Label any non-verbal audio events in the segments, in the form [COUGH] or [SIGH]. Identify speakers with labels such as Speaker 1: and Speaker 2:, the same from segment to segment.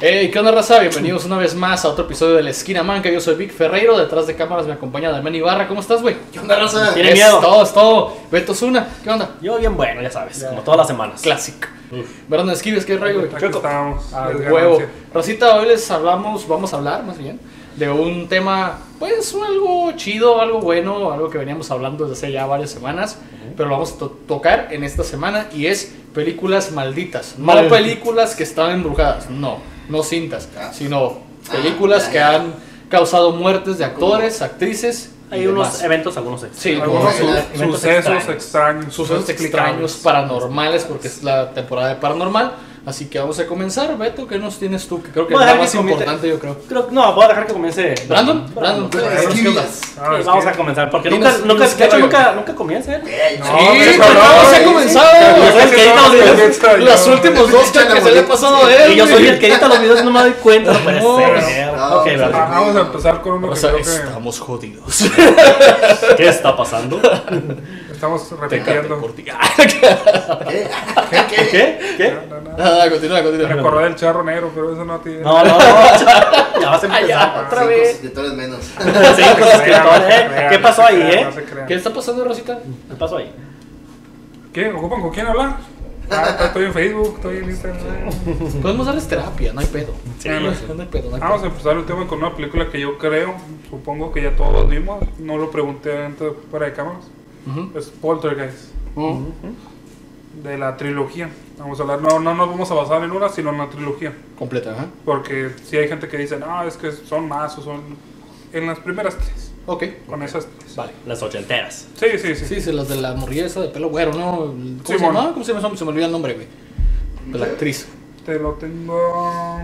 Speaker 1: Hey, ¿qué onda, raza? Bienvenidos una vez más a otro episodio de La Esquina Manca. Yo soy Vic Ferreiro. Detrás de cámaras me acompaña Damián Ibarra. ¿Cómo estás, güey?
Speaker 2: ¿Qué onda, raza?
Speaker 3: Tiene
Speaker 1: Es
Speaker 3: miedo.
Speaker 1: todo, es todo. Beto Zuna. ¿Qué onda?
Speaker 3: Yo bien bueno, ya sabes, como todas las semanas.
Speaker 1: Clásico. Verón Esquives, ¿qué rayo, güey?
Speaker 2: Aquí
Speaker 3: Chueco.
Speaker 2: estamos.
Speaker 1: Ah,
Speaker 2: Es
Speaker 1: huevo.
Speaker 2: ganancia.
Speaker 1: Rosita, hoy les hablamos, vamos a hablar más bien, de un tema, pues un algo chido, algo bueno, algo que veníamos hablando desde hace ya varias semanas, pero lo vamos a to- tocar en esta semana y es películas malditas. No
Speaker 3: Maldita.
Speaker 1: películas que están embrujadas, no, no cintas,
Speaker 2: Ah.
Speaker 1: sino películas
Speaker 2: ya,
Speaker 1: que
Speaker 2: ya.
Speaker 1: han causado muertes de actores, actrices. y
Speaker 3: Hay unos
Speaker 1: demás.
Speaker 3: eventos, algunos extras.
Speaker 1: Sí,
Speaker 2: Algunos
Speaker 1: como-
Speaker 2: su-
Speaker 3: eventos
Speaker 2: sucesos
Speaker 3: extraños.
Speaker 2: extraños.
Speaker 1: sucesos extraños paranormales porque es la temporada de paranormal. Así que vamos a comenzar, Beto, ¿qué nos tienes tú? Que creo que es
Speaker 3: Voy a
Speaker 1: la
Speaker 3: dejar
Speaker 1: más
Speaker 3: que comience.
Speaker 1: importante, yo creo.
Speaker 3: Creo que no, voy a dejar que comience.
Speaker 1: Brandon, Brandon, ¿qué
Speaker 2: Brandon,
Speaker 1: onda? ¿Qué onda?
Speaker 2: Ah, es
Speaker 3: vamos
Speaker 2: que-
Speaker 3: a comenzar, porque
Speaker 1: Dinos-
Speaker 3: nunca, nunca,
Speaker 1: dinos
Speaker 3: de hecho,
Speaker 1: qué
Speaker 3: nunca, nunca ¿eh? comienza él.
Speaker 2: No,
Speaker 1: Sí,
Speaker 2: pero
Speaker 1: pero
Speaker 2: no,
Speaker 1: no se ha
Speaker 2: sí.
Speaker 1: comenzado.
Speaker 3: Yo soy el que edita los
Speaker 2: Pero
Speaker 3: videos.
Speaker 2: extraño.
Speaker 1: Las últimas dos que se le ha pasado a él.
Speaker 3: Y yo soy
Speaker 1: güey.
Speaker 3: el que edita los videos, no me doy cuenta. No puede
Speaker 1: No,
Speaker 3: ser.
Speaker 4: no,
Speaker 3: ok,
Speaker 4: no.
Speaker 2: Ah,
Speaker 3: Brandon.
Speaker 2: Vamos a empezar con uno
Speaker 1: O
Speaker 2: que
Speaker 1: sea,
Speaker 2: creo que
Speaker 1: estamos jodidos. Este
Speaker 3: ¿Qué está pasando?
Speaker 2: estamos
Speaker 1: Tecate
Speaker 2: repitiendo.
Speaker 1: por ti. [LAUGHS] Ah,
Speaker 4: ¿Qué?
Speaker 3: ¿Qué? ¿Qué?
Speaker 2: No, no, no.
Speaker 1: Nada, continúa, continúa.
Speaker 2: Me acordé del charro negro, pero eso no tiene.
Speaker 3: No,
Speaker 2: [LAUGHS]
Speaker 3: no, no. Ya vas a
Speaker 1: Ah, ya,
Speaker 3: empezar.
Speaker 1: otra
Speaker 4: Cinco
Speaker 1: vez.
Speaker 4: suscriptores menos.
Speaker 3: Sí, pues,
Speaker 2: se
Speaker 3: es que
Speaker 2: crean,
Speaker 3: todo,
Speaker 2: no se
Speaker 3: ¿eh?
Speaker 2: crean,
Speaker 3: ¿Qué
Speaker 2: no
Speaker 3: pasó
Speaker 2: se
Speaker 3: ahí,
Speaker 2: crean,
Speaker 3: eh?
Speaker 2: no se crean.
Speaker 1: ¿Qué está pasando, Rosita?
Speaker 3: ¿Qué pasó ahí?
Speaker 2: ¿Qué? ¿Ocupan con quién hablar? Ah,
Speaker 3: [LAUGHS]
Speaker 2: estoy en Facebook, estoy en Instagram.
Speaker 1: Podemos darles terapia, no hay pedo.
Speaker 2: Sí.
Speaker 1: no hay pedo, no hay
Speaker 2: Vamos a
Speaker 1: pedo.
Speaker 2: empezar el tema con una película que yo creo, supongo que ya todos vimos, no lo pregunté antes fuera de cámaras.
Speaker 1: Ujú.
Speaker 2: Es Poltergeist,
Speaker 1: Ujú.
Speaker 2: de la trilogía. Vamos a hablar, no, no nos vamos a basar en una, sino en la trilogía.
Speaker 1: Completa, ajá.
Speaker 2: Porque si hay gente que dice, no, es que son más o son. En las primeras tres,
Speaker 1: Ok,
Speaker 2: con esas tres.
Speaker 1: vale.
Speaker 3: Las ochenteras.
Speaker 2: Sí, sí, sí.
Speaker 1: Sí, sí, las de la morrilla esa de pelo güero, ¿no? ¿Cómo se
Speaker 2: Simón.
Speaker 1: llamaba? ¿Cómo se llama? Se me olvidó el nombre, güey. De la actriz.
Speaker 2: Te lo tengo.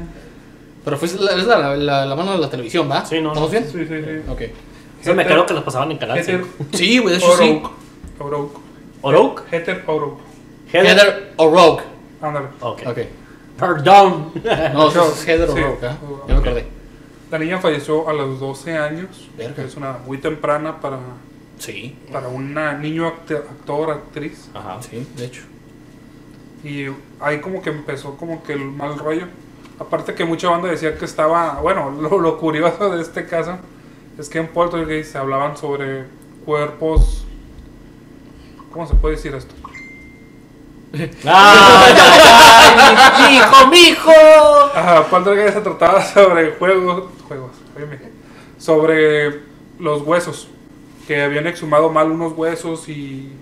Speaker 1: Pero fue la, es la, la, la mano de la televisión, ¿va?
Speaker 3: Sí, no,
Speaker 1: ¿Estamos
Speaker 3: no.
Speaker 1: bien?
Speaker 2: Sí, sí, sí.
Speaker 1: Ok.
Speaker 3: Eso me creo que las pasaban en Canal
Speaker 2: Heather
Speaker 3: 5.
Speaker 1: Sí, güey, de hecho sí.
Speaker 2: O'Rourke.
Speaker 3: ¿Oroke?
Speaker 2: O'Rourke. Heather O'Rourke.
Speaker 3: Heather.
Speaker 1: Heather O'Rourke.
Speaker 2: Ándale.
Speaker 3: Ok.
Speaker 1: Ok.
Speaker 3: Perdón.
Speaker 1: No, eso es
Speaker 2: Sí.
Speaker 1: Heather O'Rourke, ¿ah? Ya me acordé.
Speaker 2: La niña falleció a los 12 años.
Speaker 1: Verga.
Speaker 2: que Es una muy temprana para,
Speaker 1: Sí,
Speaker 2: para un niño acte- actor, actriz.
Speaker 3: Ajá.
Speaker 1: sí, de hecho.
Speaker 2: Y ahí como que empezó como que el mal rollo. Aparte que mucha banda decía que estaba, bueno, [LAUGHS] lo, lo curioso de este caso es que en Poltergeist se hablaban sobre cuerpos, ¿cómo se puede decir esto?
Speaker 3: ¡Ay, mijo, mijo!
Speaker 2: Ajá, Poltergeist se trataba [LAUGHS] sobre juegos, juegos, óyeme, sobre los huesos, que habían exhumado mal unos huesos y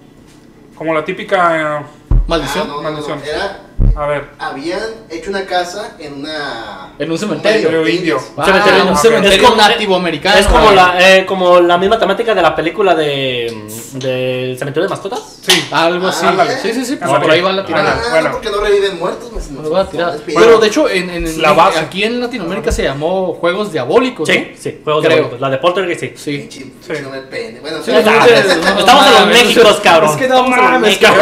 Speaker 2: como la típica, eh,
Speaker 1: [LAUGHS] Maldición.
Speaker 4: Ah, no, no, no.
Speaker 2: Maldición.
Speaker 4: Era,
Speaker 2: a ver,
Speaker 4: habían hecho una casa en una...
Speaker 1: En un cementerio.
Speaker 4: medio
Speaker 2: Indio.
Speaker 1: Ah,
Speaker 3: Cementerio,
Speaker 1: un
Speaker 3: ok.
Speaker 1: cementerio
Speaker 3: Es como-
Speaker 1: nativo americano.
Speaker 3: Es como
Speaker 1: güey.
Speaker 3: la, eh, como la misma temática de la película de, mm, del cementerio de mascotas.
Speaker 2: sí,
Speaker 1: Algo así.
Speaker 4: Ah,
Speaker 1: güey. sí, sí, sí. Pues
Speaker 2: ok.
Speaker 1: por ahí va la
Speaker 2: Ándale.
Speaker 1: tirada.
Speaker 4: Ah,
Speaker 2: bueno.
Speaker 4: porque no reviven muertos. Me,
Speaker 1: Nos va a tirar.
Speaker 4: Es bien.
Speaker 1: Pero de hecho, en, en, en-
Speaker 2: La base.
Speaker 1: aquí en Latinoamérica se llamó Juegos Diabólicos.
Speaker 3: Sí,
Speaker 1: ¿no?
Speaker 3: sí, juegos de
Speaker 1: Creo.
Speaker 3: Bollywood. La de Poltergeist, sí.
Speaker 1: Sí.
Speaker 4: Pinche- pinche nombre de pene. Bueno,
Speaker 1: Sí,
Speaker 4: pero-
Speaker 1: no, no,
Speaker 3: Estamos en los
Speaker 1: mames,
Speaker 3: Méxicos,
Speaker 1: es-
Speaker 3: cabrón.
Speaker 1: es que no
Speaker 3: Estamos en los
Speaker 1: mames,
Speaker 3: Méxicos.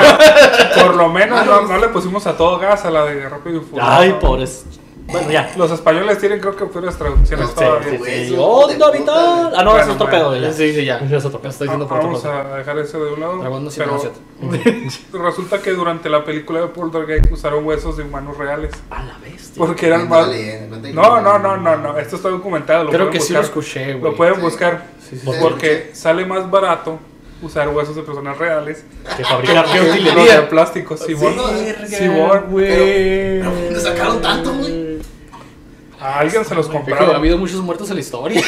Speaker 2: por lo menos no, no le pusimos a todo gas a la de Rápido y Furioso.
Speaker 3: Ay, pobres. Bueno, ya.
Speaker 2: Los españoles tienen creo que puras traducciones
Speaker 4: Sí,
Speaker 2: todavía. Ah,
Speaker 3: Sí,
Speaker 4: Güey,
Speaker 3: sí,
Speaker 4: es
Speaker 3: sí.
Speaker 4: un hijo de
Speaker 3: ¡Onda
Speaker 4: puta.
Speaker 3: vital! Ah, no,
Speaker 2: Bueno,
Speaker 3: eso es otro
Speaker 2: bueno.
Speaker 3: pedo ya.
Speaker 1: Sí, sí, ya.
Speaker 3: Eso es otro.
Speaker 1: Ya está
Speaker 2: Ah,
Speaker 1: diciendo por
Speaker 2: Vamos
Speaker 1: otro lado.
Speaker 2: a dejar eso de un lado.
Speaker 1: Dragón no se
Speaker 2: pero
Speaker 1: conoce.
Speaker 2: [LAUGHS] resulta que durante la película de Poltergeist usaron huesos de humanos reales.
Speaker 3: A la bestia.
Speaker 2: Porque eran
Speaker 4: Cuéntale,
Speaker 2: más...
Speaker 4: eh, cuéntale.
Speaker 2: No, no, no, no, no. Esto está documentado. Lo
Speaker 1: Creo
Speaker 2: pueden
Speaker 1: que sí lo
Speaker 2: buscar.
Speaker 1: escuché, güey.
Speaker 2: Lo pueden
Speaker 4: Sí.
Speaker 2: buscar.
Speaker 1: Sí, sí,
Speaker 4: Por-
Speaker 1: sí.
Speaker 2: Porque sale más barato usar huesos de personas reales
Speaker 3: Que fabricar.
Speaker 1: Qué
Speaker 2: que los
Speaker 1: utilería.
Speaker 2: de plástico. Simón.
Speaker 4: no,
Speaker 2: Simón.
Speaker 4: Pero, pero, ¿le sacaron tanto, güey?
Speaker 2: A alguien se los
Speaker 1: Creo que ha
Speaker 2: compraron.
Speaker 1: habido muchos muertos en la historia.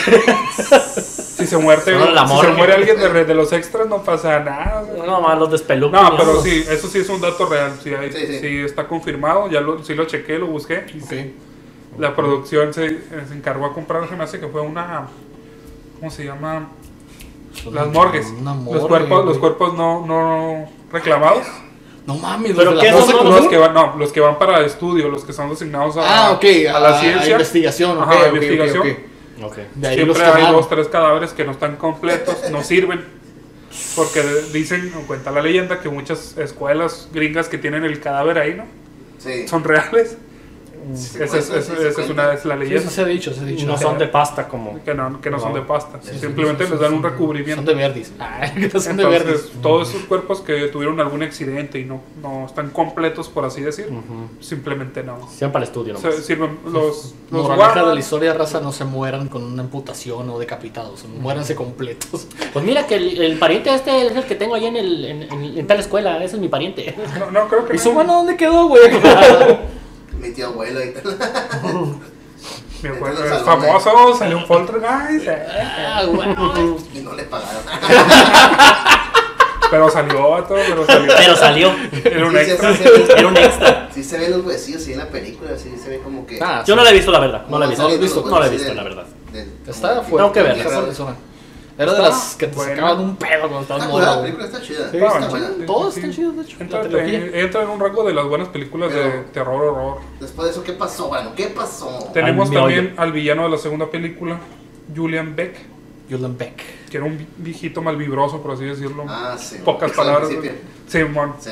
Speaker 2: Si se muere,
Speaker 3: Solo la
Speaker 2: si se
Speaker 3: morgue.
Speaker 2: muere alguien de, re- de los extras, no pasa nada.
Speaker 3: No, más los despelucos.
Speaker 2: No, pero sí, eso sí es un dato real. Sí, hay-
Speaker 4: Sí, sí.
Speaker 2: sí está confirmado. Ya lo, sí lo chequé, lo busqué.
Speaker 1: Ok.
Speaker 2: La producción se, se encargó a comprar, se me hace que fue una. ¿Cómo se llama? Las morgues.
Speaker 1: Una morgue,
Speaker 2: los cuerpos, los
Speaker 1: güey.
Speaker 2: cuerpos no, no reclamados.
Speaker 1: No mames,
Speaker 3: Pero
Speaker 1: los de
Speaker 3: ¿qué
Speaker 1: la
Speaker 3: son
Speaker 1: Rosa
Speaker 3: los-
Speaker 1: Cruz
Speaker 2: Los
Speaker 1: Azul.
Speaker 2: que van, no, los que van para estudio, los que son designados a,
Speaker 1: Ah, ok.
Speaker 2: a la ciencia.
Speaker 1: investigación. ok,
Speaker 2: Ajá, a
Speaker 1: ok, ok,
Speaker 2: investigación.
Speaker 1: ok.
Speaker 3: Ok.
Speaker 1: De ahí los
Speaker 2: Siempre hay
Speaker 1: tomaron.
Speaker 2: dos, tres cadáveres que no están completos, no sirven. Porque dicen, cuenta la leyenda, que muchas escuelas gringas que tienen el cadáver ahí, ¿no?
Speaker 4: Sí.
Speaker 2: Son reales.
Speaker 1: Mm.
Speaker 2: Esa es, esa- esa es una es la
Speaker 1: Sí, eso
Speaker 2: leyenda.
Speaker 1: se ha dicho, se ha dicho.
Speaker 3: No
Speaker 1: O sea,
Speaker 3: son de pasta como.
Speaker 2: Que no, que no son de pasta.
Speaker 1: Sí, sí,
Speaker 2: Simplemente
Speaker 1: sí,
Speaker 2: les
Speaker 1: sí,
Speaker 2: dan
Speaker 1: sí.
Speaker 2: un recubrimiento.
Speaker 1: Son de verdis. [LAUGHS] Ah, que no son de
Speaker 2: Entonces,
Speaker 1: verdis.
Speaker 2: todos esos cuerpos que tuvieron algún accidente y no, no están completos, por así decir,
Speaker 3: Ujú.
Speaker 2: simplemente no.
Speaker 3: Sean para el estudio,
Speaker 2: O
Speaker 3: nomás.
Speaker 2: sea, sirven los, los
Speaker 1: Moraleja de
Speaker 2: guardan.
Speaker 1: la historia, raza, no se mueran con una amputación o decapitados. Muéranse completos. [LAUGHS]
Speaker 3: Pues mira que el, el pariente este es el que tengo ahí en, el, en, en- en tal escuela. Ese es mi pariente.
Speaker 2: No, no, creo que
Speaker 1: ¿Y
Speaker 2: no.
Speaker 1: su mano dónde quedó, güey? [LAUGHS]
Speaker 4: Mi tío abuelo y tal. [LAUGHS]
Speaker 2: Mi abuelo
Speaker 4: Entonces,
Speaker 2: es
Speaker 4: salón,
Speaker 2: famoso, salió un poltergeist. eh.
Speaker 1: Ah, güey.
Speaker 4: Y no le pagaron.
Speaker 2: Pero salió todo, pero salió.
Speaker 3: [LAUGHS] Pero salió.
Speaker 2: Era un
Speaker 4: Sí, sí,
Speaker 2: extra.
Speaker 4: sí, sí, sí.
Speaker 3: Era un extra.
Speaker 4: Sí se ven los huesillos, sí, en la película, sí se ve como que...
Speaker 1: Ah,
Speaker 3: Yo no la he visto, la verdad. No la he
Speaker 4: como
Speaker 3: visto.
Speaker 4: salen
Speaker 3: pues,
Speaker 1: visto,
Speaker 4: los
Speaker 3: no la he
Speaker 4: huesillos
Speaker 3: visto, la
Speaker 4: del-
Speaker 3: verdad.
Speaker 4: del-
Speaker 1: Está
Speaker 4: como-
Speaker 1: fuerte.
Speaker 3: Tengo que verla.
Speaker 1: esa
Speaker 4: Está
Speaker 1: persona. Era de las que te
Speaker 2: bueno.
Speaker 1: sacaban un pedo cuando estabas
Speaker 4: curada, la
Speaker 1: morado.
Speaker 4: película está chida.
Speaker 1: Sí,
Speaker 4: está
Speaker 1: está
Speaker 4: buena.
Speaker 1: chida. Todos están chidos, de hecho.
Speaker 2: Entra,
Speaker 1: La trilogía.
Speaker 2: entra en un rango de las buenas películas de
Speaker 4: Pero-
Speaker 2: terror, horror.
Speaker 4: Después de eso, ¿qué pasó, bueno? ¿Qué pasó?
Speaker 2: Tenemos
Speaker 3: Al meollo.
Speaker 2: también al villano de la segunda película, Julian Beck,
Speaker 1: Julian Beck.
Speaker 2: que era un vi- viejito malvibroso, por así decirlo.
Speaker 4: Ah, sí.
Speaker 2: Pocas
Speaker 4: Eso al
Speaker 2: palabras.
Speaker 4: principio.
Speaker 2: Sí, mon.
Speaker 4: Sí.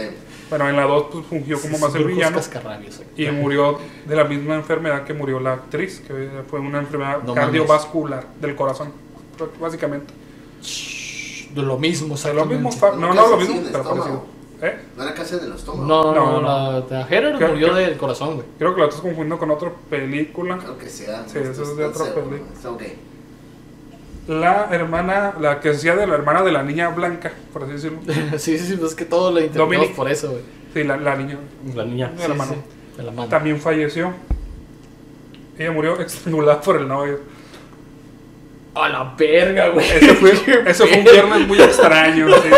Speaker 2: Bueno, en la 2 pues, fungió como más el
Speaker 1: Surcos
Speaker 2: villano.
Speaker 1: cascarrabias, güey.
Speaker 2: Y murió de la misma enfermedad que murió la actriz, que fue una enfermedad
Speaker 1: No mames.
Speaker 2: cardiovascular del corazón, básicamente.
Speaker 1: Shh, De lo mismo,
Speaker 2: O sea, lo mismo,
Speaker 1: exactamente.
Speaker 2: fa- no, no, lo
Speaker 4: Casi
Speaker 2: mismo,
Speaker 4: en el
Speaker 2: pero parecido.
Speaker 4: estómago.
Speaker 2: ¿Eh?
Speaker 4: No era casi del estómago.
Speaker 1: No, no, no,
Speaker 2: No, no.
Speaker 1: la- la Heather
Speaker 2: Creo-
Speaker 1: murió
Speaker 2: creo-
Speaker 1: del corazón, güey. [LAUGHS]
Speaker 2: Creo que la estás confundiendo con otra película.
Speaker 4: Creo que sea.
Speaker 2: Sí, eso es de otra película.
Speaker 4: Está ok.
Speaker 2: La hermana, la que hacía de la hermana de la niña blanca, por así decirlo.
Speaker 1: sí, sí, sí, pues es que todo lo intentamos
Speaker 2: Dominic.
Speaker 1: por eso, güey.
Speaker 2: Sí, la, la niña.
Speaker 3: La niña.
Speaker 2: Mi
Speaker 1: Sí,
Speaker 2: hermano.
Speaker 1: sí, de la mano.
Speaker 2: También falleció. Ella murió estrangulada por el novio.
Speaker 1: A la verga, güey. [LAUGHS]
Speaker 2: Ese fue, ese fue un viernes muy extraño. Sí,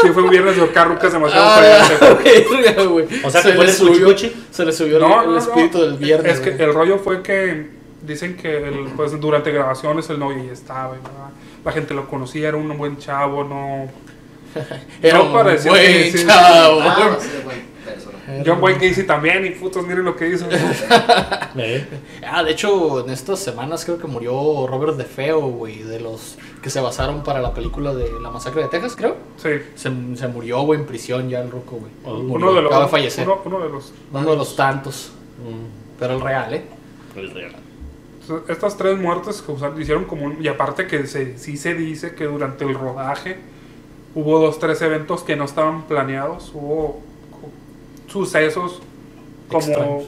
Speaker 2: Sí, fue un viernes de carrucas demasiado
Speaker 1: Ah,
Speaker 2: fallece.
Speaker 1: la verga, güey.
Speaker 3: O sea, ¿te
Speaker 1: le
Speaker 3: huele su
Speaker 1: subió-
Speaker 3: chicoche?
Speaker 1: Se le subió el- el, espíritu del viernes.
Speaker 2: Es que
Speaker 1: güey.
Speaker 2: el rollo fue que dicen que el- pues, durante grabaciones el novio ya estaba. y nada. La gente lo conocía, era un buen chavo, no.
Speaker 1: Era
Speaker 2: no
Speaker 1: un
Speaker 2: parecía
Speaker 1: buen
Speaker 2: que sí.
Speaker 1: chavo.
Speaker 4: Ah, sí, bueno, persona.
Speaker 2: John Boy Casey también, y putos, miren lo que hizo.
Speaker 3: Eh,
Speaker 1: Ah, de hecho, en estas semanas creo que murió Robert De Feo, güey, de los que se basaron para la película de La Masacre de Texas, creo.
Speaker 2: Sí.
Speaker 1: Se, se murió, güey, en prisión ya el roco, güey.
Speaker 3: Oh,
Speaker 2: Uno de los.
Speaker 1: Acaba de fallecer.
Speaker 2: Uno, uno de los.
Speaker 1: Uno de los tantos,
Speaker 3: mm,
Speaker 1: pero el real, ¿eh?
Speaker 3: el [LAUGHS] real.
Speaker 2: Estas tres muertes que usaron- hicieron como un- Y aparte que se, sí se dice que durante el rodaje hubo dos, tres eventos que no estaban planeados. Hubo co- sucesos como
Speaker 1: Extraños.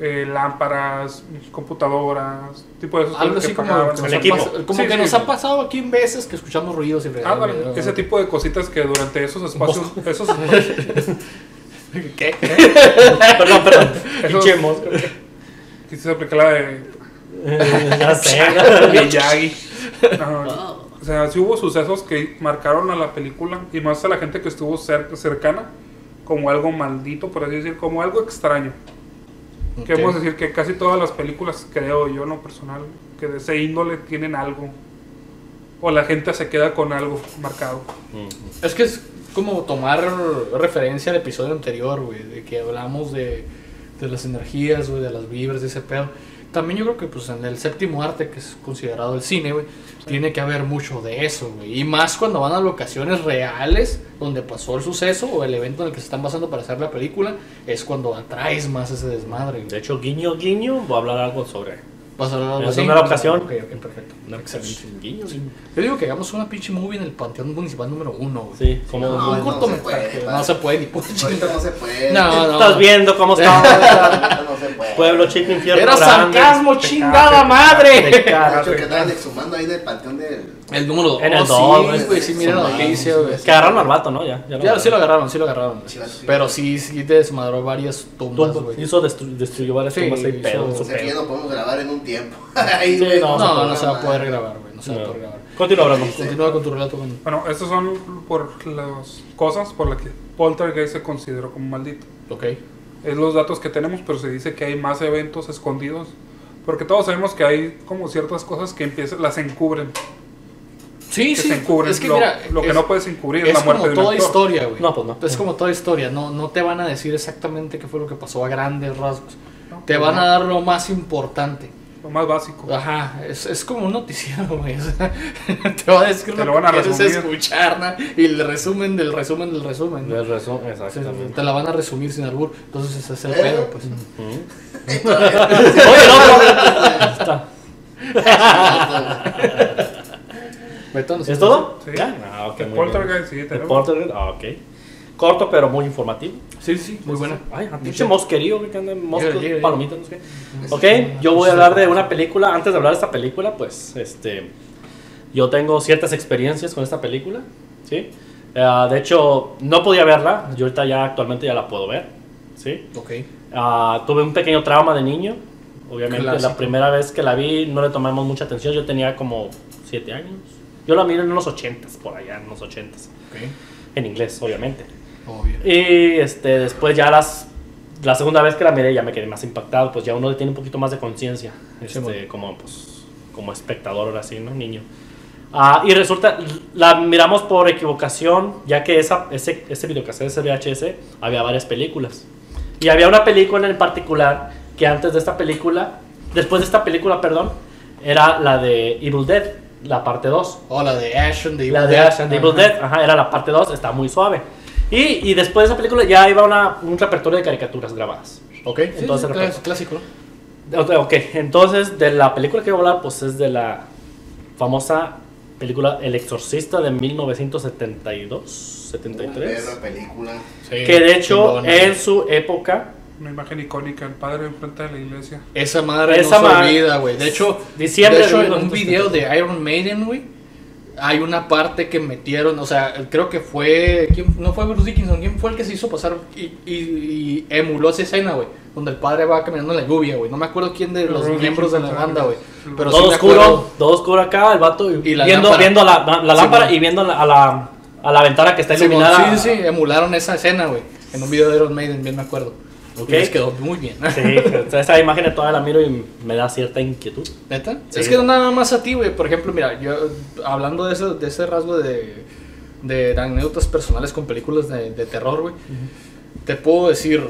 Speaker 2: eh, lámparas, computadoras, tipo de esos
Speaker 1: Algo
Speaker 2: cosas
Speaker 1: así
Speaker 2: que
Speaker 1: como,
Speaker 2: apagaban.
Speaker 1: que nos
Speaker 3: El
Speaker 1: ha
Speaker 3: equipo.
Speaker 1: pas- como
Speaker 2: Sí,
Speaker 1: que
Speaker 2: sí.
Speaker 1: nos ha pasado aquí en veces que escuchamos ruidos y
Speaker 2: Ah,
Speaker 1: fregaderas,
Speaker 2: vale,
Speaker 1: güey.
Speaker 2: ese tipo de cositas que
Speaker 1: [LAUGHS]
Speaker 2: durante esos espacios, esos, esos,
Speaker 1: ¿Qué?
Speaker 3: Perdón, perdón.
Speaker 1: [LAUGHS]
Speaker 3: Pinche mosca.
Speaker 2: quise aplicar la de
Speaker 3: Eh, Ya sé.
Speaker 2: [LAUGHS] Miyagi. No, o sea, sí hubo sucesos que marcaron a la película y más a la gente que estuvo cer- cercana como algo maldito, por así decir, como algo extraño. Que
Speaker 1: Ok.
Speaker 2: podemos decir que casi todas las películas, creo yo, no personal, que de ese índole tienen algo. O la gente se queda con algo marcado.
Speaker 1: Es que es como tomar referencia al episodio anterior, güey, de que hablamos de, de las energías, güey, de las vibras, de ese pedo. También yo creo que pues en el séptimo arte, que es considerado el cine, güey, tiene que haber mucho de eso, güey. Y más cuando van a locaciones reales donde pasó el suceso o el evento en el que se están basando para hacer la película, es cuando atraes más ese desmadre,
Speaker 3: De
Speaker 1: güey.
Speaker 3: hecho, guiño, guiño, voy a hablar algo sobre.
Speaker 1: ¿Vas a hablar algo
Speaker 3: Es
Speaker 1: así?
Speaker 3: una locación.
Speaker 1: Ok, ok, perfecto. Excelente.
Speaker 3: Guiño, guiño.
Speaker 1: Yo digo que hagamos una pinche movie en el Panteón Municipal número uno, güey.
Speaker 3: Sí, como.
Speaker 4: No,
Speaker 1: un
Speaker 4: no se
Speaker 1: cortometraje.
Speaker 4: puede,
Speaker 1: No
Speaker 4: padre.
Speaker 1: se puede ni puta
Speaker 4: Ahorita no se puede.
Speaker 1: No,
Speaker 4: [LAUGHS]
Speaker 1: no.
Speaker 3: Estás viendo cómo
Speaker 1: [LAUGHS]
Speaker 3: está.
Speaker 4: Ahorita no se puede.
Speaker 3: Pueblo chico, infierno.
Speaker 1: Era
Speaker 3: grande.
Speaker 1: sarcasmo,
Speaker 2: te
Speaker 1: chingada
Speaker 2: cagas,
Speaker 1: madre.
Speaker 4: De hecho,
Speaker 2: Ah,
Speaker 4: que andaban exhumando ahí del panteón del.
Speaker 1: El número 2.
Speaker 3: En el dos,
Speaker 1: sí,
Speaker 3: güey.
Speaker 1: güey, sí, mira la
Speaker 4: Sí,
Speaker 1: noticia,
Speaker 4: sí,
Speaker 1: güey.
Speaker 4: sí.
Speaker 3: Que agarraron al vato, ¿no? Ya, ya
Speaker 1: Ya, sí lo agarraron, sí lo agarraron.
Speaker 4: Sí, sí.
Speaker 1: Pero sí, sí desmadró varias tumbas,
Speaker 3: Tumba-
Speaker 1: güey.
Speaker 3: Hizo destru- destruyó varias
Speaker 1: Sí,
Speaker 3: tumbas ahí,
Speaker 1: hizo-
Speaker 3: pedo. en su
Speaker 4: O sea, que ya
Speaker 3: pedo.
Speaker 4: no podemos grabar en un tiempo. [LAUGHS] Ahí,
Speaker 3: Sí,
Speaker 4: güey,
Speaker 3: no,
Speaker 1: No,
Speaker 3: se
Speaker 1: no,
Speaker 3: puede
Speaker 1: se va a poder
Speaker 4: madre.
Speaker 1: grabar, güey. No se va a poder grabar.
Speaker 3: Continúa hablando.
Speaker 1: Continúa con tu relato, güey.
Speaker 2: Bueno, estas son por las cosas por las que Poltergeist se consideró como maldito.
Speaker 1: Ok.
Speaker 2: es los datos que tenemos, pero se dice que hay más eventos escondidos. Porque todos sabemos que hay como ciertas cosas que empiezan, las encubren.
Speaker 1: Sí,
Speaker 2: Que
Speaker 1: sí.
Speaker 2: se encubren.
Speaker 1: Es que
Speaker 2: lo
Speaker 1: mira,
Speaker 2: lo que
Speaker 1: es-
Speaker 2: no puedes encubrir es
Speaker 1: Es
Speaker 2: la muerte
Speaker 1: como
Speaker 2: de un
Speaker 1: toda
Speaker 2: actor.
Speaker 1: historia, güey.
Speaker 3: No, pues no.
Speaker 1: Es como toda historia. No, no te van a decir exactamente qué fue lo que pasó a grandes rasgos.
Speaker 2: No,
Speaker 1: Te
Speaker 2: pues
Speaker 1: van
Speaker 2: no.
Speaker 1: a dar lo más importante.
Speaker 2: lo más básico.
Speaker 1: Ajá, es, es como un noticiero, [LAUGHS] güey. o sea, te va a decir lo,
Speaker 2: Te lo van a
Speaker 1: que quieres
Speaker 2: resumir.
Speaker 1: escuchar, ¿no? Y el resumen del resumen del resumen. ¿no?
Speaker 3: Del resumen,
Speaker 1: Se-
Speaker 3: exactamente.
Speaker 1: te la van a resumir sin albur. Entonces ese es el
Speaker 4: ¿Eh?
Speaker 1: pedo, pues.
Speaker 3: Ujú.
Speaker 4: Oye,
Speaker 3: [LAUGHS]
Speaker 1: Beto,
Speaker 3: ¿Es todo?
Speaker 2: Sí.
Speaker 3: ¿Ya? Ah, ok.
Speaker 2: The
Speaker 3: muy bien.
Speaker 2: Poltergeist, sí,
Speaker 3: The
Speaker 2: tenemos.
Speaker 3: Poltergeist, ah, ok. Corto, pero muy informativo.
Speaker 1: Sí, sí, muy buena. Ah,
Speaker 3: Ay, ah, pinche mosquerío, güey, que andan moscos,
Speaker 1: Yo- yo- yo-
Speaker 3: palomitas, no sé qué. Ok, yo voy a hablar de una película. Antes de hablar de esta película, pues, este. Yo tengo ciertas experiencias con esta película, ¿sí? Eh, de hecho, no podía verla. Yo ahorita ya, actualmente ya la puedo ver, ¿sí?
Speaker 1: Ok.
Speaker 3: Ah, tuve un pequeño trauma de niño. Obviamente,
Speaker 1: Clásico.
Speaker 3: la primera vez que la vi no le tomamos mucha atención. Yo tenía como 7 años. Yo la miré en los 80s, por allá, en los 80s.
Speaker 1: Ok.
Speaker 3: En inglés, obviamente.
Speaker 1: Obvio.
Speaker 3: Y este, después ya las, la segunda vez que la miré ya me quedé más impactado, pues ya uno tiene un poquito más de conciencia, este,
Speaker 1: bueno.
Speaker 3: como, pues, como espectador ahora sí, ¿no? Niño. Ah, y resulta, la miramos por equivocación, ya que esa, ese, ese videocassette, ese VHS, había varias películas. Y había una película en particular que antes de esta película, después de esta película, perdón, era la de Evil Dead, la parte 2.
Speaker 1: O Oh, la de Ash and the Evil
Speaker 3: La de
Speaker 1: Dead.
Speaker 3: Ash and the Evil Dead, ajá, era la parte 2, está muy suave. Y, y después de esa película ya iba una, un repertorio de caricaturas grabadas.
Speaker 1: Ok. Sí,
Speaker 3: Entonces,
Speaker 1: sí, clas- clásico. ¿no?
Speaker 3: Ok, ok, entonces de la película que voy a hablar pues es de la famosa película El Exorcista de 1972, 73.
Speaker 4: película.
Speaker 1: Sí,
Speaker 3: Que de hecho
Speaker 1: chingona.
Speaker 3: en su época
Speaker 2: Una imagen icónica, el padre enfrente de la iglesia.
Speaker 1: Esa madre
Speaker 3: Esa
Speaker 1: no se
Speaker 3: ma-
Speaker 1: olvida, güey. De hecho,
Speaker 3: Diciembre
Speaker 1: de hecho
Speaker 3: de
Speaker 1: en un
Speaker 3: 1970.
Speaker 1: video de Iron Maiden, güey, hay una parte que metieron, o sea, creo que fue, ¿quién- no fue Bruce Dickinson, ¿quién fue el que se hizo pasar y, y- y emuló esa escena, güey? Donde el padre va caminando en la lluvia, güey. No me acuerdo quién de los
Speaker 2: Bruce
Speaker 1: miembros de la
Speaker 2: Dickinson,
Speaker 1: banda, güey. Pero sí
Speaker 3: todo
Speaker 1: me
Speaker 3: oscuro,
Speaker 1: acuerdo.
Speaker 3: todo oscuro acá, el vato y-
Speaker 1: Y la
Speaker 3: viendo,
Speaker 1: lámpara.
Speaker 3: viendo la, la- la
Speaker 1: Sí,
Speaker 3: lámpara
Speaker 1: bueno.
Speaker 3: y viendo la- a, la, a la ventana que está
Speaker 1: Sí, bueno,
Speaker 3: iluminada.
Speaker 1: sí, sí, emularon esa escena, güey. En un video de Iron Maiden, bien me acuerdo.
Speaker 3: Ok.
Speaker 1: Y les quedó muy bien.
Speaker 3: Sí, o sea, esa imagen todavía la miro y me da cierta inquietud.
Speaker 1: ¿Neta?
Speaker 3: Sí.
Speaker 1: Es que no nada más a ti, güey. Por ejemplo, mira, yo eh, hablando de ese, de ese rasgo de, de anécdotas personales con películas de, de terror, güey. Te puedo decir,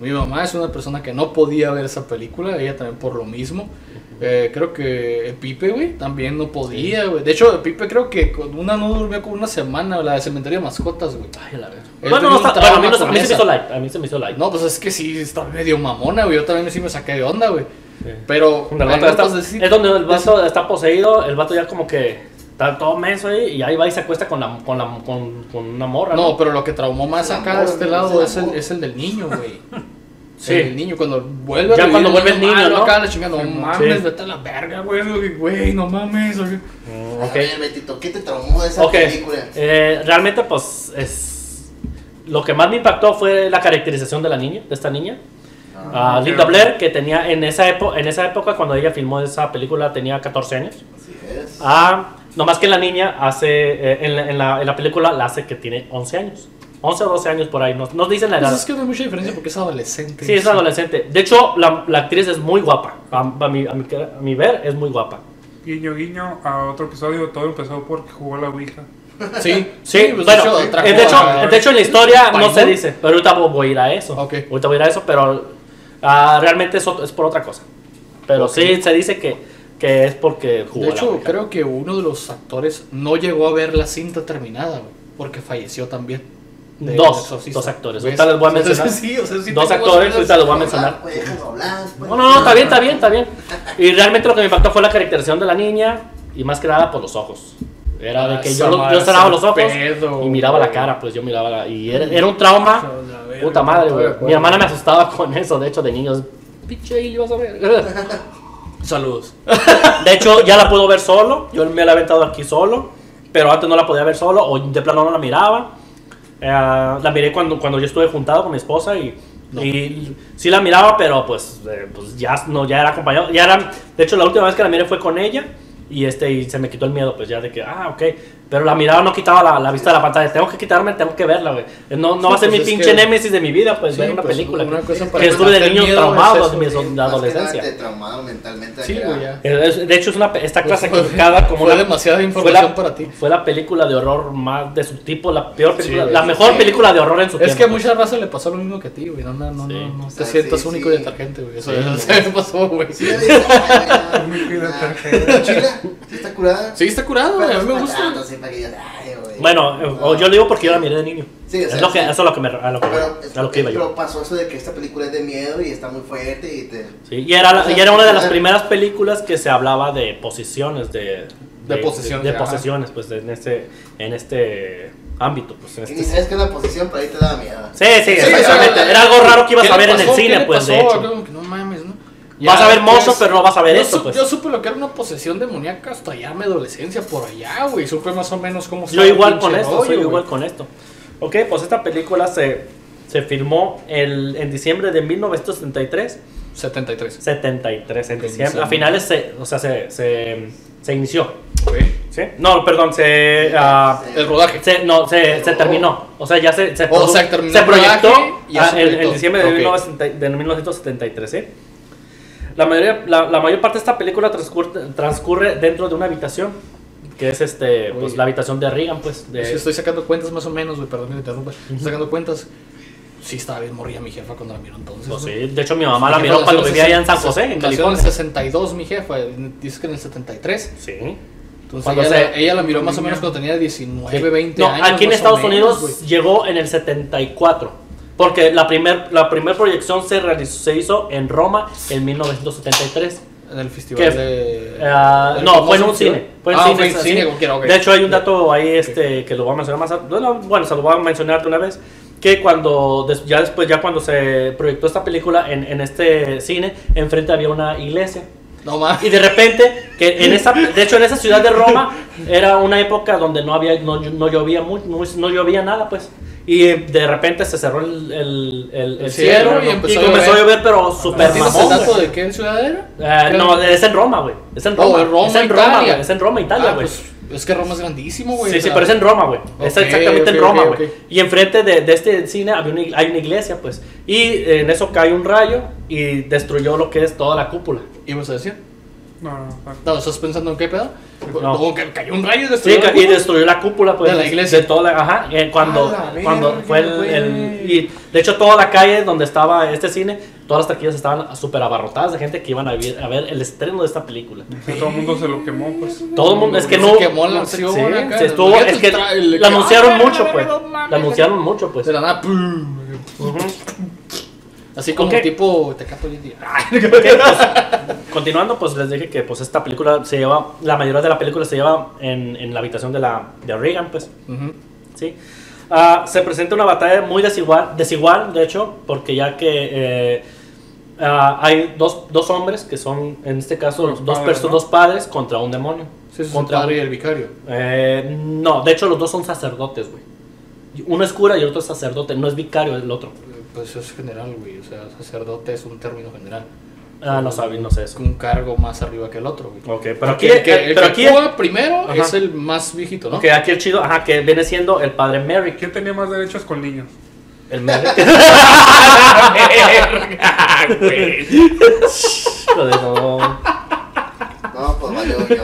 Speaker 1: mi mamá es una persona que no podía ver esa película, ella también por lo mismo. Eh, creo que el Pipe, güey, también no podía, güey. De hecho, el Pipe creo que con una no durmió como una semana, la de Cementerio de Mascotas, güey.
Speaker 3: Ay, la verdad.
Speaker 1: Él
Speaker 3: Bueno,
Speaker 1: tuvo
Speaker 3: no
Speaker 1: un
Speaker 3: está, bueno, a mí,
Speaker 1: trauma
Speaker 3: no- a
Speaker 1: con
Speaker 3: mí se me
Speaker 1: esa.
Speaker 3: hizo like. A mí se me hizo like.
Speaker 1: No, pues es que sí, está medio mamona, güey. Yo también sí me saqué de onda, güey.
Speaker 3: Sí.
Speaker 1: Pero,
Speaker 3: Donde el vato ya está-
Speaker 1: anécdotas de sí-
Speaker 3: es donde el vato está poseído, el vato ya como que está todo meso ahí y ahí va y se acuesta con, la, con, la, con, con una morra.
Speaker 1: No, pero lo que traumó más
Speaker 4: El
Speaker 1: acá
Speaker 4: amor,
Speaker 1: de este
Speaker 4: ¿no?
Speaker 1: lado
Speaker 4: El
Speaker 1: es el,
Speaker 4: amor.
Speaker 1: es el del niño, güey.
Speaker 3: Sí.
Speaker 1: El del niño, cuando vuelve a
Speaker 3: Ya
Speaker 1: vivir
Speaker 3: cuando vuelve el niño,
Speaker 1: malo
Speaker 3: ¿no?
Speaker 1: acá la chingada, no
Speaker 3: Sí.
Speaker 1: mames, vete a la verga, güey, güey, no mames. güey.
Speaker 3: Mm,
Speaker 4: A
Speaker 3: ok.
Speaker 4: ver, Betito, ¿qué te traumó de esa
Speaker 3: Ok.
Speaker 4: película?
Speaker 3: Eh, realmente, pues es. Lo que más me impactó fue la caracterización de la niña, de esta niña. Ah,
Speaker 2: ok.
Speaker 3: Linda Blair, que tenía en esa, época, en esa época, cuando ella filmó esa película, tenía 14 años.
Speaker 4: Así es.
Speaker 3: Ah, no más que la niña hace, eh, en, la, en la- en la película la hace que tiene 11 años. 11 o 12 años por ahí, nos, nos dicen la
Speaker 1: Pues
Speaker 3: edad.
Speaker 1: es que no hay mucha diferencia porque es adolescente.
Speaker 3: Sí, es adolescente. De hecho, la, la actriz es muy guapa. A, a mi, a mi- a mi ver, es muy guapa.
Speaker 2: Guiño, guiño, a otro episodio. Todo empezó porque jugó la Ouija.
Speaker 1: Sí,
Speaker 3: Sí,
Speaker 1: pues,
Speaker 3: bueno, eh,
Speaker 1: trajo
Speaker 3: de, hecho,
Speaker 1: a-
Speaker 3: de hecho, en la historia no
Speaker 1: ¿Paimon?
Speaker 3: se dice, pero ahorita vo- voy a ir a eso.
Speaker 1: Ok.
Speaker 3: Ahorita voy a ir a eso, pero ah, realmente es, ot- es por otra cosa. Pero sí, se dice que, que es porque jugó
Speaker 1: de
Speaker 3: la
Speaker 1: hecho
Speaker 3: Ouija.
Speaker 1: creo que uno de los actores no llegó a ver la cinta terminada, güey, porque falleció también. de
Speaker 3: Dos,
Speaker 1: El Exorcista.
Speaker 3: dos actores.
Speaker 1: ¿Ves?
Speaker 3: Ahorita les voy a
Speaker 1: Entonces,
Speaker 3: mencionar.
Speaker 1: [LAUGHS] sí, o sea, sí
Speaker 3: Dos
Speaker 1: tengo
Speaker 3: actores,
Speaker 1: esas-
Speaker 3: ahorita los voy a
Speaker 4: Hablar,
Speaker 3: mencionar.
Speaker 4: pues, déjalo hablar, pues.
Speaker 3: No, no, no, está bien, está bien, está bien. Y realmente lo que me impactó fue la caracterización de la niña y más que nada por los ojos. Era
Speaker 1: Ah,
Speaker 3: de que yo, lo- yo cerraba los ojos
Speaker 1: Pedo,
Speaker 3: y miraba la
Speaker 1: güey.
Speaker 3: cara, pues yo miraba la... Y era, era un trauma.
Speaker 1: La verga,
Speaker 3: Puta madre,
Speaker 1: estoy de
Speaker 3: güey. Mi
Speaker 1: acuerdo.
Speaker 3: hermana me asustaba con eso, de hecho, de niños. Pinche y vas a ver.
Speaker 1: [LAUGHS] Saludos.
Speaker 3: De hecho, ya la puedo ver solo. Yo me la he aventado aquí solo. Pero antes no la podía ver solo o de plano no la miraba. Eh, la miré cuando, cuando yo estuve juntado con mi esposa y,
Speaker 1: No.
Speaker 3: y sí la miraba, pero pues, eh, pues ya, no, ya era acompañado. Ya era, de hecho, la última vez que la miré fue con ella y, este, y se me quitó el miedo, pues ya de que, ah, ok. Pero la mirada no quitaba la, la vista de la pantalla. Tengo que quitarme, tengo que verla, güey. Eh, No, no va a ser
Speaker 1: pues
Speaker 3: mi
Speaker 1: es
Speaker 3: pinche
Speaker 1: que-
Speaker 3: némesis de mi vida, pues,
Speaker 1: Sí,
Speaker 3: ver una
Speaker 1: pues,
Speaker 3: película.
Speaker 1: una cosa para
Speaker 3: que estuve de
Speaker 1: matar
Speaker 3: niño
Speaker 1: miedo
Speaker 3: traumado
Speaker 1: es
Speaker 3: de
Speaker 1: eso,
Speaker 3: mi
Speaker 1: güey.
Speaker 3: de adolescencia.
Speaker 4: Te traumado mentalmente. de
Speaker 1: Sí,
Speaker 4: que,
Speaker 1: güey,
Speaker 4: ah,
Speaker 1: ya.
Speaker 3: Es- De hecho, es una, pe- está
Speaker 1: Pues,
Speaker 3: clasificada como
Speaker 1: fue
Speaker 3: una-
Speaker 1: demasiada
Speaker 3: fue
Speaker 1: información
Speaker 3: la,
Speaker 1: para ti.
Speaker 3: fue la película de horror más de su tipo, la peor película,
Speaker 1: güey.
Speaker 3: la mejor
Speaker 4: Sí.
Speaker 3: película de horror en su
Speaker 1: Es que a
Speaker 3: tiempo. pues. Ah,
Speaker 1: muchas razas le pasó lo mismo que a ti, güey. No, no, no,
Speaker 3: Sí.
Speaker 1: no, no te
Speaker 4: sea,
Speaker 1: sientas
Speaker 4: sí,
Speaker 1: único
Speaker 4: sí.
Speaker 1: y detergente, güey. Eso
Speaker 3: Sí,
Speaker 1: eso
Speaker 3: güey.
Speaker 1: se me pasó, güey.
Speaker 3: [LAUGHS]
Speaker 4: Sí, la viste, ah,
Speaker 2: Muy
Speaker 4: güey,
Speaker 2: cuidado.
Speaker 4: ah, Chila, sí está curada.
Speaker 1: Sí, está curado, güey. A mí me gusta.
Speaker 4: Así para que yo, ay, güey.
Speaker 3: Bueno, eh, o yo lo digo porque yo la miré de niño.
Speaker 4: Sí, o sea,
Speaker 3: es lo que,
Speaker 4: sí.
Speaker 3: Eso es lo que me, a lo que,
Speaker 4: Pero,
Speaker 3: a lo que iba yo.
Speaker 4: pero pasó eso de que esta película es de miedo y está muy fuerte y te.
Speaker 3: Sí, y, era, la-
Speaker 4: o sea,
Speaker 3: y era una de las
Speaker 4: era-
Speaker 3: primeras películas que se hablaba de posiciones, de,
Speaker 1: De posesiones,
Speaker 3: de,
Speaker 1: ajá.
Speaker 3: posesiones, pues en este, en este ámbito, pues
Speaker 4: Y
Speaker 3: en este.
Speaker 4: ni sabes que es la posición, pero ahí te da miedo.
Speaker 3: Sí, sí,
Speaker 1: Sí,
Speaker 3: exactamente.
Speaker 1: era-
Speaker 3: Era algo raro que ibas
Speaker 1: ¿Qué
Speaker 3: a
Speaker 1: le
Speaker 3: ver en el
Speaker 1: pasó? ¿Qué
Speaker 3: cine,
Speaker 1: le
Speaker 3: pues de
Speaker 1: pasó?
Speaker 3: hecho.
Speaker 1: Como que No mames, ¿no?
Speaker 3: Vas a ver
Speaker 1: después-
Speaker 3: mozo, pero no vas a ver
Speaker 1: yo
Speaker 3: eso,
Speaker 1: su-
Speaker 3: pues.
Speaker 1: Yo supe lo que era una posesión demoníaca hasta allá mi adolescencia, por allá, güey. Supe más o menos cómo
Speaker 3: Yo
Speaker 1: estaba el
Speaker 3: igual
Speaker 1: pinche
Speaker 3: con esto,
Speaker 1: rollo,
Speaker 3: soy
Speaker 1: güey.
Speaker 3: igual con esto. Ok, pues esta película se, se filmó el, en diciembre de 1973.
Speaker 1: 73.
Speaker 3: 73, en
Speaker 1: Ok,
Speaker 3: diciembre. A
Speaker 1: diciembre.
Speaker 3: finales, se, o sea, se, se, se inició.
Speaker 1: Güey.
Speaker 3: ¿Sí? No, perdón, se. ah,
Speaker 1: El rodaje.
Speaker 3: se- no, se, se terminó. O sea, ya se, se,
Speaker 1: O
Speaker 3: produ-
Speaker 1: sea, terminó
Speaker 3: se
Speaker 1: el
Speaker 3: proyectó
Speaker 1: rodaje y ya
Speaker 3: ah,
Speaker 1: se
Speaker 3: en,
Speaker 1: proyectó.
Speaker 3: en diciembre de,
Speaker 1: Ok.
Speaker 3: 1970 de 1973. ¿sí? La, mayoría, la, la mayor parte de esta película transcurre, transcurre dentro de una habitación. Que es este,
Speaker 1: Oye.
Speaker 3: pues, la habitación de Reagan, pues. De,
Speaker 1: Sí, estoy sacando cuentas más o menos, güey. Perdón que te interrumpa. Estoy sacando cuentas. Sí, estaba bien morría mi jefa cuando la miró entonces.
Speaker 3: pues, sí.
Speaker 1: güey.
Speaker 3: De hecho, mi mamá
Speaker 1: Mi
Speaker 3: la
Speaker 1: jefa
Speaker 3: miró
Speaker 1: nació
Speaker 3: cuando vivía allá en San
Speaker 1: ses-
Speaker 3: José, en
Speaker 1: nació en el
Speaker 3: California.
Speaker 1: 62, mi jefa. Dice que en el 73.
Speaker 3: Sí.
Speaker 1: Entonces
Speaker 3: Cuando
Speaker 1: ella,
Speaker 3: se-
Speaker 1: la, ella la miró más o
Speaker 2: niña.
Speaker 1: menos cuando tenía 19, 20
Speaker 3: no,
Speaker 1: años.
Speaker 3: aquí en
Speaker 1: más o
Speaker 3: Estados
Speaker 1: menos,
Speaker 3: Unidos
Speaker 1: güey.
Speaker 3: llegó en el 74. Porque la primer, la primer proyección se, realizó, se hizo en Roma en 1973.
Speaker 1: En el festival
Speaker 3: ¿Qué?
Speaker 1: de.
Speaker 3: Ah,
Speaker 1: del
Speaker 3: no, fue en
Speaker 1: famoso
Speaker 3: un
Speaker 1: festival.
Speaker 3: cine. Fue en
Speaker 1: ah,
Speaker 3: cine,
Speaker 1: fue en
Speaker 3: es
Speaker 1: cine,
Speaker 3: así.
Speaker 1: como quiera, ok.
Speaker 3: De hecho, hay un dato ahí este, que lo voy a mencionar más. a- Bueno, bueno, se lo voy a mencionar de una vez. Que cuando, des- ya después, ya cuando se proyectó esta película en, en este cine, enfrente había una iglesia.
Speaker 1: No mames.
Speaker 3: Y de repente, que en esa, de hecho en esa ciudad de Roma era una época donde no había, no, no llovía mu- mu- no llovía nada, pues. Y eh, de repente se cerró el, el- el- el
Speaker 1: El cielo,
Speaker 3: cielo
Speaker 1: y
Speaker 3: y,
Speaker 1: empezó a
Speaker 3: comenzó a
Speaker 1: llover.
Speaker 3: llover, pero super
Speaker 1: ¿Tienes el
Speaker 3: mamón.
Speaker 1: dato
Speaker 3: güey.
Speaker 1: de qué ciudad era?
Speaker 3: Eh, no, es en Roma, güey. Es en
Speaker 1: Oh,
Speaker 3: Roma.
Speaker 1: en Roma,
Speaker 3: es en Roma,
Speaker 1: Italia.
Speaker 3: güey. Es en Roma, Italia,
Speaker 1: Ah,
Speaker 3: güey.
Speaker 1: pues, es que Roma es grandísimo, güey.
Speaker 3: Sí,
Speaker 1: o
Speaker 3: sí,
Speaker 1: sea,
Speaker 3: pero es en Roma, güey. Está
Speaker 1: Ok,
Speaker 3: exactamente en
Speaker 1: ok,
Speaker 3: Roma,
Speaker 1: ok,
Speaker 3: güey.
Speaker 1: ok.
Speaker 3: Y enfrente de, de este cine había una, ig- hay una iglesia, pues. Y eh, en eso cae un rayo y destruyó lo que es toda la cúpula.
Speaker 1: ¿Ibas a decir?
Speaker 2: No, no, no.
Speaker 1: No, ¿estás pensando en qué pedo?
Speaker 3: No.
Speaker 1: Como que cayó un rayo y
Speaker 3: Sí,
Speaker 1: destruyó.
Speaker 3: ca-
Speaker 1: el
Speaker 3: y
Speaker 1: mundo.
Speaker 3: destruyó la cúpula pues,
Speaker 1: De la iglesia.
Speaker 3: de toda la- ajá, eh, cuando,
Speaker 2: A la
Speaker 3: cuando
Speaker 2: verga,
Speaker 3: fue el, el- y de hecho toda la calle donde estaba este cine, todas las taquillas estaban súper abarrotadas de gente que iban a ver, a ver el estreno de esta película.
Speaker 2: Que todo el mundo se lo quemó, pues.
Speaker 3: Todo el mundo es que
Speaker 1: Se
Speaker 3: no
Speaker 1: quemó la
Speaker 3: sí,
Speaker 1: acción acá.
Speaker 3: se estuvo,
Speaker 1: Imagínate
Speaker 3: es que
Speaker 1: el tra- el-
Speaker 3: la anunciaron
Speaker 1: ¡Ah, la
Speaker 3: mucho
Speaker 1: verga,
Speaker 3: pues,
Speaker 1: no mames!
Speaker 3: la anunciaron mucho pues.
Speaker 1: De la nada, ¡pum!
Speaker 3: Ujú. [LAUGHS]
Speaker 1: Así como
Speaker 3: Ok.
Speaker 1: tipo te capo hoy en día. [LAUGHS]
Speaker 3: Ok, pues, continuando, pues les dije que pues esta película se lleva, la mayoría de la película se lleva en, en la habitación de la de Reagan pues.
Speaker 1: Ujú.
Speaker 3: ¿sí? Ah, se presenta una batalla muy desigual, desigual de hecho, porque ya que eh, ah, hay dos, dos hombres que son, en este caso,
Speaker 2: Los
Speaker 3: dos,
Speaker 2: padres,
Speaker 3: perso-
Speaker 2: ¿no?
Speaker 3: dos padres contra un demonio.
Speaker 1: Sí, es el
Speaker 3: Contra-
Speaker 1: padre y el vicario.
Speaker 3: Eh, no, de hecho los dos son sacerdotes, güey. Uno es cura y el otro es sacerdote, no es vicario el otro.
Speaker 1: Pues eso es general, güey. O sea, sacerdote es un término general.
Speaker 3: Ah, no sabía, no sé eso.
Speaker 1: un cargo más arriba que el otro, güey.
Speaker 3: Ok, pero aquí,
Speaker 1: Porque el que,
Speaker 3: eh,
Speaker 1: el
Speaker 3: pero
Speaker 1: que
Speaker 3: aquí,
Speaker 1: actúa primero
Speaker 3: Ajá.
Speaker 1: es el más viejito, ¿no? [LAUGHS]
Speaker 3: ok, aquí el chido, ajá, que viene siendo el padre Merrick.
Speaker 2: ¿Quién tenía más derechos con niños?
Speaker 3: El Merrick. [LAUGHS]
Speaker 1: Ah, [LAUGHS]
Speaker 3: Lo de no.
Speaker 4: No, pues valió yo.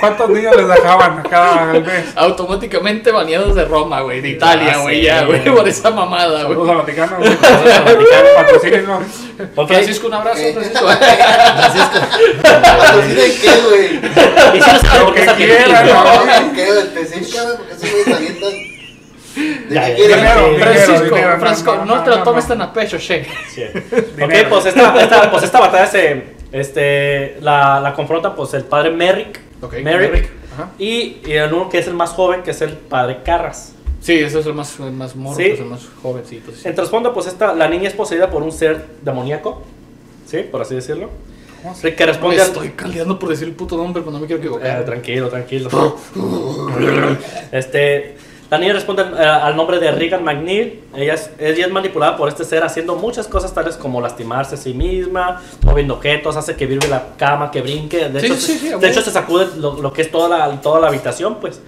Speaker 2: ¿Cuántos niños les dejaban a cada mes?
Speaker 1: Automáticamente baneados de Roma, güey, de Italia,
Speaker 3: Ah,
Speaker 1: güey,
Speaker 3: sí,
Speaker 1: ya, güey,
Speaker 3: güey.
Speaker 1: por esa mamada,
Speaker 2: Saludos
Speaker 1: güey.
Speaker 2: al Vaticano.
Speaker 1: [LAUGHS]
Speaker 2: güey. Saludos al Vaticano. Patrocínenos.
Speaker 3: Ok,
Speaker 1: Francisco, un abrazo, [LAUGHS]
Speaker 4: Eh.
Speaker 1: Francisco.
Speaker 4: ¿Así de qué, güey?
Speaker 3: [LAUGHS] Y sí, no sé
Speaker 2: Lo
Speaker 3: por qué
Speaker 2: que
Speaker 3: esa
Speaker 2: quieran,
Speaker 3: película,
Speaker 2: ¿no?
Speaker 4: ¿De qué, güey? Específicamente, porque esos güeyes avientan. ¿De
Speaker 3: Ya,
Speaker 4: qué
Speaker 3: ya,
Speaker 4: quieren?
Speaker 3: ya.
Speaker 2: Dinero, dinero,
Speaker 1: Francisco,
Speaker 2: dinero,
Speaker 1: Francisco,
Speaker 2: no,
Speaker 1: no
Speaker 2: no,
Speaker 1: te lo
Speaker 2: no,
Speaker 1: tomes
Speaker 2: no.
Speaker 1: tan a pecho, che.
Speaker 3: Sí. Ok,
Speaker 2: Dinero.
Speaker 3: pues esta, esta- pues esta batalla se, este, la, la confronta pues el padre Merrick,
Speaker 1: Ok,
Speaker 3: Merrick,
Speaker 1: Merrick,
Speaker 2: ajá.
Speaker 3: y, y el uno que es el más joven, que es el padre Carras.
Speaker 1: Sí, ese es el más, el más morro,
Speaker 3: Sí.
Speaker 1: pues, el más jovencito. sí.
Speaker 3: En trasfondo pues esta, la niña es poseída por un ser demoníaco, ¿sí? Por así decirlo.
Speaker 2: ¿Cómo se-
Speaker 3: Sí, Que
Speaker 1: Me
Speaker 3: responde al-
Speaker 1: estoy caldeando por pues,
Speaker 3: Ah,
Speaker 1: decir el puto nombre, pero no me quiero [LAUGHS]
Speaker 3: Eh,
Speaker 1: equivocar.
Speaker 3: tranquilo, tranquilo. este, La niña responde eh, al nombre de Regan McNeil. Ella es, ella es manipulada por este ser haciendo muchas cosas tales como lastimarse a sí misma, moviendo objetos, hace que vibre la cama, que brinque. De,
Speaker 1: Sí,
Speaker 3: hecho,
Speaker 1: sí,
Speaker 3: se-
Speaker 1: sí, a
Speaker 3: de hecho,
Speaker 1: huevo.
Speaker 3: se sacude lo, lo que es toda la, toda la habitación, pues.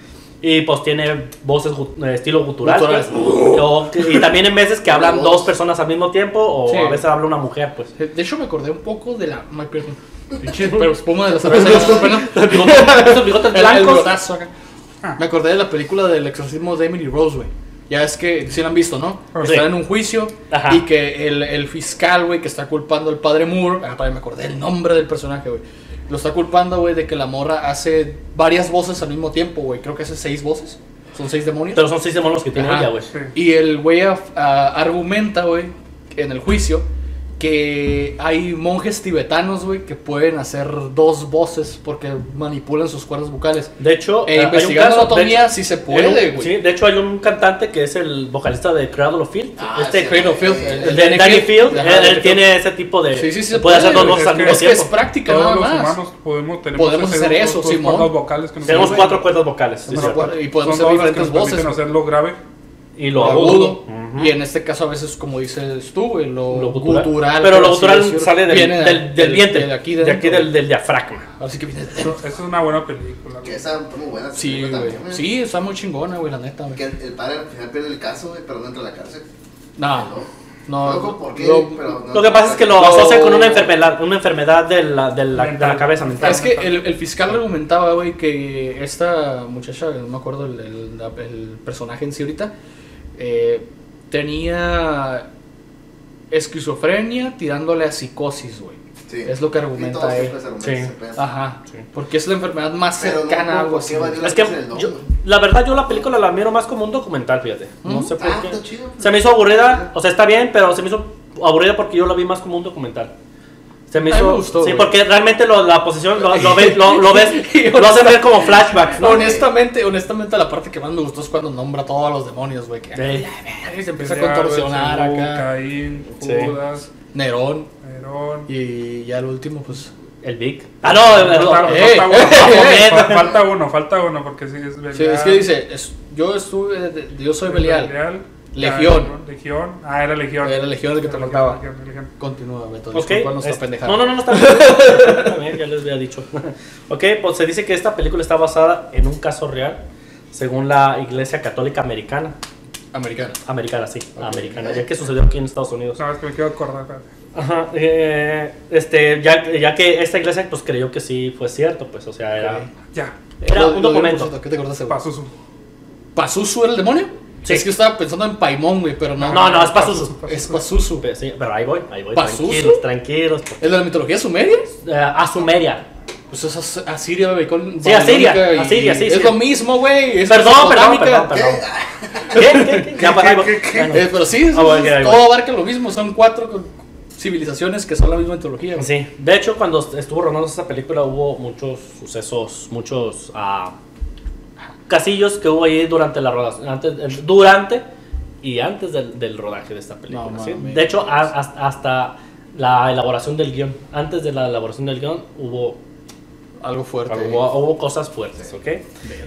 Speaker 3: Y pues tiene voces gu- eh, estilo gutural.
Speaker 1: Guturales.
Speaker 3: pues. O- y también
Speaker 1: [LAUGHS]
Speaker 3: en veces que hablan dos personas al mismo tiempo o
Speaker 1: Sí.
Speaker 3: a veces habla una mujer, pues.
Speaker 1: De hecho, me acordé un poco de la. my- perdón. Pinche, [LAUGHS] Pero espuma de la cerveza. disculpen, ¿no? [LAUGHS]
Speaker 3: Estos bigotes
Speaker 1: El- el
Speaker 3: blancos.
Speaker 1: bigotazo acá.
Speaker 3: Ah.
Speaker 1: Me acordé de la película del exorcismo de Emily Rose, güey. Ya es que sí la han visto, ¿no?
Speaker 3: Ah, Sí.
Speaker 1: Están en un juicio
Speaker 3: Ajá.
Speaker 1: y que el, el fiscal, güey, que está culpando al padre Moore. Ah, padre, me acordé el nombre del personaje, güey. Lo está culpando, güey, de que la morra hace varias voces al mismo tiempo, güey. Creo que hace seis voces. Son seis demonios.
Speaker 3: Pero son seis demonios que tiene
Speaker 1: Ajá.
Speaker 3: ella, güey.
Speaker 2: Sí.
Speaker 1: Y el güey af- a- argumenta, güey, en el juicio, que hay monjes tibetanos, güey, que pueden hacer dos voces porque manipulan sus cuerdas vocales.
Speaker 3: De hecho,
Speaker 1: E
Speaker 3: eh, hay un
Speaker 1: investigando
Speaker 3: caso. de
Speaker 1: anatomía,
Speaker 3: hecho-
Speaker 1: si se
Speaker 3: hay
Speaker 1: puede,
Speaker 3: un-
Speaker 1: güey.
Speaker 3: ¿Eh? sí, de hecho, hay un cantante que es el vocalista de Cradle of Filth.
Speaker 4: Ah,
Speaker 3: este,
Speaker 4: sí,
Speaker 1: Pero Phil,
Speaker 4: El
Speaker 3: el de Danny Field,
Speaker 1: Ajá,
Speaker 3: él, él
Speaker 1: Danny
Speaker 3: tiene ese tipo de.
Speaker 1: Sí, sí, sí,
Speaker 3: se
Speaker 1: se
Speaker 3: puede hacer dos
Speaker 1: puede,
Speaker 3: voces
Speaker 2: güey,
Speaker 3: al
Speaker 1: Field.
Speaker 2: es
Speaker 3: mismo
Speaker 1: Es que es
Speaker 3: tiempo.
Speaker 1: práctica
Speaker 2: Todos
Speaker 1: nada
Speaker 2: los
Speaker 1: más.
Speaker 2: humanos podemos tener
Speaker 1: Podemos
Speaker 2: esas
Speaker 1: hacer
Speaker 2: dos-
Speaker 1: eso,
Speaker 2: dos
Speaker 1: Simón.
Speaker 2: cuerdas vocales que nos
Speaker 3: Tenemos
Speaker 1: güey.
Speaker 3: cuatro cuerdas vocales. sí,
Speaker 1: Nos
Speaker 3: cierto.
Speaker 1: acuerda- Y podemos
Speaker 2: Son
Speaker 1: hacer
Speaker 2: todas las que
Speaker 1: diferentes
Speaker 2: nos
Speaker 1: voces.
Speaker 2: permiten hacer lo grave.
Speaker 3: Y
Speaker 1: Lo
Speaker 3: lo
Speaker 1: agudo.
Speaker 3: agudo.
Speaker 1: Y en este caso a veces, como dices tú, güey, lo,
Speaker 3: Lo
Speaker 1: gutural.
Speaker 3: gutural. Pero
Speaker 1: por
Speaker 3: lo
Speaker 1: así
Speaker 3: gutural
Speaker 1: decirlo,
Speaker 3: sale del,
Speaker 1: viene de-
Speaker 3: del, del vientre.
Speaker 1: De aquí,
Speaker 3: de aquí
Speaker 1: dentro,
Speaker 3: del,
Speaker 1: güey.
Speaker 3: del diafragma.
Speaker 1: Ahora sí que viene de
Speaker 2: Eso, eso es una buena película. güey.
Speaker 4: Que esa está muy buena.
Speaker 1: Sí,
Speaker 4: película
Speaker 1: güey.
Speaker 4: también,
Speaker 1: Sí, está muy chingona, güey, la neta, güey.
Speaker 4: Que el, el padre al final pierde el caso, güey, pero no entra a la cárcel.
Speaker 1: No, no.
Speaker 4: Loco, ¿por qué?
Speaker 1: lo-
Speaker 4: Pero no-
Speaker 3: Ah, Lo que pasa es que lo
Speaker 1: Lo-
Speaker 3: asocia con una enfermedad, una enfermedad de la, de la, de la
Speaker 2: Mental.
Speaker 3: cabeza mental.
Speaker 1: es que el, el fiscal argumentaba, güey, que esta muchacha, no me acuerdo el, el- la- el personaje en sí ahorita, eh, tenía esquizofrenia tirándole a psicosis, güey.
Speaker 4: Sí.
Speaker 1: Es lo que
Speaker 4: Y
Speaker 1: argumenta
Speaker 4: todos
Speaker 1: él.
Speaker 4: siempre se argumentan,
Speaker 3: Sí.
Speaker 4: siempre.
Speaker 1: Ajá.
Speaker 3: Sí.
Speaker 1: Porque es la enfermedad más
Speaker 4: Pues, Pero no,
Speaker 1: cercana a algo
Speaker 4: ¿por
Speaker 1: así.
Speaker 4: qué va a
Speaker 1: güey.
Speaker 4: Dios?
Speaker 3: Es que
Speaker 4: Es el don,
Speaker 3: yo-
Speaker 4: güey.
Speaker 3: la verdad yo la película la miro más como un documental, fíjate. No
Speaker 1: Ujú.
Speaker 3: sé por
Speaker 4: Ah,
Speaker 3: qué.
Speaker 4: está chido.
Speaker 3: Se me hizo aburrida, o sea, está bien, pero se me hizo aburrida porque yo la vi más como un documental. Se me
Speaker 1: A mí
Speaker 3: hizo.
Speaker 1: me gustó,
Speaker 3: sí,
Speaker 1: güey.
Speaker 3: porque realmente lo- la posición lo, lo ve- lo- lo ves,
Speaker 1: [LAUGHS]
Speaker 3: lo hacen ver como flashbacks, ¿no?
Speaker 1: Honestamente, honestamente la parte que más me gustó es cuando nombra a todos los demonios, güey. Que
Speaker 3: Sí.
Speaker 1: Ay, se empieza a contorsionar
Speaker 2: Belcebú,
Speaker 1: acá.
Speaker 2: Caín,
Speaker 3: Sí.
Speaker 2: Judas,
Speaker 1: Nerón.
Speaker 2: Nerón.
Speaker 1: Y ya el último, pues.
Speaker 3: El Vic. Ah, no, el- el-
Speaker 2: Falta-
Speaker 1: Eh,
Speaker 2: falta uno,
Speaker 1: [LAUGHS]
Speaker 3: eh,
Speaker 2: fal-
Speaker 3: eh.
Speaker 2: Falta uno, falta uno, porque sí, es Belial.
Speaker 1: Sí, es que dice, es- yo estuve, de- yo soy Belial. Legión.
Speaker 2: Caín, Legión. Ah, era Legión.
Speaker 1: Era Legión el que te
Speaker 2: Era
Speaker 1: faltaba.
Speaker 2: Legión, Legión.
Speaker 1: Continúa, Beto.
Speaker 3: Ok,
Speaker 1: disculpa nuestra
Speaker 3: es-
Speaker 1: pendejada.
Speaker 3: no, no, no, no está bien.
Speaker 1: [LAUGHS]
Speaker 3: También ya les había dicho. [LAUGHS] Ok, pues se dice que esta película está basada en un caso real, según la Iglesia Católica Americana.
Speaker 1: Americana.
Speaker 3: Americana, sí,
Speaker 1: Ok.
Speaker 3: americana, ya que sucedió aquí en Estados Unidos.
Speaker 2: No, es que me quiero acordar. espérate.
Speaker 3: Ajá, eh, este, ya, ya que esta iglesia pues creyó que sí fue cierto, pues, o sea, era,
Speaker 1: Ok.
Speaker 2: Ya,
Speaker 3: era
Speaker 1: Lo-
Speaker 3: un
Speaker 1: lo digo,
Speaker 3: documento.
Speaker 1: por cierto, ¿Qué te acordaste, güey?
Speaker 2: Pazuzu.
Speaker 1: ¿Pasusu era el demonio?
Speaker 3: Sí.
Speaker 1: Es que estaba pensando en Paimón, güey, pero no.
Speaker 3: No, no, es Pazuzu.
Speaker 1: Es Pasusu.
Speaker 3: Pero, sí, pero ahí voy, ahí voy,
Speaker 1: ¿Pazuzu?
Speaker 3: tranquilos, tranquilos. pues,
Speaker 1: ¿Es de la mitología sumeria?
Speaker 3: Eh, a Sumeria.
Speaker 1: Pues es as- Asiria, güey. con-
Speaker 3: Sí, Asiria,
Speaker 1: babilónica y-
Speaker 3: Asiria, sí,
Speaker 1: Es
Speaker 3: sí.
Speaker 1: lo mismo, güey. es
Speaker 3: Perdón, perdón,
Speaker 1: mesopotámica.
Speaker 3: perdón, perdón. ¿Qué? ¿Qué?
Speaker 1: [LAUGHS]
Speaker 3: ¿Qué? Ya, pues, ahí voy.
Speaker 2: ¿Qué, qué, qué?
Speaker 3: Bueno.
Speaker 1: Eh, pero sí, es-
Speaker 3: Ah, bueno, ya, ya,
Speaker 1: todo
Speaker 3: ya.
Speaker 1: abarca lo mismo. Son cuatro co- civilizaciones que son la misma mitología. güey.
Speaker 3: Sí, de hecho cuando estuvo rodando esa película hubo muchos sucesos, muchos ah, casillos que hubo ahí durante la rodación, antes, durante y antes del, del rodaje de esta película.
Speaker 1: No
Speaker 3: ¿sí?
Speaker 1: mames.
Speaker 3: De hecho, a- hasta, hasta la elaboración del guión, antes de la elaboración del guión hubo,
Speaker 1: Algo fuerte.
Speaker 3: hubo, hubo cosas fuertes, ¿ok?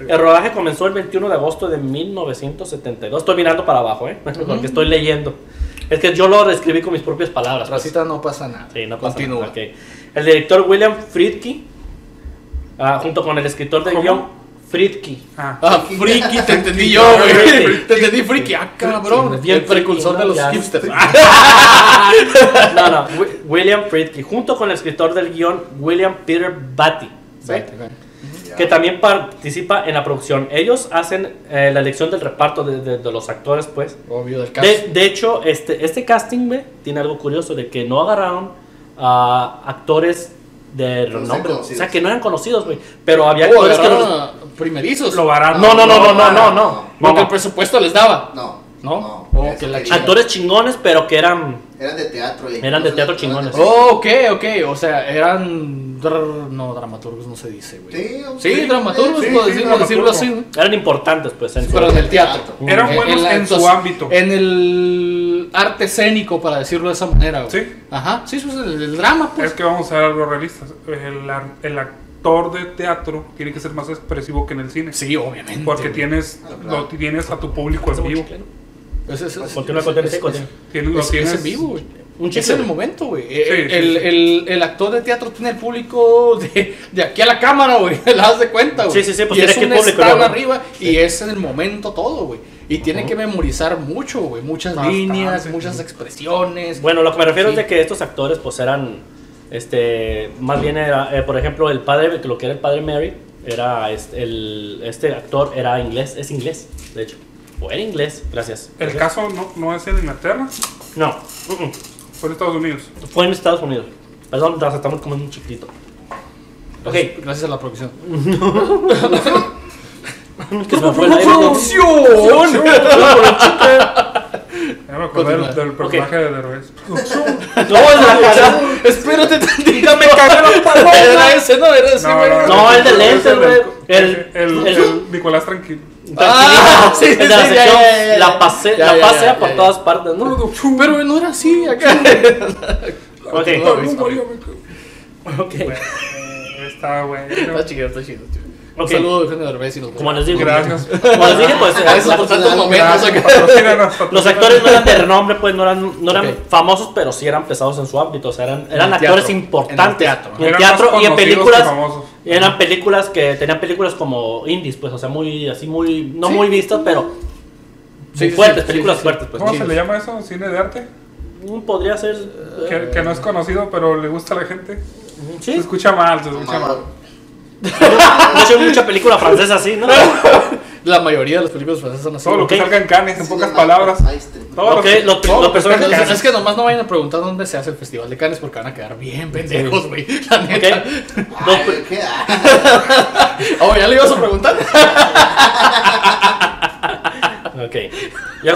Speaker 3: El rodaje comenzó el 21 de agosto de 1972. Estoy mirando para abajo, ¿eh? [LAUGHS] Porque estoy leyendo. Es que yo lo describí con mis propias palabras. pues.
Speaker 1: Racita no pasa nada.
Speaker 3: Sí, no pasa
Speaker 1: Continúa.
Speaker 3: nada, ok. El director William Friedkin, ah, junto con el escritor del
Speaker 2: ¿Cómo?
Speaker 3: guión Friedkin.
Speaker 2: Ah,
Speaker 1: Ah, friki, te entendí yo, güey. Te entendí friki. Ah, cabrón.
Speaker 3: Bien
Speaker 1: el precursor de
Speaker 3: friki, ¿no?
Speaker 1: los
Speaker 3: Ya.
Speaker 1: hipsters. Ah,
Speaker 3: No, no, Wi- William Friedkin, junto con el escritor del guión William Peter Batty. ¿sí?
Speaker 4: Ya.
Speaker 3: Que también participa en la producción. Ellos hacen eh, la elección del reparto de, de- de los actores, pues.
Speaker 1: Obvio del caso.
Speaker 3: De, de hecho, este, este casting güey, tiene algo curioso de que no agarraron a actores de
Speaker 4: No sean
Speaker 3: renombre. O sea,
Speaker 4: conocidos.
Speaker 3: que no eran conocidos, güey. Pero había
Speaker 1: Oh,
Speaker 3: actores que
Speaker 1: agarraron
Speaker 3: los- Ah,
Speaker 1: a primerizos.
Speaker 2: lo barato.
Speaker 3: No, no, no, no, no, no, no.
Speaker 1: Lo que
Speaker 3: No,
Speaker 1: el presupuesto les daba.
Speaker 4: No.
Speaker 1: ¿No? Oh,
Speaker 4: eso
Speaker 1: que la
Speaker 4: quería.
Speaker 1: chingada.
Speaker 3: Actores chingones, pero que eran.
Speaker 4: Eran de teatro. y-
Speaker 3: Eran de teatro chingones.
Speaker 1: Oh, ok, ok. O sea, eran. dr- No, dramaturgos no se dice, güey.
Speaker 4: Sí,
Speaker 1: Sí,
Speaker 4: sí,
Speaker 1: dramaturgos,
Speaker 2: sí,
Speaker 1: podemos
Speaker 2: sí,
Speaker 1: decirlo,
Speaker 2: dramaturgo.
Speaker 1: así, güey.
Speaker 3: Eran importantes, pues. En su-
Speaker 1: Pero en el teatro.
Speaker 2: Eran
Speaker 1: Eh,
Speaker 2: buenos
Speaker 1: la
Speaker 2: en su
Speaker 1: actuación-
Speaker 2: ámbito.
Speaker 1: En el arte escénico, para decirlo de esa manera, güey.
Speaker 2: Sí.
Speaker 1: Ajá, sí, eso es el, el drama, pues.
Speaker 2: Es que vamos a hacer algo realista. El, ar- el actor actor de teatro tiene que ser más expresivo que en el cine.
Speaker 1: Sí, obviamente.
Speaker 2: Porque
Speaker 1: güey.
Speaker 2: tienes,
Speaker 4: Ah, claro.
Speaker 2: lo tienes a tu público en vivo.
Speaker 1: Es- es- es-
Speaker 3: Continúa,
Speaker 1: es-
Speaker 3: continúa,
Speaker 1: es-
Speaker 3: sí,
Speaker 1: es-
Speaker 3: continúa.
Speaker 2: Tienes, lo
Speaker 1: es- es
Speaker 2: tienes
Speaker 1: en vivo, güey.
Speaker 3: Un
Speaker 1: Es en
Speaker 3: chicle.
Speaker 1: el momento, güey. El,
Speaker 2: sí,
Speaker 1: el,
Speaker 2: sí.
Speaker 1: el- el actor de teatro tiene el público de, de aquí a la cámara, güey. [LAUGHS] La das de cuenta, güey.
Speaker 3: Sí, sí, sí, pues
Speaker 1: y
Speaker 3: tiene
Speaker 1: es
Speaker 3: que
Speaker 1: un
Speaker 3: el público,
Speaker 1: stand
Speaker 3: ¿no?
Speaker 1: arriba y es en el momento todo, güey. Y tiene que memorizar mucho, güey. Muchas
Speaker 2: Bastante.
Speaker 1: líneas, muchas expresiones.
Speaker 3: Bueno, lo que me refiero
Speaker 1: Sí.
Speaker 3: es de que estos actores pues eran, este, más bien era, eh, por ejemplo, el padre, lo que era el padre Mary, era este, el, este actor era inglés, es inglés, de hecho, o era inglés, gracias.
Speaker 2: El caso no, no es en Inglaterra,
Speaker 3: No, mm, mm.
Speaker 2: fue en Estados Unidos.
Speaker 3: fue en Estados Unidos. Perdón, nos estamos comiendo un chiquito. Ok,
Speaker 1: Gracias, gracias a la producción.
Speaker 3: que se me fue el aire.
Speaker 1: ¡Producción!
Speaker 2: Ya me acordé del, del
Speaker 3: Ok.
Speaker 2: personaje de Derbez.
Speaker 3: No, es
Speaker 1: [LAUGHS]
Speaker 3: la casa.
Speaker 1: Espérate, dígame, [LAUGHS] cabrón. Era ese, no, era ese, güey.
Speaker 3: No, el de lentes,
Speaker 2: el-
Speaker 3: güey.
Speaker 2: El,
Speaker 3: El- el-
Speaker 2: el- el Nicolás Tranquilo.
Speaker 1: Ah, [LAUGHS] sí,
Speaker 3: El de
Speaker 1: sí,
Speaker 3: la
Speaker 1: ya,
Speaker 3: sección,
Speaker 1: ya, ya, ya.
Speaker 3: la pasea,
Speaker 1: Ya, ya,
Speaker 3: la
Speaker 1: ya,
Speaker 3: pasea
Speaker 1: ya,
Speaker 3: por
Speaker 1: ya.
Speaker 3: todas partes, ¿no?
Speaker 1: Pero no era así acá.
Speaker 3: Ok,
Speaker 1: No, güey,
Speaker 3: ok.
Speaker 2: Está
Speaker 1: Está
Speaker 2: bueno.
Speaker 1: chido, está chido. tío. Un
Speaker 3: Ok.
Speaker 1: saludo de Eugenio Derbez y Ah, nos
Speaker 3: Como les digo,
Speaker 2: Gracias.
Speaker 3: como les dije, pues
Speaker 1: Gracias
Speaker 3: la-
Speaker 1: por tantos momentos
Speaker 2: Gracias,
Speaker 1: acá.
Speaker 2: patrocínanos,
Speaker 3: Los
Speaker 2: patrocínanos.
Speaker 3: actores no eran de renombre, pues no eran, no eran
Speaker 1: Ok.
Speaker 3: famosos, pero sí eran pesados en su ámbito. O sea, eran, eran
Speaker 1: el
Speaker 3: actores
Speaker 1: teatro, en el
Speaker 3: importantes.
Speaker 1: teatro.
Speaker 3: En el
Speaker 2: Eran
Speaker 3: teatro
Speaker 2: más
Speaker 3: y en
Speaker 2: conocidos que
Speaker 3: películas.
Speaker 2: famosos.
Speaker 3: Eran películas que tenían películas como indies, pues, o sea, muy, así, muy, no
Speaker 1: Sí.
Speaker 3: muy vistas, pero
Speaker 1: Sí, sí,
Speaker 3: fuertes,
Speaker 1: sí,
Speaker 3: películas
Speaker 1: sí, sí.
Speaker 3: fuertes, pues.
Speaker 2: ¿Cómo
Speaker 1: Sí.
Speaker 2: se le llama eso? ¿Cine de arte?
Speaker 3: mm, Podría ser. eh,
Speaker 2: Que, que no es conocido, pero le gusta a la gente.
Speaker 3: sí.
Speaker 2: Se escucha mal, se
Speaker 4: [LAUGHS]
Speaker 2: escucha mal.
Speaker 3: De hecho, hay mucha película francesa así, ¿no?
Speaker 1: La mayoría de las películas francesas son así.
Speaker 2: Todo lo que
Speaker 3: Ok.
Speaker 2: salga en Cannes, en pocas palabras.
Speaker 4: Ahí está.
Speaker 2: Todos
Speaker 3: Ok,
Speaker 2: los-
Speaker 3: lo tri-
Speaker 2: todos
Speaker 3: lo
Speaker 2: los
Speaker 3: personajes
Speaker 2: personajes
Speaker 3: de
Speaker 1: Es
Speaker 2: Cannes.
Speaker 1: es que nomás no vayan a preguntar dónde se hace el Festival de Cannes porque van a quedar bien pendejos, güey. La neta.
Speaker 3: Ok. Dos
Speaker 4: Ay, ¿qué? Ah,
Speaker 1: Oh, ya le ibas a preguntar.
Speaker 3: [LAUGHS] Ok. Ya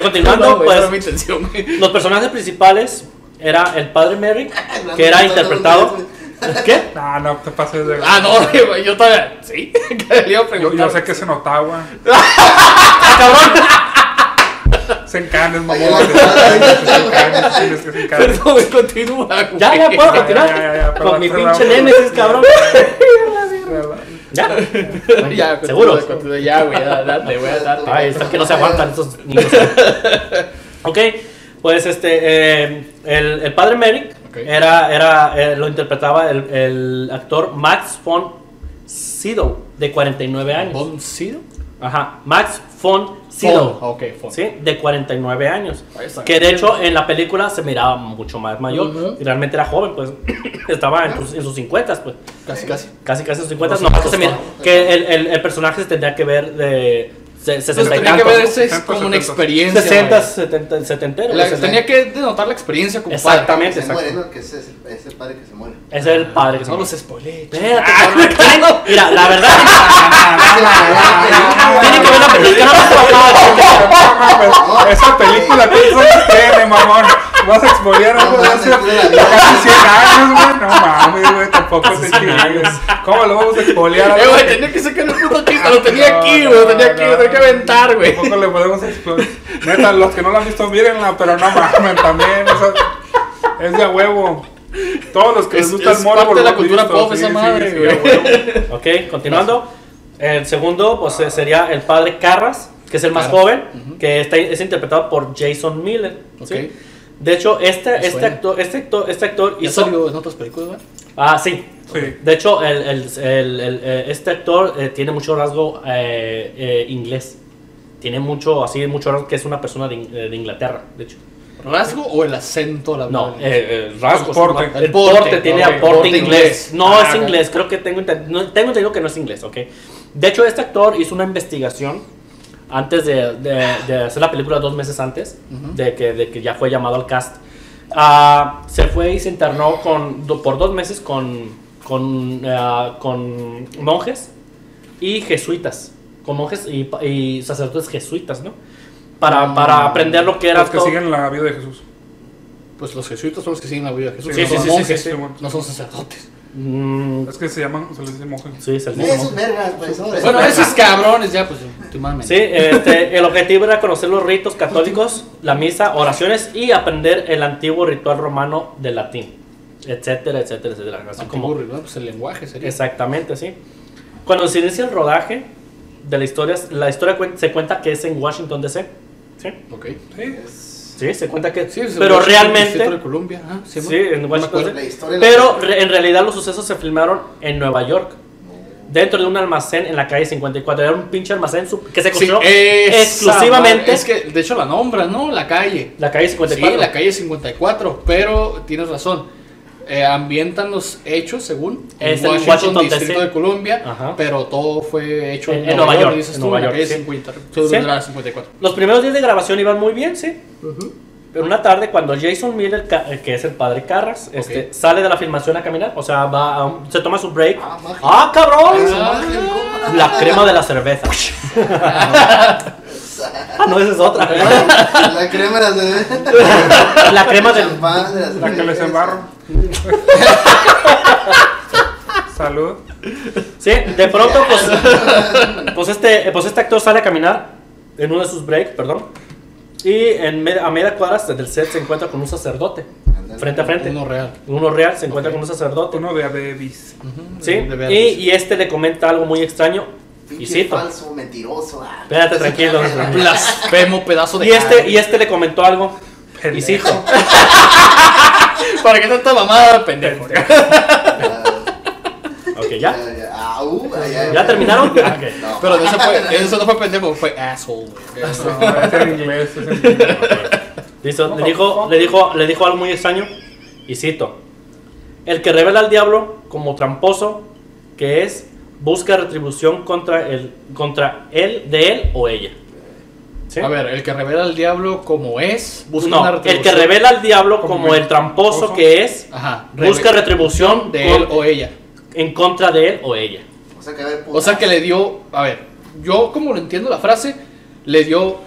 Speaker 1: [LAUGHS]
Speaker 3: continuando,
Speaker 1: güey, era mi
Speaker 3: pues.
Speaker 1: intención, güey.
Speaker 3: Los personajes principales era el padre Merrick,
Speaker 4: [LAUGHS] hablando
Speaker 3: que era
Speaker 4: de tantos
Speaker 3: interpretado.
Speaker 4: nombres,
Speaker 3: ¿Qué?
Speaker 2: Ah, no te pases de.
Speaker 1: Ah, no, sí, güey, [LAUGHS] yo todavía. Sí, [LAUGHS] que le iba a
Speaker 2: Yo,
Speaker 1: preguntar.
Speaker 2: yo sé que es en Ottawa. cabrón! Es en Cannes, mamón.
Speaker 4: Ahí va.
Speaker 2: Es en Cannes, tienes que es
Speaker 3: [LAUGHS]
Speaker 2: en Cannes.
Speaker 1: Perdón, güey, continúa. güey.
Speaker 3: Ya, ya puedo continuar.
Speaker 2: Ya, ya, ya, ya,
Speaker 3: Con mi
Speaker 2: perdón, perdón,
Speaker 3: pinche
Speaker 2: perdón.
Speaker 3: némesis,
Speaker 2: [LAUGHS]
Speaker 3: cabrón. [LAUGHS]
Speaker 1: Ya,
Speaker 3: Ya.
Speaker 1: continúa,
Speaker 3: ¿Seguros?
Speaker 1: continúa, Ya, güey, ya, date, güey, date.
Speaker 3: Ay, es que no se aguantan estos niños. ok, pues este, eh, el, el padre Merrick
Speaker 1: Ok.
Speaker 3: era, era, eh, lo interpretaba el, el actor Max von Sydow, de 49 años.
Speaker 1: ¿Boncido?
Speaker 3: Ajá, Max von oh, Sydow.
Speaker 1: Von, Ah, ok, von.
Speaker 3: ¿sí? De 49 años.
Speaker 1: Ahí está.
Speaker 3: Que de hecho en la película se miraba mucho más mayor.
Speaker 1: Ujú.
Speaker 3: y Realmente era joven, pues [COUGHS] estaba en, sus- en sus 50, pues.
Speaker 1: Casi, casi.
Speaker 3: Casi, casi en sus 50.
Speaker 1: No,
Speaker 3: No,
Speaker 1: sí,
Speaker 3: se mira
Speaker 4: no.
Speaker 3: que el, el, el personaje se tendría que ver de se- 60 y
Speaker 1: Pues tenía que
Speaker 3: tantos,
Speaker 1: ver
Speaker 3: ¿no?
Speaker 1: ese es como una experiencia.
Speaker 3: 60,
Speaker 1: güey.
Speaker 3: 70, 70.
Speaker 1: La- tenía que denotar la experiencia como padre.
Speaker 3: Exactamente,
Speaker 4: Se muere,
Speaker 3: exacto.
Speaker 4: ¿no? Que ese es el- ese padre que se muere.
Speaker 3: Ese es el padre Eh, que se
Speaker 1: No
Speaker 3: llama.
Speaker 1: los spoilé.
Speaker 3: Espérate,
Speaker 1: [LAUGHS]
Speaker 3: cabrón. Mira, la verdad,
Speaker 2: [LAUGHS]
Speaker 3: tiene que ver Ah, la película. no más te la
Speaker 1: [LAUGHS]
Speaker 3: acabo de decir.
Speaker 2: Esa película que hizo tiene, mamón. Vas a expoliar algo de hace casi 100 años, güey. No mames, güey, tampoco te chingues. ¿Cómo lo vamos a expoliar?
Speaker 1: Eh,
Speaker 2: algo
Speaker 1: güey,
Speaker 2: que-
Speaker 1: tenía que sacar el
Speaker 2: [LAUGHS]
Speaker 1: puto chiste. Lo tenía
Speaker 2: No,
Speaker 1: aquí,
Speaker 2: no,
Speaker 1: güey. Lo tenía
Speaker 2: no,
Speaker 1: aquí, lo tenía que
Speaker 2: no.
Speaker 1: aventar, güey.
Speaker 2: Tampoco le podemos explorar. Neta, los que no la han visto, mírenla, pero no mamen también. o sea, es de a huevo. Todos los que
Speaker 1: Es-
Speaker 2: les gusta
Speaker 1: es
Speaker 2: el morbo.
Speaker 1: parte de
Speaker 2: lo
Speaker 1: la
Speaker 2: han
Speaker 1: cultura
Speaker 2: visto,
Speaker 1: pop esa madre,
Speaker 2: de a
Speaker 1: güey. [LAUGHS]
Speaker 2: huevo.
Speaker 3: Ok, continuando. El segundo pues, eh, sería el padre Carras, que es el más
Speaker 1: Carras,
Speaker 3: joven, que está, es interpretado por Jason Miller. ¿sí?
Speaker 1: Ok.
Speaker 3: De hecho, este,
Speaker 1: Me
Speaker 3: este,
Speaker 1: suena.
Speaker 3: actor, este, actor, este actor
Speaker 1: ¿Ya
Speaker 3: hizo.
Speaker 1: salió en otras películas, güey?
Speaker 3: Ah, sí.
Speaker 2: Sí.
Speaker 3: De hecho, el, el- el- el- eh, este actor eh, tiene mucho rasgo eh, eh, inglés. Tiene mucho, así, mucho rasgo que es una persona de, In- eh, de Inglaterra, de hecho.
Speaker 1: ¿Rasgo o el acento? La
Speaker 3: No,
Speaker 1: verdad?
Speaker 3: eh, eh, rasgos.
Speaker 2: El porte.
Speaker 3: El porte, tiene
Speaker 1: ok,
Speaker 3: aporte inglés. No
Speaker 1: Ah,
Speaker 3: es
Speaker 1: ok.
Speaker 3: inglés, creo que tengo, enten- no, tengo entendido que no es inglés, ok. De hecho, este actor hizo una investigación antes de, de- de hacer la película dos meses antes
Speaker 1: Ujú.
Speaker 3: de, que, de que ya fue llamado al cast. Ah, se fue y se internó con, do- por dos meses con, con, ah, con monjes y jesuitas. Con monjes y, pa- y sacerdotes jesuitas, ¿no? Para, para aprender lo que era
Speaker 2: Los que
Speaker 3: todo-
Speaker 2: siguen la vida de Jesús.
Speaker 1: Pues los jesuitas son los que siguen la vida de Jesús.
Speaker 2: Sí,
Speaker 1: no
Speaker 2: sí,
Speaker 1: son
Speaker 2: sí, sí,
Speaker 1: monjes,
Speaker 2: sí, sí.
Speaker 1: no son sacerdotes.
Speaker 3: Mm,
Speaker 2: Es que se llaman, se les dice monjes.
Speaker 3: sí, es el
Speaker 4: Sí,
Speaker 3: mismo.
Speaker 4: esos vergas, pues, esos
Speaker 1: Bueno,
Speaker 4: vergas.
Speaker 1: esos cabrones ya, pues, últimamente.
Speaker 3: Sí, este, el objetivo era conocer los ritos católicos, la misa, oraciones y aprender el antiguo ritual romano del latín. etcétera, etcétera, etcétera. Así como,
Speaker 1: Antiburri, ¿no? Pues el lenguaje sería.
Speaker 3: Exactamente, sí. Cuando se inicia el rodaje de la historia, la historia cuen- se cuenta que es en Washington DC. Sí,
Speaker 1: Ok.
Speaker 2: Sí.
Speaker 3: sí se cuenta que.
Speaker 1: Sí, es el
Speaker 3: pero
Speaker 1: Washington,
Speaker 3: realmente.
Speaker 1: Distrito de Columbia. Ah, sí,
Speaker 3: Sí, en
Speaker 1: No me
Speaker 3: Washington
Speaker 1: acuerdo.
Speaker 4: La
Speaker 3: DC.
Speaker 4: historia de la-
Speaker 3: Pero re- en realidad los sucesos se filmaron en Nueva York. Dentro de un almacén en la calle 54. Era un pinche almacén su- que se
Speaker 1: Sí,
Speaker 3: construyó
Speaker 1: esa
Speaker 3: exclusivamente.
Speaker 1: madre. Es que, de hecho, la nombra, ¿no? La calle.
Speaker 3: La calle
Speaker 1: Sí,
Speaker 3: 54.
Speaker 1: la calle 54, pero tienes razón. Eh, ambientan los hechos, según
Speaker 3: Es en
Speaker 1: en Washington,
Speaker 3: Washington,
Speaker 1: Distrito
Speaker 3: DC.
Speaker 1: de Colombia,
Speaker 3: Ajá.
Speaker 1: pero todo fue hecho en,
Speaker 3: En- en Nueva York,
Speaker 1: dices
Speaker 3: en
Speaker 1: tú,
Speaker 3: Nueva
Speaker 1: la
Speaker 3: York,
Speaker 1: calle
Speaker 3: sí.
Speaker 1: 50,
Speaker 3: Sí.
Speaker 1: la 54.
Speaker 3: Los primeros días de grabación iban muy bien, sí.
Speaker 1: Ujú.
Speaker 3: Pero una tarde cuando Jason Miller, ca- eh, que es el padre Carras, este, sale de la filmación a caminar, o sea, va a un- se toma su break.
Speaker 4: Ah, magia.
Speaker 3: ¡Ah, cabrón!
Speaker 1: Ah.
Speaker 3: La crema de
Speaker 1: [LAUGHS]
Speaker 3: la cerveza. ah, no, esa es otra.
Speaker 4: [LAUGHS]
Speaker 1: [LAUGHS]
Speaker 4: La crema de la
Speaker 3: La crema del...
Speaker 4: champán, de las
Speaker 2: La que les embarro. Salud.
Speaker 3: Sí, de pronto,
Speaker 4: [LAUGHS]
Speaker 3: pues, [LAUGHS] pues, este, pues este actor sale a caminar en uno de sus breaks, perdón. Y en me- a media cuadra del set se encuentra con un sacerdote.
Speaker 4: Ándale.
Speaker 3: Frente a frente.
Speaker 1: Uno real.
Speaker 3: Uno real se encuentra con un sacerdote.
Speaker 2: Uno de Adebis.
Speaker 1: Ujú,
Speaker 3: ¿Sí?
Speaker 1: de veras.
Speaker 3: Y, y este le comenta algo muy extraño. Y
Speaker 4: Pinche
Speaker 3: cito.
Speaker 4: falso, mentiroso. ah.
Speaker 3: Espérate,
Speaker 4: [LAUGHS]
Speaker 3: tranquilo. tranquilo. [LAUGHS]
Speaker 1: Blasfemo pedazo de.
Speaker 3: Y este, y este le comentó algo. Y cito.
Speaker 1: ¿Para qué tanta mamada, pendejo?
Speaker 4: Ah,
Speaker 3: Ok, ya.
Speaker 4: ya, ya. Ah, uh, ah, ya,
Speaker 3: ¿Ya terminaron? Ok.
Speaker 4: [LAUGHS] No.
Speaker 1: Pero no se
Speaker 4: [LAUGHS]
Speaker 1: fue, eso no fue pendejo, fue asshole. güey.
Speaker 2: No, es en inglés. es en
Speaker 3: [LAUGHS]
Speaker 2: inglés.
Speaker 3: Listo, le dijo, le dijo, le dijo algo muy extraño. Y cito. El que revela al diablo como tramposo que es busca retribución contra el contra él de él o ella. ¿Sí?
Speaker 1: A ver, el que revela al diablo como es, busca
Speaker 3: No,
Speaker 1: una
Speaker 3: el que
Speaker 1: retribución.
Speaker 3: revela al diablo como
Speaker 2: Como
Speaker 3: el
Speaker 2: el
Speaker 3: tramposo
Speaker 2: tramposo.
Speaker 3: que es
Speaker 1: Ajá,
Speaker 3: busca
Speaker 1: reve-
Speaker 3: retribución
Speaker 1: de él
Speaker 3: con-
Speaker 1: o ella.
Speaker 3: en contra de él o ella.
Speaker 4: O sea que, a ver, puta.
Speaker 1: O sea que le dio, a ver, yo como lo entiendo la frase, le dio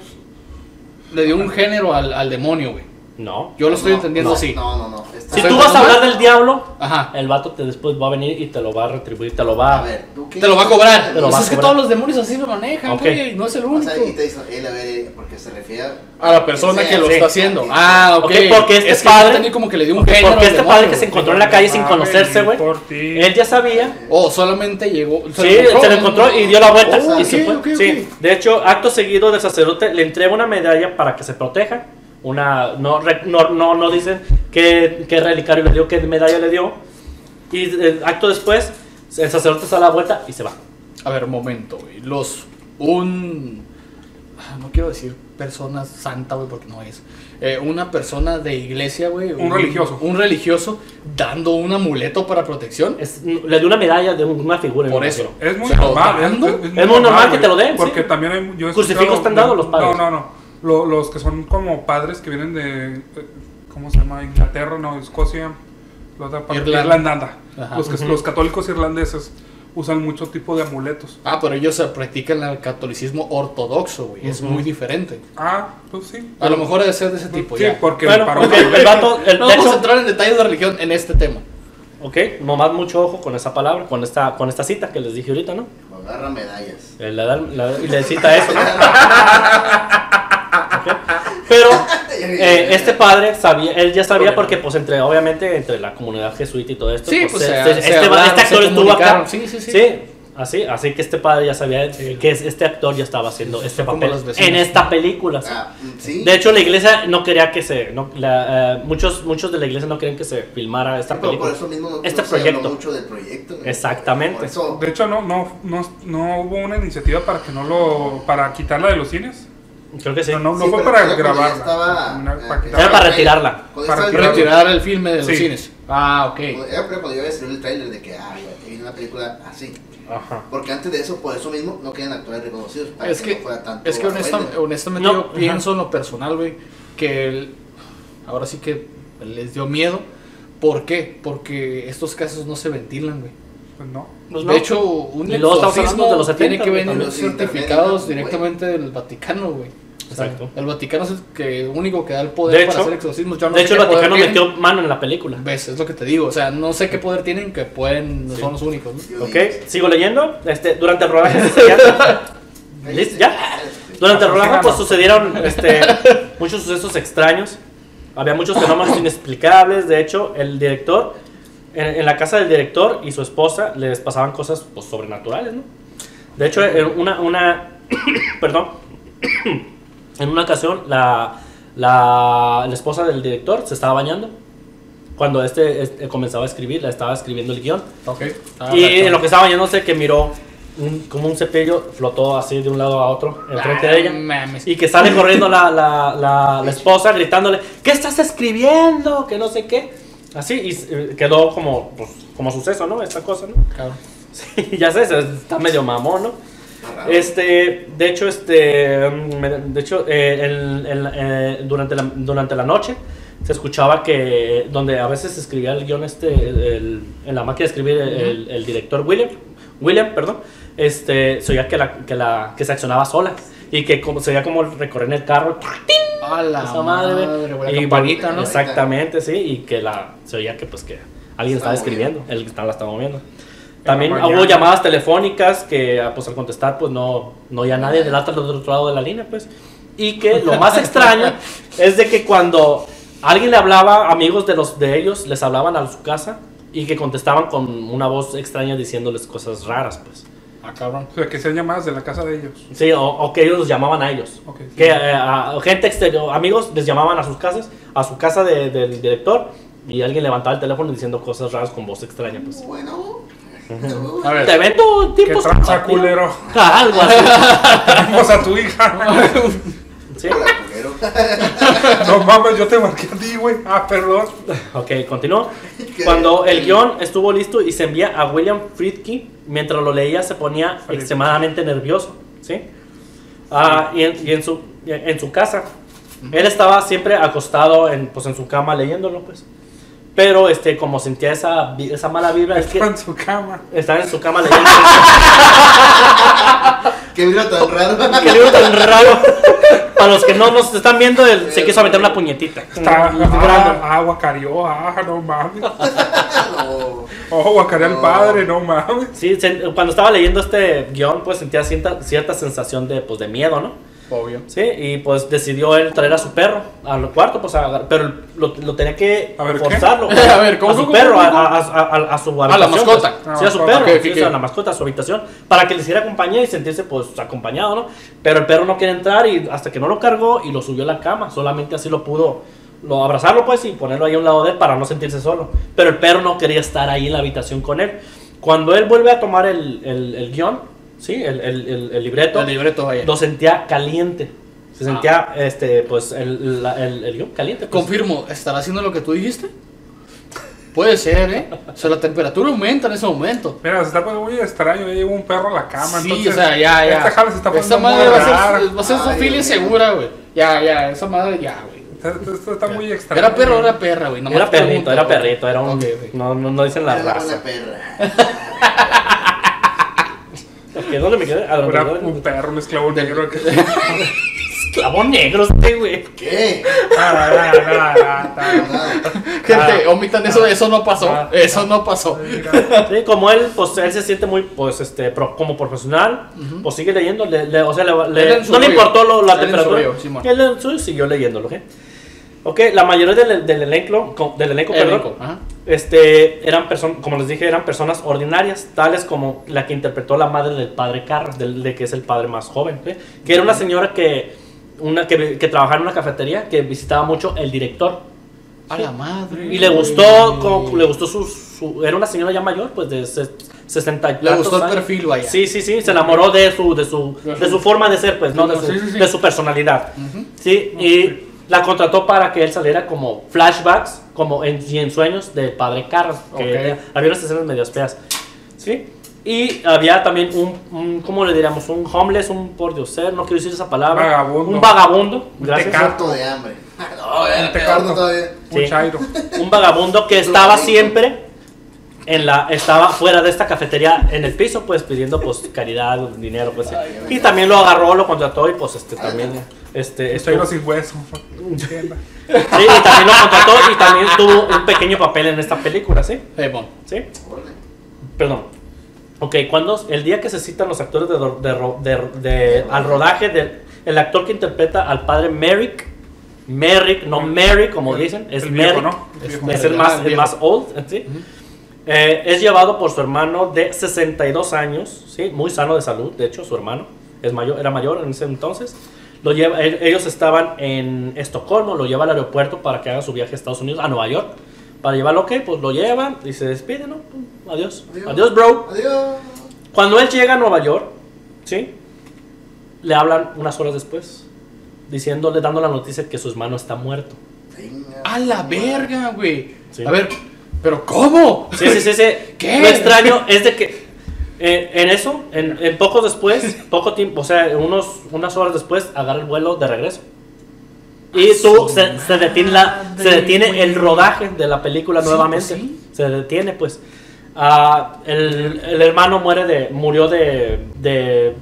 Speaker 1: le dio un género al, al demonio, güey.
Speaker 3: No.
Speaker 1: Yo lo estoy
Speaker 4: No,
Speaker 1: entendiendo
Speaker 4: no,
Speaker 1: así.
Speaker 4: No, no, no. está-
Speaker 3: Si
Speaker 1: Estoy
Speaker 3: tú vas a
Speaker 1: pensando
Speaker 3: hablar
Speaker 1: mal.
Speaker 3: del diablo,
Speaker 1: Ajá.
Speaker 3: el vato te después va a venir y te lo va a retribuir, te lo va
Speaker 4: A
Speaker 3: a
Speaker 4: ver, ¿tú qué?
Speaker 1: Te lo va a cobrar.
Speaker 3: Ah, Te lo
Speaker 1: Pues
Speaker 3: va a
Speaker 1: es que
Speaker 3: cobrar.
Speaker 1: todos los demonios así lo manejan,
Speaker 3: Ok.
Speaker 1: güey, no es el
Speaker 4: O
Speaker 1: único.
Speaker 4: sea, y te dice, él a ver, eh, porque se refiere
Speaker 3: Ah,
Speaker 1: A la persona
Speaker 4: Sí,
Speaker 1: que lo
Speaker 4: sí.
Speaker 1: está haciendo. Ah, ok.
Speaker 3: Ok, porque este
Speaker 1: es que
Speaker 3: padre-
Speaker 1: yo entendí como que le dio un
Speaker 3: Ok,
Speaker 1: género
Speaker 3: porque
Speaker 1: al
Speaker 3: este
Speaker 1: demonio,
Speaker 3: padre que se
Speaker 1: güey.
Speaker 3: encontró en la calle sin
Speaker 2: Ah,
Speaker 3: conocerse, güey.
Speaker 2: Por ti.
Speaker 3: Él ya sabía.
Speaker 4: eh,
Speaker 1: O solamente llegó.
Speaker 3: Sí, se lo encontró y dio la vuelta.
Speaker 1: Oh,
Speaker 3: y
Speaker 1: ok,
Speaker 3: se fue.
Speaker 1: ok, ok.
Speaker 3: Sí. De hecho, acto seguido del sacerdote le entrega una medalla para que se proteja. Una, no, re- no, no, no dicen qué, qué relicario le dio, qué medalla le dio. Y eh, acto después, el sacerdote se da la vuelta y se va.
Speaker 1: A ver, un momento, güey. Los. Un. ah, No quiero decir persona santa, güey, porque no es. Eh, una persona de iglesia, güey.
Speaker 2: Un religioso.
Speaker 1: Un religioso dando un amuleto para protección.
Speaker 3: Es- le dio una medalla de un- una figura.
Speaker 1: Por
Speaker 3: me
Speaker 1: eso.
Speaker 3: imagino.
Speaker 2: Es muy
Speaker 1: ¿Se lo
Speaker 2: normal.
Speaker 1: están dando?
Speaker 3: Es muy normal que
Speaker 2: güey,
Speaker 3: te lo den,
Speaker 2: Porque
Speaker 3: sí.
Speaker 2: también hay. Yo he
Speaker 3: Crucifijos
Speaker 2: escuchado
Speaker 3: están
Speaker 2: de-
Speaker 3: dados los padres.
Speaker 2: No, no, no. Lo- los que son como padres que vienen de. eh, ¿Cómo se llama? Inglaterra, no, Escocia. La otra parte,
Speaker 1: Irlanda.
Speaker 2: Irlanda.
Speaker 1: Ajá.
Speaker 2: Los, que, los católicos irlandeses usan mucho tipo de amuletos.
Speaker 1: Ah, pero ellos eh, practican el catolicismo ortodoxo, güey. Es muy diferente.
Speaker 2: Ah, pues sí.
Speaker 1: A lo mejor debe ser de ese tipo,
Speaker 2: Sí,
Speaker 1: ya.
Speaker 2: porque
Speaker 3: Bueno,
Speaker 2: para
Speaker 3: ok,
Speaker 2: un-
Speaker 3: el vato, el,
Speaker 1: No
Speaker 3: de
Speaker 1: vamos a
Speaker 3: hecho-
Speaker 1: entrar en detalles de religión en este tema.
Speaker 3: Ok, nomás mucho ojo con esa palabra, con esta, con esta cita que les dije ahorita, ¿no?
Speaker 4: Agarra medallas.
Speaker 3: Eh, La, la- y le cita eso, ¿no? Ok. Pero eh, este padre sabía, él ya sabía porque pues entre, obviamente, entre la comunidad jesuita y todo esto,
Speaker 1: Sí, pues, se- se
Speaker 3: este, va-
Speaker 1: hablaron,
Speaker 3: este
Speaker 1: se
Speaker 3: actor estuvo acá.
Speaker 1: comunicaron. Sí, sí, sí.
Speaker 3: así, así que este padre ya sabía que es- este actor ya estaba haciendo este
Speaker 1: Son como
Speaker 3: papel
Speaker 1: los vecinos.
Speaker 3: en esta película. sí.
Speaker 4: Ah, sí.
Speaker 3: De hecho, la iglesia no quería que se. no- la, eh, muchos, muchos de la iglesia no querían que se filmara esta
Speaker 4: Pero por
Speaker 3: película.
Speaker 4: eso mismo no,
Speaker 3: este
Speaker 4: no se habló
Speaker 3: proyecto.
Speaker 4: mucho del proyecto. güey.
Speaker 3: Exactamente.
Speaker 4: Por eso,
Speaker 2: De hecho, no, no, no, no hubo una iniciativa para que no lo. para quitarla de los cines.
Speaker 3: Creo que sí.
Speaker 2: No, no, no
Speaker 4: Sí,
Speaker 2: fue
Speaker 4: pero
Speaker 2: para
Speaker 4: cuando ya
Speaker 2: grabarla.
Speaker 4: estaba,
Speaker 2: Una-
Speaker 4: eh,
Speaker 2: para
Speaker 4: que-
Speaker 2: quitarla.
Speaker 3: Era para retirarla.
Speaker 4: Cuando
Speaker 2: Para
Speaker 4: estaba el
Speaker 2: Claro.
Speaker 1: Retirar el filme de los
Speaker 2: Sí.
Speaker 1: cines. Ah, ok.
Speaker 4: Era pero cuando yo había salido el trailer de que, ah, güey, viene una película así.
Speaker 3: Ajá.
Speaker 4: Porque antes de eso, por eso mismo, no quieren actuar reconocidos. Para
Speaker 1: Es que,
Speaker 4: no fuera tanto
Speaker 1: es que honesta-
Speaker 4: argüende.
Speaker 1: honestamente
Speaker 3: No,
Speaker 1: yo
Speaker 3: ajá.
Speaker 1: pienso en lo personal, güey, que el- ahora sí que les dio miedo. ¿Por qué? Porque estos casos no se ventilan, güey.
Speaker 2: Pues no.
Speaker 3: Pues
Speaker 1: de
Speaker 3: no.
Speaker 1: hecho, un
Speaker 3: Y luego estamos
Speaker 1: exorcismo
Speaker 3: hablando de los 70,
Speaker 1: tiene que
Speaker 3: güey,
Speaker 1: venir
Speaker 4: también.
Speaker 1: certificados
Speaker 4: Los
Speaker 1: directamente del Vaticano, güey. O sea,
Speaker 3: Exacto.
Speaker 1: el Vaticano es el que único que da el poder
Speaker 3: De
Speaker 1: para
Speaker 3: hecho-
Speaker 1: hacer exorcismos. Yo no
Speaker 3: de
Speaker 1: sé
Speaker 3: hecho,
Speaker 1: qué
Speaker 3: el
Speaker 1: poder
Speaker 3: Vaticano
Speaker 1: tienen.
Speaker 3: metió mano en la película.
Speaker 1: Ves, es lo que te digo. O sea, no sé qué poder tienen que pueden,
Speaker 3: Sí.
Speaker 1: son los únicos. ¿no?
Speaker 4: Dios
Speaker 3: Ok,
Speaker 4: mío.
Speaker 3: sigo leyendo. Este, durante el [LAUGHS] rodaje sucedieron- ¿Listo? ¿Ya?
Speaker 4: este,
Speaker 3: Durante el rodaje pues sucedieron este, muchos sucesos extraños. Había muchos fenómenos inexplicables. De hecho, el director en, en la casa del director y su esposa les pasaban cosas pues, sobrenaturales, ¿no? De hecho, en una, una [COUGHS] perdón, en una ocasión la, la, la esposa del director se estaba bañando cuando este, este comenzaba a escribir, la estaba escribiendo el guión.
Speaker 1: Ok. Ah,
Speaker 3: y en lo que estaba bañándose que miró un- como un cepillo flotó así de un lado a otro enfrente de ella.
Speaker 1: Ah, Mames.
Speaker 3: Y que sale corriendo la, la, la, la esposa gritándole, ¿qué estás escribiendo? Que no sé qué. Así, y eh, quedó como, pues, como suceso, ¿no? Esta cosa, ¿no? [LAUGHS]
Speaker 1: Cabrón.
Speaker 3: Sí, ya sé, está medio mamón, ¿no? Este, de hecho, este, mm, me- de hecho, eh, el- el- eh, durante, la, durante la noche se escuchaba que, donde a veces escribía el guión este, el- en la máquina de escribir el, el- el director William, William, perdón, este, se oía que, la, que, la, que se accionaba sola y que como, se oía como recorrer en el carro,
Speaker 1: A la
Speaker 3: esa madre,
Speaker 1: güey,
Speaker 3: y
Speaker 1: la campanita,
Speaker 3: bueno,
Speaker 1: ¿no?
Speaker 4: Exacto.
Speaker 3: Exactamente, sí, y que la se oía que pues que alguien
Speaker 4: Estaba
Speaker 3: estaba escribiendo, él que estaba- la estaba moviendo.
Speaker 2: la
Speaker 3: También
Speaker 2: mañana.
Speaker 3: hubo llamadas telefónicas que ah, pues al contestar pues no no ya nadie del otro, del otro lado de la línea, pues. Y que lo
Speaker 1: [LAUGHS]
Speaker 3: más extraño es de que cuando alguien le hablaba, amigos de los de ellos les hablaban a su casa y que contestaban con una voz extraña diciéndoles cosas raras, pues.
Speaker 1: Ah, cabrón.
Speaker 2: O sea, que sean llamadas de la casa de ellos.
Speaker 3: Sí, o, o que ellos los llamaban a ellos.
Speaker 2: Ok, sí.
Speaker 3: Que eh, a- gente exterior, amigos, les llamaban a sus casas, a su casa de- del director, y alguien levantaba el teléfono diciendo cosas raras con voz extraña. Pues.
Speaker 4: Bueno.
Speaker 1: A ver.
Speaker 3: Te vendo
Speaker 2: Que
Speaker 1: pues,
Speaker 3: tipos.
Speaker 1: [LAUGHS]
Speaker 2: tranza culero.
Speaker 3: [LAUGHS] Algo así.
Speaker 2: Vamos a tu hija.
Speaker 3: Sí.
Speaker 4: Hola, culero.
Speaker 2: No mames, yo te marqué a ti, güey. Ah, perdón.
Speaker 3: Ok, continúo. Cuando el guión estuvo listo y se envía a William Friedkin, mientras lo leía se ponía
Speaker 2: Friedkin.
Speaker 3: extremadamente nervioso, ¿sí? Ah, y en, y en su, y en su casa. Él estaba siempre acostado en, pues, en su cama leyéndolo, pues. Pero este, como sentía esa, vi- esa mala vibra, es que
Speaker 2: Estaba en su cama.
Speaker 1: Mm,
Speaker 3: estaba en su cama leyendo.
Speaker 4: Qué vino tan raro.
Speaker 3: [LAUGHS] ¡Qué libro tan raro! Para los que no nos están viendo, él se quiso aventar una puñetita.
Speaker 2: Está,
Speaker 3: Grande.
Speaker 2: ah, ah, guacarió. Ah, no mames.
Speaker 4: No.
Speaker 2: Oh, guacarió al
Speaker 4: No.
Speaker 2: padre, no mames.
Speaker 3: Sí, se- cuando estaba leyendo este guión, pues sentía cierta, cierta sensación de, pues, de miedo, ¿no?
Speaker 1: Obvio.
Speaker 3: Sí, y pues decidió él traer a su perro al cuarto, pues a agar- pero lo, lo tenía que
Speaker 2: A ver,
Speaker 1: [LAUGHS]
Speaker 2: ¿qué?
Speaker 3: forzarlo. pues,
Speaker 1: A ver, ¿cómo,
Speaker 3: A su
Speaker 1: cómo,
Speaker 3: perro,
Speaker 1: cómo,
Speaker 3: a,
Speaker 1: cómo?
Speaker 3: a- a- a- a su
Speaker 1: la
Speaker 3: habitación. pues.
Speaker 1: mascota.
Speaker 2: Ah,
Speaker 3: Sí, a su
Speaker 2: mascota.
Speaker 3: perro,
Speaker 1: Ok,
Speaker 3: sí,
Speaker 1: ok.
Speaker 3: a la mascota, a su habitación, para que le hiciera compañía y sentirse pues acompañado, ¿no? Pero el perro no quiere entrar y hasta que no lo cargó y lo subió a la cama, solamente así lo pudo lo abrazarlo pues y ponerlo ahí a un lado de él para no sentirse solo. Pero el perro no quería estar ahí en la habitación con él. Cuando él vuelve a tomar el, el- el guión, ¿sí? El, el- el- el libreto
Speaker 1: El libreto, vaya.
Speaker 3: lo sentía caliente. Se
Speaker 1: Ah.
Speaker 3: sentía, este, pues, el, la- el, el guión caliente. pues.
Speaker 1: Confirmo, ¿estará haciendo lo que tú dijiste? Puede ser, ¿eh? O sea, la temperatura aumenta en ese momento.
Speaker 2: Mira, se está poniendo muy extraño. Ya llegó un perro a la cama.
Speaker 1: sí,
Speaker 2: Ah, entonces,
Speaker 1: o sea, ya, ya.
Speaker 2: Esta jala se está
Speaker 1: Esa
Speaker 2: poniendo
Speaker 1: madre va
Speaker 2: muy
Speaker 1: a
Speaker 2: rara.
Speaker 1: ser, va a ser su
Speaker 4: Ay,
Speaker 1: filia
Speaker 4: Dios mío.
Speaker 1: segura, güey. Ya, ya, esa madre ya, güey.
Speaker 2: Esto- Esto está muy extraño.
Speaker 1: Era perro, era perra, güey. nomás
Speaker 3: Era perrito,
Speaker 1: pregunto,
Speaker 3: era
Speaker 1: güey.
Speaker 3: perrito, era un...
Speaker 1: Ok, ok.
Speaker 3: No, no, no dicen la
Speaker 4: Era
Speaker 3: raza.
Speaker 4: una perra.
Speaker 3: Ok, ¿Dónde me quedé? A lo
Speaker 2: Era
Speaker 3: mejor-
Speaker 2: un perro, un esclavo
Speaker 1: [LAUGHS]
Speaker 2: negro. que-
Speaker 3: Esclavo negro este, güey.
Speaker 4: ¿Qué?
Speaker 2: Ah, ah, ah, ah, ah.
Speaker 4: Nada.
Speaker 1: Gente, omitan eso, eso no pasó.
Speaker 2: Ah.
Speaker 1: Eso no pasó.
Speaker 3: Sí, como él, pues, él se siente muy, pues, este, pro- como profesional, pues sigue leyendo, le- le- o sea, le- le-
Speaker 1: Él en su
Speaker 3: no le
Speaker 1: rollo.
Speaker 3: importó lo- la
Speaker 1: Él en su
Speaker 3: temperatura.
Speaker 1: rollo, Simón.
Speaker 3: él en su- siguió leyéndolo, ¿ok? Ok, la mayoría del, del elenco, con- del elenco, perdón,
Speaker 1: Elenco, ajá.
Speaker 3: Este, eran personas, como les dije, eran personas ordinarias, tales como la que interpretó la madre del padre Carras, del, de que es el padre más joven, ¿sí? que era una señora que, una, que, que trabajaba en una cafetería que visitaba mucho el director.
Speaker 1: A la madre.
Speaker 3: Y le
Speaker 1: güey.
Speaker 3: gustó, como, le gustó su, su- Era una señora ya mayor, pues de ses- 60 y
Speaker 1: Le
Speaker 3: tantos
Speaker 1: gustó el
Speaker 3: años.
Speaker 1: perfil, vaya.
Speaker 3: Sí, sí, sí, se enamoró de su, de su, de su forma de ser, pues, ¿no? De su,
Speaker 1: Sí, sí, sí.
Speaker 3: de su personalidad. Sí, y la contrató para que él saliera como flashbacks, como en, y en sueños del padre Carras. que
Speaker 1: Ok.
Speaker 3: era- Había unas escenas medio feas. Sí. Y había también un, un, ¿cómo le diríamos? Un homeless, un pordioser, no quiero decir esa palabra.
Speaker 2: Vagabundo.
Speaker 3: Un vagabundo, gracias.
Speaker 2: tecato.
Speaker 4: Harto de hambre. Ah, No, era
Speaker 2: Te
Speaker 4: peor
Speaker 2: corto.
Speaker 4: todavía.
Speaker 2: Un
Speaker 3: Sí.
Speaker 2: chairo.
Speaker 3: un vagabundo que estaba siempre en la estaba fuera de esta cafetería en el piso pues pidiendo pues caridad dinero pues y también lo agarró lo contrató y pues este también este
Speaker 2: Un
Speaker 3: estuvo-
Speaker 2: chairo sin hueso. Entienda.
Speaker 3: sí, y también lo contrató y también tuvo un pequeño papel en esta película sí
Speaker 1: Simón.
Speaker 3: sí perdón ok cuando el día que se citan los actores de, do- de ro- de- de- al rodaje del el actor que interpreta al padre Merrick Merrick no Merrick como dicen es
Speaker 2: El
Speaker 3: Merrick
Speaker 2: viejo, ¿no? El
Speaker 1: Es
Speaker 2: viejo.
Speaker 3: es el más, el
Speaker 1: Viejo.
Speaker 3: más old, ¿sí? Eh, es llevado por su hermano de 62 años, ¿sí? muy sano de salud, de hecho, su hermano es mayor, era mayor en ese entonces. Lo lleva, e- ellos estaban en Estocolmo, lo lleva al aeropuerto para que haga su viaje a Estados Unidos, a Nueva York. Para llevarlo, ok, pues lo llevan y se despiden, ¿no? Pum, Adiós. Adiós, bro.
Speaker 4: Adiós.
Speaker 3: Cuando él llega a Nueva York, ¿sí? Le hablan unas horas después, diciéndole, dando la noticia que su hermano está muerto.
Speaker 4: Venga.
Speaker 1: A la verga, güey.
Speaker 3: Sí.
Speaker 1: A ver, pero ¿cómo?
Speaker 3: Sí, sí, sí, sí.
Speaker 1: ¿Qué?
Speaker 3: Lo extraño es de que eh, en eso, en, en poco después, poco tiempo, o sea, unos, unas horas después, agarra el vuelo de regreso. Y tú se, se detiene, la, se
Speaker 1: Ah, madre,
Speaker 3: detiene
Speaker 1: güey.
Speaker 3: el rodaje de la película
Speaker 1: Sí,
Speaker 3: nuevamente.
Speaker 1: pues sí.
Speaker 3: Se detiene, pues. Ah, el, el hermano muere de, murió de, de,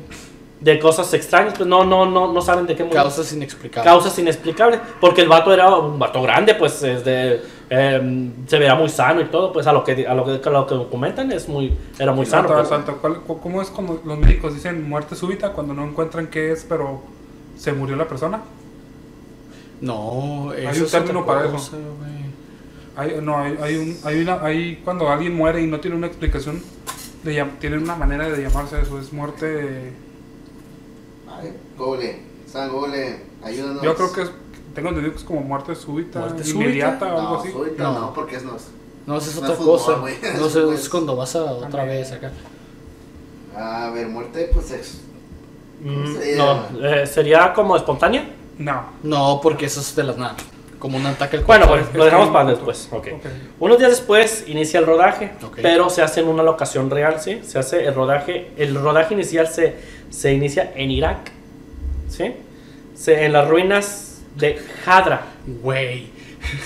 Speaker 3: de cosas extrañas, pues no, no, no, no saben de qué murió
Speaker 1: Causas inexplicables.
Speaker 3: causas inexplicables. Porque el vato era un vato grande, pues es de, eh, se veía muy sano y todo. Pues a lo que, a lo que, a lo que documentan es muy, era muy sano.
Speaker 2: Tanto-
Speaker 3: pues.
Speaker 2: tanto cual- cu- ¿Cómo es cuando los médicos dicen muerte súbita cuando no encuentran qué es, pero se murió la persona?
Speaker 1: No, eso
Speaker 2: un
Speaker 1: es
Speaker 2: término
Speaker 1: otra
Speaker 2: para
Speaker 1: cosa, güey.
Speaker 2: Hay, no, hay, hay, un, hay, una, hay cuando alguien muere y no tiene una explicación, le llam- tienen una manera de llamarse eso, es muerte...
Speaker 4: A ver, Google, San Google, ayúdanos.
Speaker 2: Yo creo que es, tengo entendido que es como muerte súbita,
Speaker 1: ¿Muerte
Speaker 2: inmediata
Speaker 1: súbita?
Speaker 2: o algo
Speaker 4: No,
Speaker 2: así.
Speaker 4: ahorita
Speaker 1: No.
Speaker 4: no. porque es nos.
Speaker 1: No, eso es
Speaker 4: No
Speaker 1: otra
Speaker 4: es fútbol,
Speaker 1: cosa.
Speaker 4: güey.
Speaker 1: No
Speaker 4: Eso
Speaker 1: sé, es
Speaker 4: es-
Speaker 1: cuando vas a otra vez acá.
Speaker 4: A ver, muerte, pues es.
Speaker 3: Mm,
Speaker 4: Sí,
Speaker 3: no, eh, sería como espontánea.
Speaker 2: No.
Speaker 1: No, porque eso es de las nada. Como un ataque al
Speaker 3: Bueno,
Speaker 1: corazón.
Speaker 3: pues lo dejamos para después. ok.
Speaker 2: Ok.
Speaker 3: Unos días después inicia el rodaje,
Speaker 1: Ok.
Speaker 3: pero se hace en una locación real, ¿sí? Se hace el rodaje, el rodaje inicial se, se inicia en Irak, ¿sí? Se, en las ruinas de Hadra.
Speaker 1: Güey.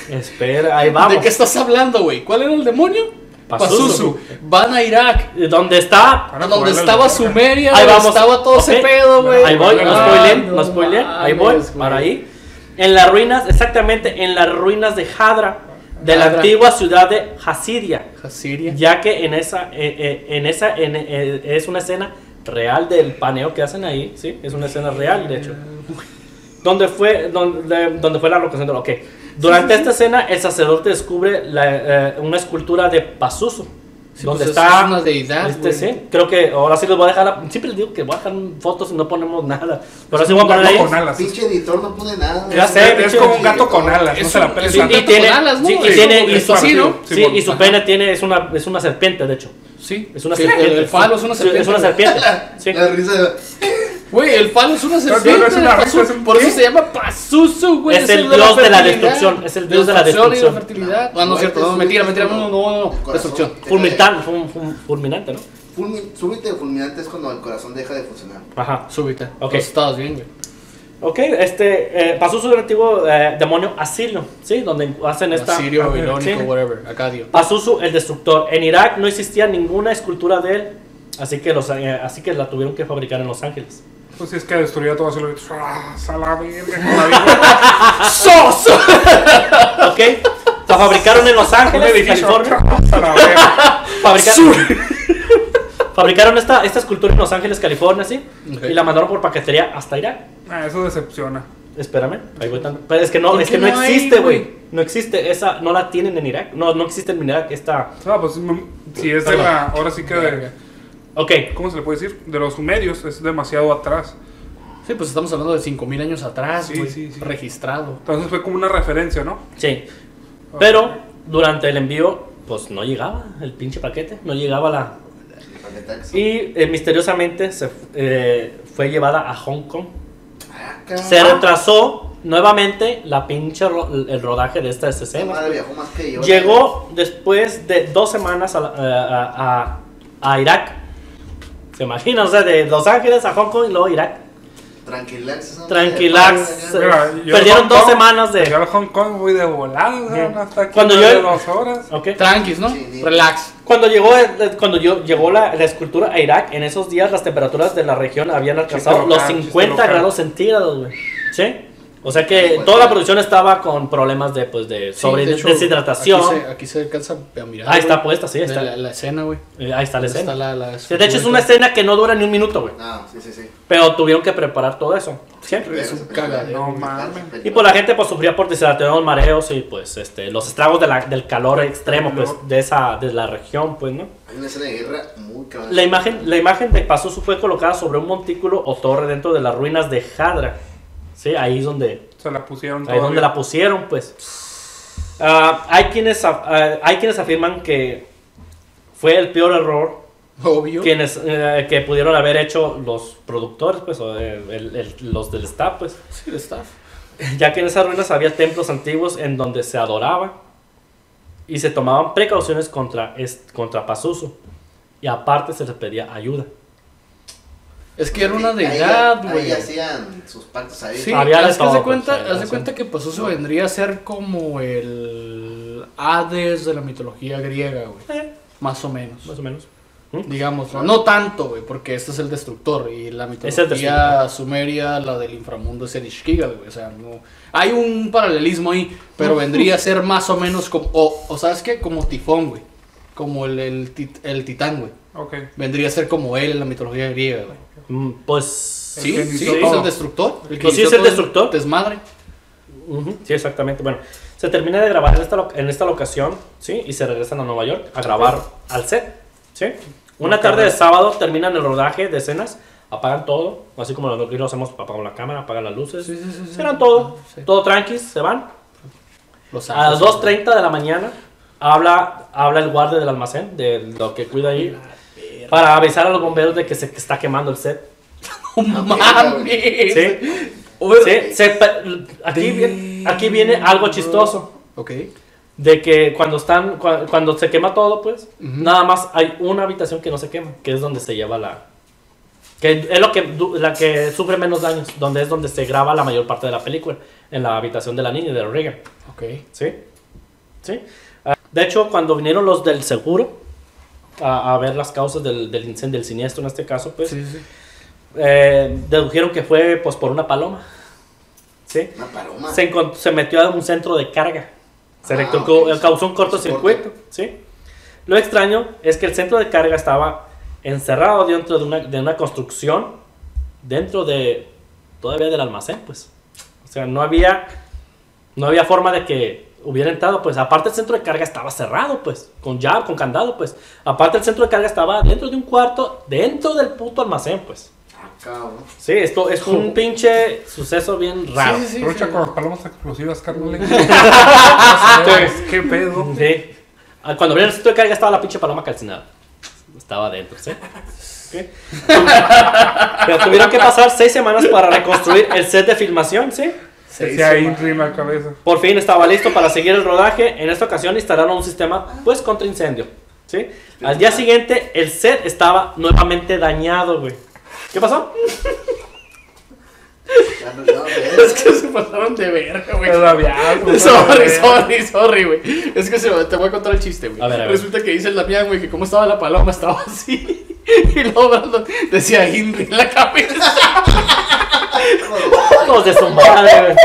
Speaker 3: Espera, pues, ahí
Speaker 1: [LAUGHS]
Speaker 3: vamos.
Speaker 1: ¿De qué estás hablando, güey? ¿Cuál era el demonio?
Speaker 3: Pazuzu.
Speaker 1: Pazuzu. Van a Irak.
Speaker 3: Donde está
Speaker 2: Van a
Speaker 1: donde
Speaker 2: jugarle al
Speaker 1: estaba
Speaker 2: demonio.
Speaker 1: Sumeria,
Speaker 3: Ahí
Speaker 1: donde
Speaker 3: vamos.
Speaker 1: estaba todo ese
Speaker 3: Ok.
Speaker 1: pedo, güey.
Speaker 3: Ahí voy, no
Speaker 1: Ay,
Speaker 3: spoilen, no
Speaker 1: Ah, no
Speaker 3: spoilen, ahí voy,
Speaker 1: mames, güey.
Speaker 3: para ahí. En las ruinas, exactamente en las ruinas de Hadra, de la
Speaker 1: Hadra.
Speaker 3: antigua ciudad de Hasidia,
Speaker 1: Hasiria.
Speaker 3: ya que en esa, eh, eh, en esa en, eh, es una escena real del paneo que hacen ahí, ¿sí? Es una escena real, de hecho. Donde fue, donde, donde fue la locación de lo que. Durante esta escena, el sacerdote descubre la, eh, una escultura de Pazuzu.
Speaker 1: Sí,
Speaker 3: donde
Speaker 1: pues,
Speaker 3: está
Speaker 1: es una deidad,
Speaker 3: este,
Speaker 1: güey.
Speaker 3: sí, creo que ahora sí les voy a dejar. la- siempre les digo que voy a dejar fotos y no ponemos nada. Pero sí voy a poner
Speaker 2: Gato
Speaker 3: ahí.
Speaker 2: con alas.
Speaker 4: Pinche editor no pone nada.
Speaker 3: Ya sé,
Speaker 2: Es
Speaker 3: pinche-
Speaker 2: como un gato con alas, no
Speaker 1: Es
Speaker 2: se la
Speaker 1: un-
Speaker 2: peles
Speaker 1: es un
Speaker 2: tanto.
Speaker 3: Y tiene,
Speaker 1: con alas, ¿no?
Speaker 3: sí, y
Speaker 1: Sí,
Speaker 3: tiene-
Speaker 1: como
Speaker 3: y
Speaker 1: que
Speaker 3: su,
Speaker 1: es parecido.
Speaker 3: sí,
Speaker 2: Simón.
Speaker 3: y su
Speaker 2: Ajá.
Speaker 3: pene tiene, es una, es una serpiente, de hecho.
Speaker 1: Sí.
Speaker 3: Es una
Speaker 1: Sí,
Speaker 3: serpiente.
Speaker 1: el, el falo es una
Speaker 3: Sí,
Speaker 1: serpiente.
Speaker 3: Es
Speaker 1: [LAUGHS]
Speaker 3: una serpiente. sí.
Speaker 4: La risa de.
Speaker 1: Güey, el falo es una serpiente.
Speaker 2: no, no es una
Speaker 1: el
Speaker 2: risa,
Speaker 1: Pazuzu.
Speaker 2: es un
Speaker 1: por eso
Speaker 2: pie.
Speaker 1: se llama Pazuzu, güey.
Speaker 3: Es
Speaker 1: el,
Speaker 3: dios de la
Speaker 1: fertilidad.
Speaker 3: destrucción, es el dios de
Speaker 1: y
Speaker 3: la
Speaker 1: la
Speaker 3: destrucción.
Speaker 1: fertilidad. No, no es cierto. No, mentira, mentira. No, no, no. no. Destrucción.
Speaker 3: Fulminante, fum- fum- fulminante, ¿no?
Speaker 4: Fulmi- súbite fulminante es cuando el corazón deja de funcionar.
Speaker 3: Ajá.
Speaker 1: Súbita.
Speaker 3: Ok.
Speaker 1: Ok. estabas bien, güey.
Speaker 3: Ok, este, eh, Pazuzu es el antiguo eh, demonio Asilo, ¿sí? Donde hacen esta...
Speaker 1: Asirio,
Speaker 2: Ah,
Speaker 1: babilónico,
Speaker 3: sí. Ah,
Speaker 1: whatever. Acadio.
Speaker 3: Pazuzu el destructor. En Irak no existía ninguna escultura de él, así que, los, eh, así que la tuvieron que fabricar en Los Ángeles.
Speaker 2: Pues si es que destruyó todo así lo ¡Ah, a la verga! con la
Speaker 1: [LAUGHS]
Speaker 2: vida.
Speaker 1: ¡Sos!
Speaker 3: ah, Ok, la fabricaron en Los
Speaker 2: Un
Speaker 3: Ángeles,
Speaker 2: edificio.
Speaker 3: California.
Speaker 2: [LAUGHS] ¡A
Speaker 1: [LAUGHS]
Speaker 2: la verga!
Speaker 3: Fabrica- fabricaron esta, esta escultura en Los Ángeles, California, ¿sí?
Speaker 1: Ok.
Speaker 3: Y la mandaron por paquetería hasta Irak.
Speaker 2: Ah, eso decepciona.
Speaker 3: Espérame, ahí voy tan- Pero es que no,
Speaker 1: ¿Por
Speaker 3: es
Speaker 1: qué
Speaker 3: que no,
Speaker 1: no hay,
Speaker 3: existe, güey.
Speaker 1: güey?
Speaker 3: No existe, esa no la tienen en Irak. No, no existe en Irak esta.
Speaker 2: No, pues mm, si es de la... Ahora sí que... de-
Speaker 3: Ok,
Speaker 2: ¿Cómo se le puede decir? De los sumerios, es demasiado atrás.
Speaker 1: Sí, pues estamos hablando de 5000 años atrás,
Speaker 2: Sí,
Speaker 1: güey.
Speaker 2: sí, sí.
Speaker 1: Registrado.
Speaker 2: Entonces fue como una referencia, ¿no?
Speaker 3: sí. Pero durante el envío, pues no llegaba el pinche paquete, no llegaba la.
Speaker 4: Para que te-
Speaker 3: Y eh, misteriosamente se fu- eh, fue llevada a Hong Kong.
Speaker 4: Ah, cabrón.
Speaker 3: Se retrasó nuevamente la pinche ro- el rodaje de esta
Speaker 4: Esa
Speaker 3: escena.
Speaker 4: madre viajó más que yo.
Speaker 3: Llegó después de dos semanas a, la- a- a- a Irak. ¿Se imaginan? O sea, de Los Ángeles a Hong Kong y luego Irak.
Speaker 4: Tranquilax. esa madre.
Speaker 3: Tranquilax.
Speaker 4: Para,
Speaker 2: Mira, yo
Speaker 3: Perdieron
Speaker 2: al Hong
Speaker 3: dos
Speaker 2: Kong-
Speaker 3: semanas de-
Speaker 2: Yo al Hong Kong voy de volada,
Speaker 3: Ujú.
Speaker 2: hasta aquí
Speaker 3: Cuando
Speaker 2: más
Speaker 3: yo-
Speaker 2: de dos horas.
Speaker 3: Ok.
Speaker 1: Tranquis, ¿no?
Speaker 4: Sí, sí.
Speaker 1: Relax.
Speaker 3: Cuando llegó, el- cuando yo, llegó la, la escultura a Irak, en esos días las temperaturas de la región habían alcanzado
Speaker 2: Chiste
Speaker 3: los
Speaker 2: local, chiste
Speaker 3: 50
Speaker 2: local.
Speaker 3: grados centígrados, güey. ¿Sí? O sea que toda la producción estaba con problemas de, pues, de
Speaker 1: Sí,
Speaker 3: sobre
Speaker 1: de hecho,
Speaker 3: deshidratación.
Speaker 1: Aquí se, aquí se alcanza a mirar.
Speaker 3: Ahí está
Speaker 1: güey,
Speaker 3: puesta, sí, ahí
Speaker 1: de
Speaker 3: está.
Speaker 1: La, la escena, güey.
Speaker 3: Eh, ahí está la
Speaker 1: Está
Speaker 3: escena.
Speaker 1: la- la
Speaker 3: Sí, de hecho, es una escena que no dura ni un minuto, güey.
Speaker 4: No, Ah, sí, sí, sí.
Speaker 3: Pero tuvieron que preparar todo eso. Siempre.
Speaker 1: Es un
Speaker 4: Esa película,
Speaker 1: cagadero,
Speaker 4: me
Speaker 2: güey.
Speaker 4: encanta esa
Speaker 3: Y
Speaker 4: película.
Speaker 3: pues la gente pues sufría por deshidratación, mareos y pues este los estragos de la- del calor extremo pues de esa de la región, pues, ¿no?
Speaker 4: Hay una escena de guerra muy cabrón.
Speaker 3: La imagen la imagen de Pazuzu fue colocada sobre un montículo o torre dentro de las ruinas de Hadra. Sí, ahí es donde
Speaker 2: Se la pusieron
Speaker 3: Ahí es donde la pusieron, pues. Ah, hay, quienes, af- ah, hay quienes afirman que fue el peor error
Speaker 1: Obvio.
Speaker 3: quienes, eh, que pudieron haber hecho los productores, pues, o, eh, el- el- los del staff, pues.
Speaker 1: Sí, el staff.
Speaker 3: Ya que en esas ruinas había templos antiguos en donde se adoraba y se tomaban precauciones contra, es- contra Pazuzu. Y aparte se les pedía ayuda.
Speaker 1: Es que era una
Speaker 4: Ahí-
Speaker 1: deidad,
Speaker 4: ahí
Speaker 1: güey.
Speaker 4: hacían sus pactos ahí.
Speaker 1: Sí,
Speaker 3: Había de
Speaker 1: es que haz de
Speaker 3: todo, pues,
Speaker 1: cuenta,
Speaker 3: había
Speaker 1: haz de
Speaker 3: razón.
Speaker 1: cuenta que Pazuzu vendría a ser como el Hades de la mitología griega, güey.
Speaker 3: Eh,
Speaker 1: Más o menos.
Speaker 3: más o menos.
Speaker 1: Digamos, no, no tanto, güey, porque este es el destructor y la mitología
Speaker 3: destructor.
Speaker 1: sumeria, la del inframundo es el Ishkigal, güey. O sea, no. Hay un paralelismo ahí, pero vendría a ser más o menos como. O, o sabes qué? Como Tifón, güey. Como el, el, tit- el titán, güey.
Speaker 2: Ok.
Speaker 1: Vendría a ser como él en la mitología griega, güey.
Speaker 3: Mm, Pues
Speaker 2: El
Speaker 1: Sí,
Speaker 2: que
Speaker 1: sí,
Speaker 2: inició
Speaker 1: es
Speaker 2: todo.
Speaker 1: el destructor. El que
Speaker 3: Pues sí,
Speaker 1: inició
Speaker 3: es el
Speaker 1: todo
Speaker 3: destructor.
Speaker 1: Desmadre.
Speaker 3: Ujú, Sí, exactamente. Bueno, se termina de grabar en esta, lo- en esta locación, ¿sí? Y se regresan a Nueva York a grabar al set, ¿sí? Una tarde de sábado terminan el rodaje de escenas, apagan todo, así como lo que lo hacemos, apagan la cámara, apagan las luces,
Speaker 1: Sí, sí, sí, sí.
Speaker 3: cierran todo,
Speaker 1: Sí.
Speaker 3: todo tranquis, se van.
Speaker 1: Los
Speaker 3: A las
Speaker 1: ángeles.
Speaker 3: 2.30 de la mañana habla, habla el guardia del almacén, de lo que cuida ahí, para avisar a los bomberos de que se que está quemando el set.
Speaker 1: ¡No mames!
Speaker 3: Sí.
Speaker 1: Oye,
Speaker 3: Sí, se pe- aquí, viene, aquí viene algo chistoso.
Speaker 1: Ok.
Speaker 3: De que cuando están, cua- cuando se quema todo, pues,
Speaker 1: Ujú.
Speaker 3: nada más hay una habitación que no se quema, que es donde se lleva la. Que es lo que, du- la que sufre menos daños, donde es donde se graba la mayor parte de la película, en la habitación de la niña de Reagan.
Speaker 1: Ok.
Speaker 3: ¿Sí? ¿Sí? Ah, de hecho, cuando vinieron los del seguro a, a ver las causas del, del incendio, del siniestro en este caso, pues,
Speaker 1: Sí, sí.
Speaker 3: eh, dedujeron que fue pues, por una paloma. ¿Sí?
Speaker 4: Una paloma.
Speaker 3: se, encont- se metió a un centro de carga. Se
Speaker 4: Ah,
Speaker 3: electrocutó-
Speaker 4: ok, sí.
Speaker 3: causó un cortocircuito, ¿sí? Lo extraño es que el centro de carga estaba encerrado dentro de una, de una construcción, dentro de todavía del almacén, pues. O sea, no había no había forma de que hubiera entrado, pues. Aparte el centro de carga estaba cerrado, pues, con llave, con candado, pues. Aparte el centro de carga estaba dentro de un cuarto, dentro del puto almacén, pues.
Speaker 4: Ah, cabrón.
Speaker 3: Sí, esto es un pinche suceso bien raro.
Speaker 1: Sí, sí, sí,
Speaker 2: Lucha
Speaker 1: sí.
Speaker 2: con las palomas
Speaker 3: [LAUGHS]
Speaker 2: explosivas, [LAUGHS] carnal. ¿eh? ¿Qué pedo?
Speaker 3: Sí. Ah, Cuando abrieron el sitio de carga estaba la pinche paloma calcinada. Estaba adentro, ¿sí? Ok. Pero tuvieron que pasar seis semanas para reconstruir el set de filmación, ¿sí?
Speaker 1: Se
Speaker 2: Decía
Speaker 1: hizo,
Speaker 2: Inri en la cabeza.
Speaker 3: Por fin estaba listo para seguir el rodaje. En esta ocasión instalaron un sistema, pues, contra incendio, ¿sí? Al día siguiente, el set estaba nuevamente dañado, güey. ¿Qué pasó?
Speaker 4: Ya no-
Speaker 3: [LAUGHS]
Speaker 4: no,
Speaker 1: Es
Speaker 4: ves.
Speaker 1: que se pasaron de verga, güey.
Speaker 2: Todavía.
Speaker 1: Sorry, sorry, sorry, güey. Es que se, te voy a contar el chiste, güey.
Speaker 3: A ver, a ver.
Speaker 1: Resulta que dice el Damián, güey, que como estaba la paloma, estaba así. [LAUGHS] Y luego Brandon decía Henry en la cabeza. [LAUGHS]
Speaker 3: Los de su madre, güey.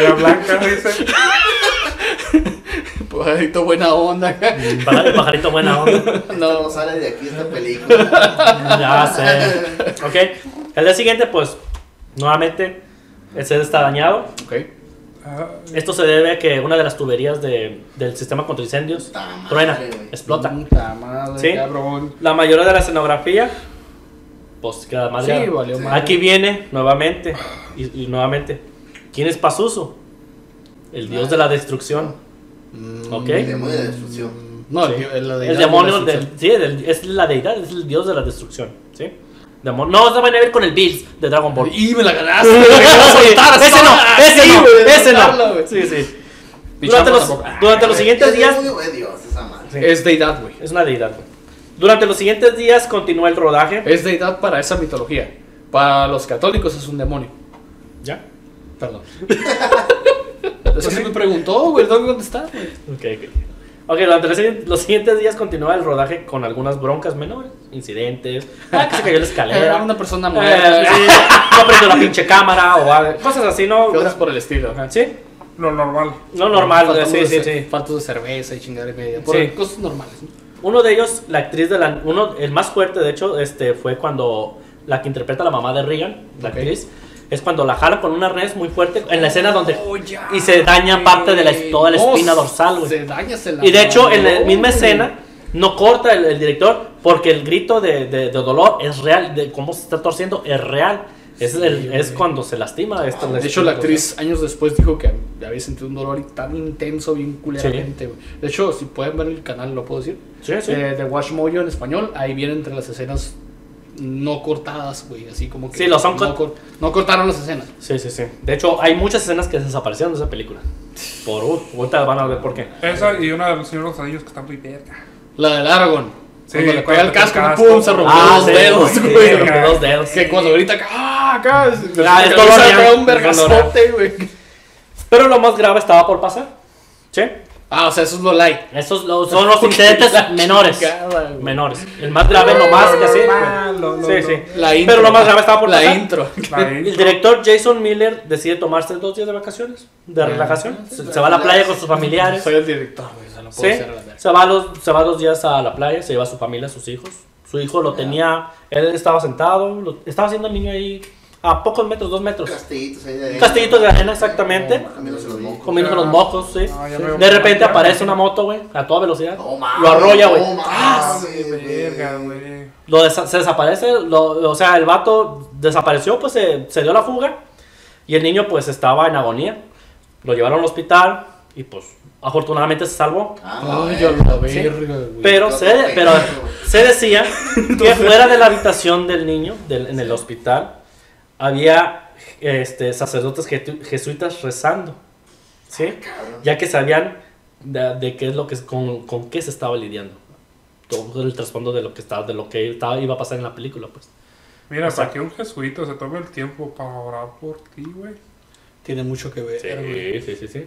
Speaker 2: Era blanca, dice.
Speaker 1: Pajarito Pues, buena onda.
Speaker 3: Pajar- Pajarito buena onda.
Speaker 4: Esto no sale de aquí esta
Speaker 3: [LAUGHS]
Speaker 4: película.
Speaker 3: Ya sé. Ok. El día siguiente, pues, nuevamente, el set está dañado.
Speaker 1: Ok.
Speaker 2: Ah,
Speaker 3: Esto se debe a que una de las tuberías de- del sistema contra incendios
Speaker 4: Puta madre,
Speaker 3: truena,
Speaker 4: güey.
Speaker 3: explota.
Speaker 1: Puta madre,
Speaker 3: Sí.
Speaker 1: cabrón.
Speaker 3: La mayoría de la escenografía, pues, queda madre.
Speaker 1: Sí, valió
Speaker 4: Sí.
Speaker 1: madre.
Speaker 3: Aquí viene nuevamente, y, y nuevamente. ¿Quién es Pazuzu? El dios de la destrucción.
Speaker 1: Mm,
Speaker 3: Ok.
Speaker 4: El demonio de destrucción.
Speaker 1: No,
Speaker 3: Sí.
Speaker 1: el, el, la
Speaker 3: El
Speaker 1: deidad de
Speaker 3: demonio
Speaker 1: la
Speaker 3: del. Sí, del- es la deidad, es el dios de la destrucción. ¿Sí? Demon- no, se van a ver con el Bills de Dragon Ball.
Speaker 1: destrucción. Y me la ganaste.
Speaker 3: Sí,
Speaker 1: me la soltaras,
Speaker 3: ese no,
Speaker 1: ah,
Speaker 3: ese
Speaker 1: sí,
Speaker 3: no,
Speaker 1: güey,
Speaker 3: ese
Speaker 1: soltarla,
Speaker 3: no.
Speaker 1: güey.
Speaker 3: Sí, sí.
Speaker 1: Pichamos
Speaker 3: Durante los,
Speaker 1: tampoco. Ah,
Speaker 3: durante los siguientes
Speaker 4: El
Speaker 3: días.
Speaker 4: demonio de Dios, esa madre.
Speaker 3: Sí,
Speaker 1: Es deidad, güey.
Speaker 3: Es una deidad. güey. Durante los siguientes días continúa el rodaje.
Speaker 1: Es deidad para esa mitología. Para los católicos es un demonio.
Speaker 3: ¿Ya? [LAUGHS]
Speaker 1: Perdón. es que se me preguntó, güey, tengo que contestar, güey.
Speaker 3: Ok, ok. Ok, durante los, siguientes- los siguientes días continúa el rodaje con algunas broncas menores, incidentes, ah, que se cayó la escalera.
Speaker 1: Eh, una persona
Speaker 3: Eh,
Speaker 1: muerta.
Speaker 3: sí, no prendió la pinche cámara o algo, cosas así, ¿no?
Speaker 1: Cosas por el estilo.
Speaker 3: Ajá, Sí,
Speaker 2: Lo normal.
Speaker 3: no normal, eh,
Speaker 1: Faltos
Speaker 3: sí,
Speaker 1: de
Speaker 3: sí,
Speaker 1: ce-
Speaker 3: sí.
Speaker 1: Faltos de cerveza y chingada y media. Por
Speaker 3: Sí.
Speaker 1: Cosas normales. ¿no?
Speaker 3: Uno de ellos, la actriz de la. Uno, el más fuerte, de hecho, este, fue cuando. La que interpreta a la mamá de Regan, la
Speaker 1: Ok.
Speaker 3: actriz. Es cuando la jala con un arnés muy fuerte. En la escena donde.
Speaker 2: Oh, ya.
Speaker 3: Y se daña parte de la,
Speaker 1: Eh,
Speaker 3: toda la
Speaker 1: no,
Speaker 3: espina dorsal, güey.
Speaker 1: Se daña, Oh, se la
Speaker 3: Y de hecho, en la
Speaker 1: madreó,
Speaker 3: misma
Speaker 1: güey.
Speaker 3: escena, no corta el, el director porque el grito de, de- de dolor es real, de cómo se está torciendo es real. Es,
Speaker 1: Sí,
Speaker 3: el- es
Speaker 1: güey.
Speaker 3: cuando se lastima. este esta-
Speaker 1: De hecho, la actriz años después dijo que había sentido un dolor tan intenso, bien culeramente. güey. De hecho, si pueden ver el canal, lo puedo decir.
Speaker 3: Sí, sí.
Speaker 1: Eh, de Wash Mojo en español, ahí viene entre las escenas no cortadas, güey. Así como que.
Speaker 3: Sí, lo son
Speaker 1: no,
Speaker 3: cort-
Speaker 1: cor- no cortaron las escenas.
Speaker 3: Sí, sí, sí. De hecho, hay muchas escenas que desaparecieron de esa película. Por uh, ahorita van a ver por qué.
Speaker 2: Esa y una de los señores de los anillos que está muy verga.
Speaker 1: La del Aragón.
Speaker 2: Sí,
Speaker 1: cuando le pega
Speaker 2: cuando
Speaker 1: el
Speaker 2: te
Speaker 1: casco,
Speaker 2: casco.
Speaker 1: pum, se rompió
Speaker 3: Ah,
Speaker 1: los
Speaker 3: sí,
Speaker 1: dedos,
Speaker 3: sí,
Speaker 1: güey.
Speaker 3: se rompió los dedos.
Speaker 1: Que cuando ahorita acá, ah, acá,
Speaker 3: Ah, es
Speaker 1: se
Speaker 3: dolor
Speaker 1: pega
Speaker 3: real,
Speaker 1: un
Speaker 3: es
Speaker 1: vergazote, güey.
Speaker 3: Pero lo más grave estaba por pasar. ¿Sí?
Speaker 1: Ah, o sea, eso es lo light.
Speaker 3: Esos lo- [LAUGHS] son
Speaker 1: [LAUGHS]
Speaker 3: los incidentes menores.
Speaker 1: Chingada, güey.
Speaker 3: Menores. El más grave, lo más que sí.
Speaker 2: normal, lo- lo-
Speaker 3: Sí,
Speaker 2: lo-
Speaker 3: sí.
Speaker 1: La intro.
Speaker 3: Pero lo más grave estaba por
Speaker 1: La
Speaker 3: pasar.
Speaker 1: intro.
Speaker 2: La
Speaker 3: El
Speaker 2: de-
Speaker 3: [LAUGHS] director Jason Miller decide tomarse dos días de vacaciones, de relajación. Se, se va a la playa con sus familiares.
Speaker 1: Soy el director, güey. O sea, no
Speaker 3: Sí,
Speaker 1: puedo ser la verga.
Speaker 3: se va, los, se va dos días a la playa, se lleva a su familia, a sus hijos. Su hijo lo tenía, él estaba sentado, lo- estaba haciendo el niño ahí a pocos metros, dos metros.
Speaker 4: Castillitos ahí de
Speaker 3: Un
Speaker 4: arena.
Speaker 3: castillito de arena, exactamente.
Speaker 4: Comiéndose los mocos.
Speaker 3: Comiendo con los mocos, sí.
Speaker 2: Ah, ya
Speaker 3: Sí.
Speaker 2: veo.
Speaker 3: De repente aparece una moto, güey, a toda velocidad.
Speaker 4: No mames,
Speaker 3: Lo arrolla, güey.
Speaker 4: no mames,
Speaker 2: Ah,
Speaker 4: güey.
Speaker 2: verga, güey.
Speaker 3: Lo desa- se desaparece, lo- o sea, el vato desapareció, pues se, se dio la fuga y el niño pues estaba en agonía. Lo llevaron al hospital y pues afortunadamente se salvó.
Speaker 4: Ah, no,
Speaker 1: Ay,
Speaker 4: eh.
Speaker 1: a la verga, güey.
Speaker 3: Pero
Speaker 4: Yo
Speaker 3: se,
Speaker 4: también,
Speaker 3: pero
Speaker 4: güey.
Speaker 3: se
Speaker 4: [LAUGHS]
Speaker 3: decía que fuera de la habitación del niño del- en el hospital había este, sacerdotes jetu- jesuitas rezando, ¿sí?
Speaker 4: Cabrón.
Speaker 3: ya que sabían de, de qué es lo que es- con, con qué se estaba lidiando. Todo el trasfondo de lo que estaba, de lo que estaba, iba a pasar en la película, pues.
Speaker 2: Mira,
Speaker 3: Exacto.
Speaker 2: para que un jesuita se tome el tiempo para orar por ti, güey.
Speaker 1: Tiene mucho que ver, güey.
Speaker 3: sí, sí, sí.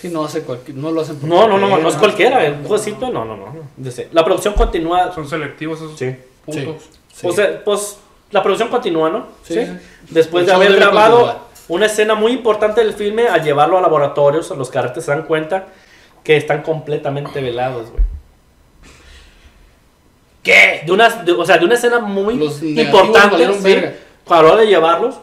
Speaker 1: Sí, no, hace cualquier, no lo hacen por
Speaker 3: No, no, no,
Speaker 1: cualquiera.
Speaker 3: no es cualquiera. El juecito, no, no, no. no. Dice, La producción continúa.
Speaker 2: Son selectivos esos
Speaker 3: Sí.
Speaker 2: putos.
Speaker 1: Sí.
Speaker 3: O sea, pues la producción continúa, ¿no?
Speaker 1: Sí.
Speaker 3: Después de
Speaker 1: El show
Speaker 3: haber
Speaker 1: debe
Speaker 3: grabado
Speaker 1: continuar.
Speaker 3: una escena muy importante del filme, al llevarlo a laboratorios, los carácteres se dan cuenta que están completamente velados, güey. ¿Qué? De una, de- o sea, de una escena muy
Speaker 1: Los negativos
Speaker 3: importante,
Speaker 1: valieron
Speaker 3: sí,
Speaker 1: verga.
Speaker 3: para la hora de llevarlos,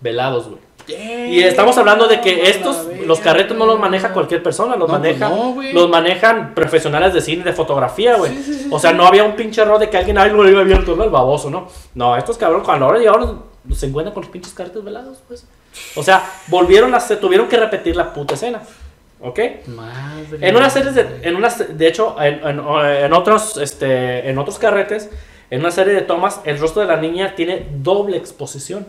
Speaker 3: velados, güey. Y estamos hablando de que estos, los carretos no los maneja cualquier persona, los,
Speaker 1: No, pues
Speaker 3: maneja,
Speaker 1: no, güey.
Speaker 3: los manejan profesionales de cine, de fotografía, güey. o sea, no había un pinche error de que alguien algo lo iba abierto, ¿no? El baboso, ¿no? No, estos cabrones, cuando ahora llegaron, se encuentran con los pinches carretos velados, pues. O sea, volvieron a, se tuvieron que repetir la puta escena, ¿ok?
Speaker 1: Madre.
Speaker 3: En unas series de, en unas, de hecho, en, en- en otros, este, en otros carretes, en una serie de tomas, el rostro de la niña tiene doble exposición.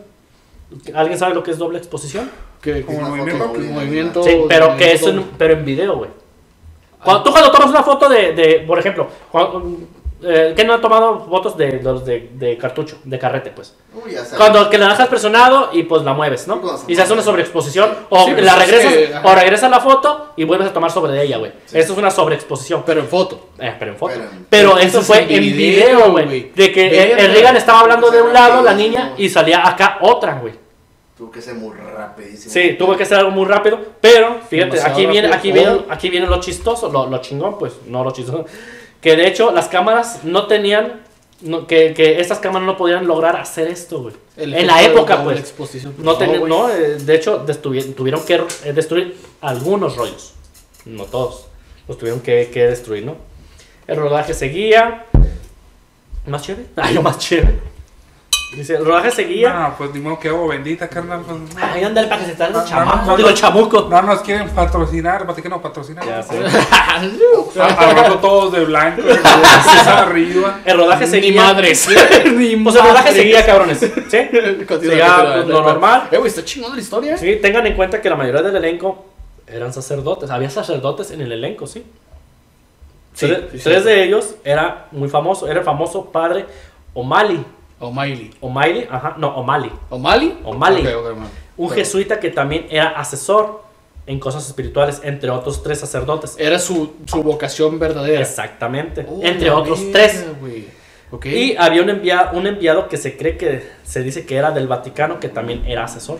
Speaker 3: ¿Alguien sabe lo que es doble exposición?
Speaker 1: Que-
Speaker 2: Como
Speaker 1: que-
Speaker 2: el
Speaker 4: Una
Speaker 2: movimiento,
Speaker 4: foto,
Speaker 2: que-
Speaker 4: güey,
Speaker 1: movimiento.
Speaker 3: Sí, pero
Speaker 1: de-
Speaker 3: que eso, en- pero en video, güey.
Speaker 1: Ah.
Speaker 3: Cuando, tú cuando tomas una foto de, de, por ejemplo, cuando- eh, ¿quién no ha tomado fotos de, los de, de cartucho, de carrete, pues?
Speaker 4: Uy, ya sabes.
Speaker 3: Cuando que la dejas presionado y pues la mueves,
Speaker 4: Sí,
Speaker 3: ¿no?
Speaker 4: cuando se
Speaker 3: Y se hace una
Speaker 4: mueve.
Speaker 3: sobreexposición o
Speaker 1: Sí, pues,
Speaker 3: la
Speaker 1: es
Speaker 3: regresas
Speaker 1: que, ajá.
Speaker 3: o regresas la foto y vuelves a tomar sobre ella, güey. Eso es una sobreexposición.
Speaker 1: Pero en foto.
Speaker 3: Eh, pero en foto.
Speaker 4: Pero-
Speaker 3: Pero
Speaker 1: Eso
Speaker 3: eso
Speaker 1: es
Speaker 3: fue
Speaker 1: en
Speaker 3: en
Speaker 1: video,
Speaker 3: video, güey.
Speaker 1: güey.
Speaker 3: De que el,
Speaker 1: Verga.
Speaker 3: el Reagan estaba hablando de un lado, la niña,
Speaker 4: Rapidísimo.
Speaker 3: y salía acá otra, güey.
Speaker 4: Tuvo que ser muy rapidísimo.
Speaker 3: Sí, tuvo que hacer algo muy rápido, pero fíjate,
Speaker 1: Demasiado
Speaker 3: aquí viene,
Speaker 1: rápido. Oh.
Speaker 3: aquí viene, aquí viene lo chistoso, lo, lo chingón, pues, no lo chistoso. Que de hecho las cámaras no tenían, no- que, que estas cámaras no podían lograr hacer esto, güey.
Speaker 1: El
Speaker 3: En
Speaker 1: efecto
Speaker 3: la
Speaker 1: de
Speaker 3: época,
Speaker 1: doble
Speaker 3: pues.
Speaker 1: exposición.
Speaker 3: No, tenían- [LAUGHS]
Speaker 1: güey.
Speaker 3: no, eh, de hecho destuvi- tuvieron que eh, destruir algunos rollos, no todos, los tuvieron que, que destruir, ¿no? El rodaje seguía, más chévere, [LAUGHS] ay, lo más chévere. Dice, el rodaje seguía,
Speaker 2: Ah, pues ni modo que hago bendita, carnal. pues,
Speaker 3: ay, anda el paquetetal
Speaker 2: No,
Speaker 1: Ah,
Speaker 3: del
Speaker 2: no,
Speaker 3: chamaco,
Speaker 2: no,
Speaker 3: digo, el
Speaker 2: no.
Speaker 3: chamuco.
Speaker 2: No nos quieren patrocinar, ¿para qué no patrocinar?
Speaker 3: Ya sé.
Speaker 1: [LAUGHS] Ah,
Speaker 2: Hablando todos de blanco, de luces
Speaker 3: [LAUGHS]
Speaker 2: arriba.
Speaker 1: [LAUGHS]
Speaker 3: El rodaje seguía.
Speaker 1: Ni
Speaker 3: [LAUGHS]
Speaker 1: madres. Ni
Speaker 3: O sea, el rodaje
Speaker 1: madres.
Speaker 3: seguía, cabrones. ¿Sí?
Speaker 1: [LAUGHS] Continúa,
Speaker 3: Llegaba,
Speaker 1: continúa,
Speaker 3: pues, lo
Speaker 1: continúa.
Speaker 3: normal.
Speaker 1: Eh, güey, está chingona la historia.
Speaker 3: Sí, tengan en cuenta que la mayoría del elenco eran sacerdotes. Había sacerdotes en el elenco, ¿sí?
Speaker 1: Sí,
Speaker 3: tres,
Speaker 1: sí, sí.
Speaker 3: tres de ellos era muy famoso. Era el famoso padre O'Malley.
Speaker 1: O'Malley.
Speaker 3: O'Malley, ajá, no, O'Malley.
Speaker 1: ¿O'Malley?
Speaker 3: O'Malley.
Speaker 1: Ok, ok, O'Malley.
Speaker 3: Un
Speaker 1: Pero-
Speaker 3: jesuita que también era asesor en cosas espirituales, entre otros tres sacerdotes.
Speaker 1: Era su, su vocación verdadera.
Speaker 3: Exactamente,
Speaker 1: Eh. Oh,
Speaker 3: entre
Speaker 1: la
Speaker 3: otros
Speaker 1: verga,
Speaker 3: tres.
Speaker 1: güey. Ok.
Speaker 3: Y había un, envia- un enviado que se cree que se dice que era del Vaticano, que también era asesor,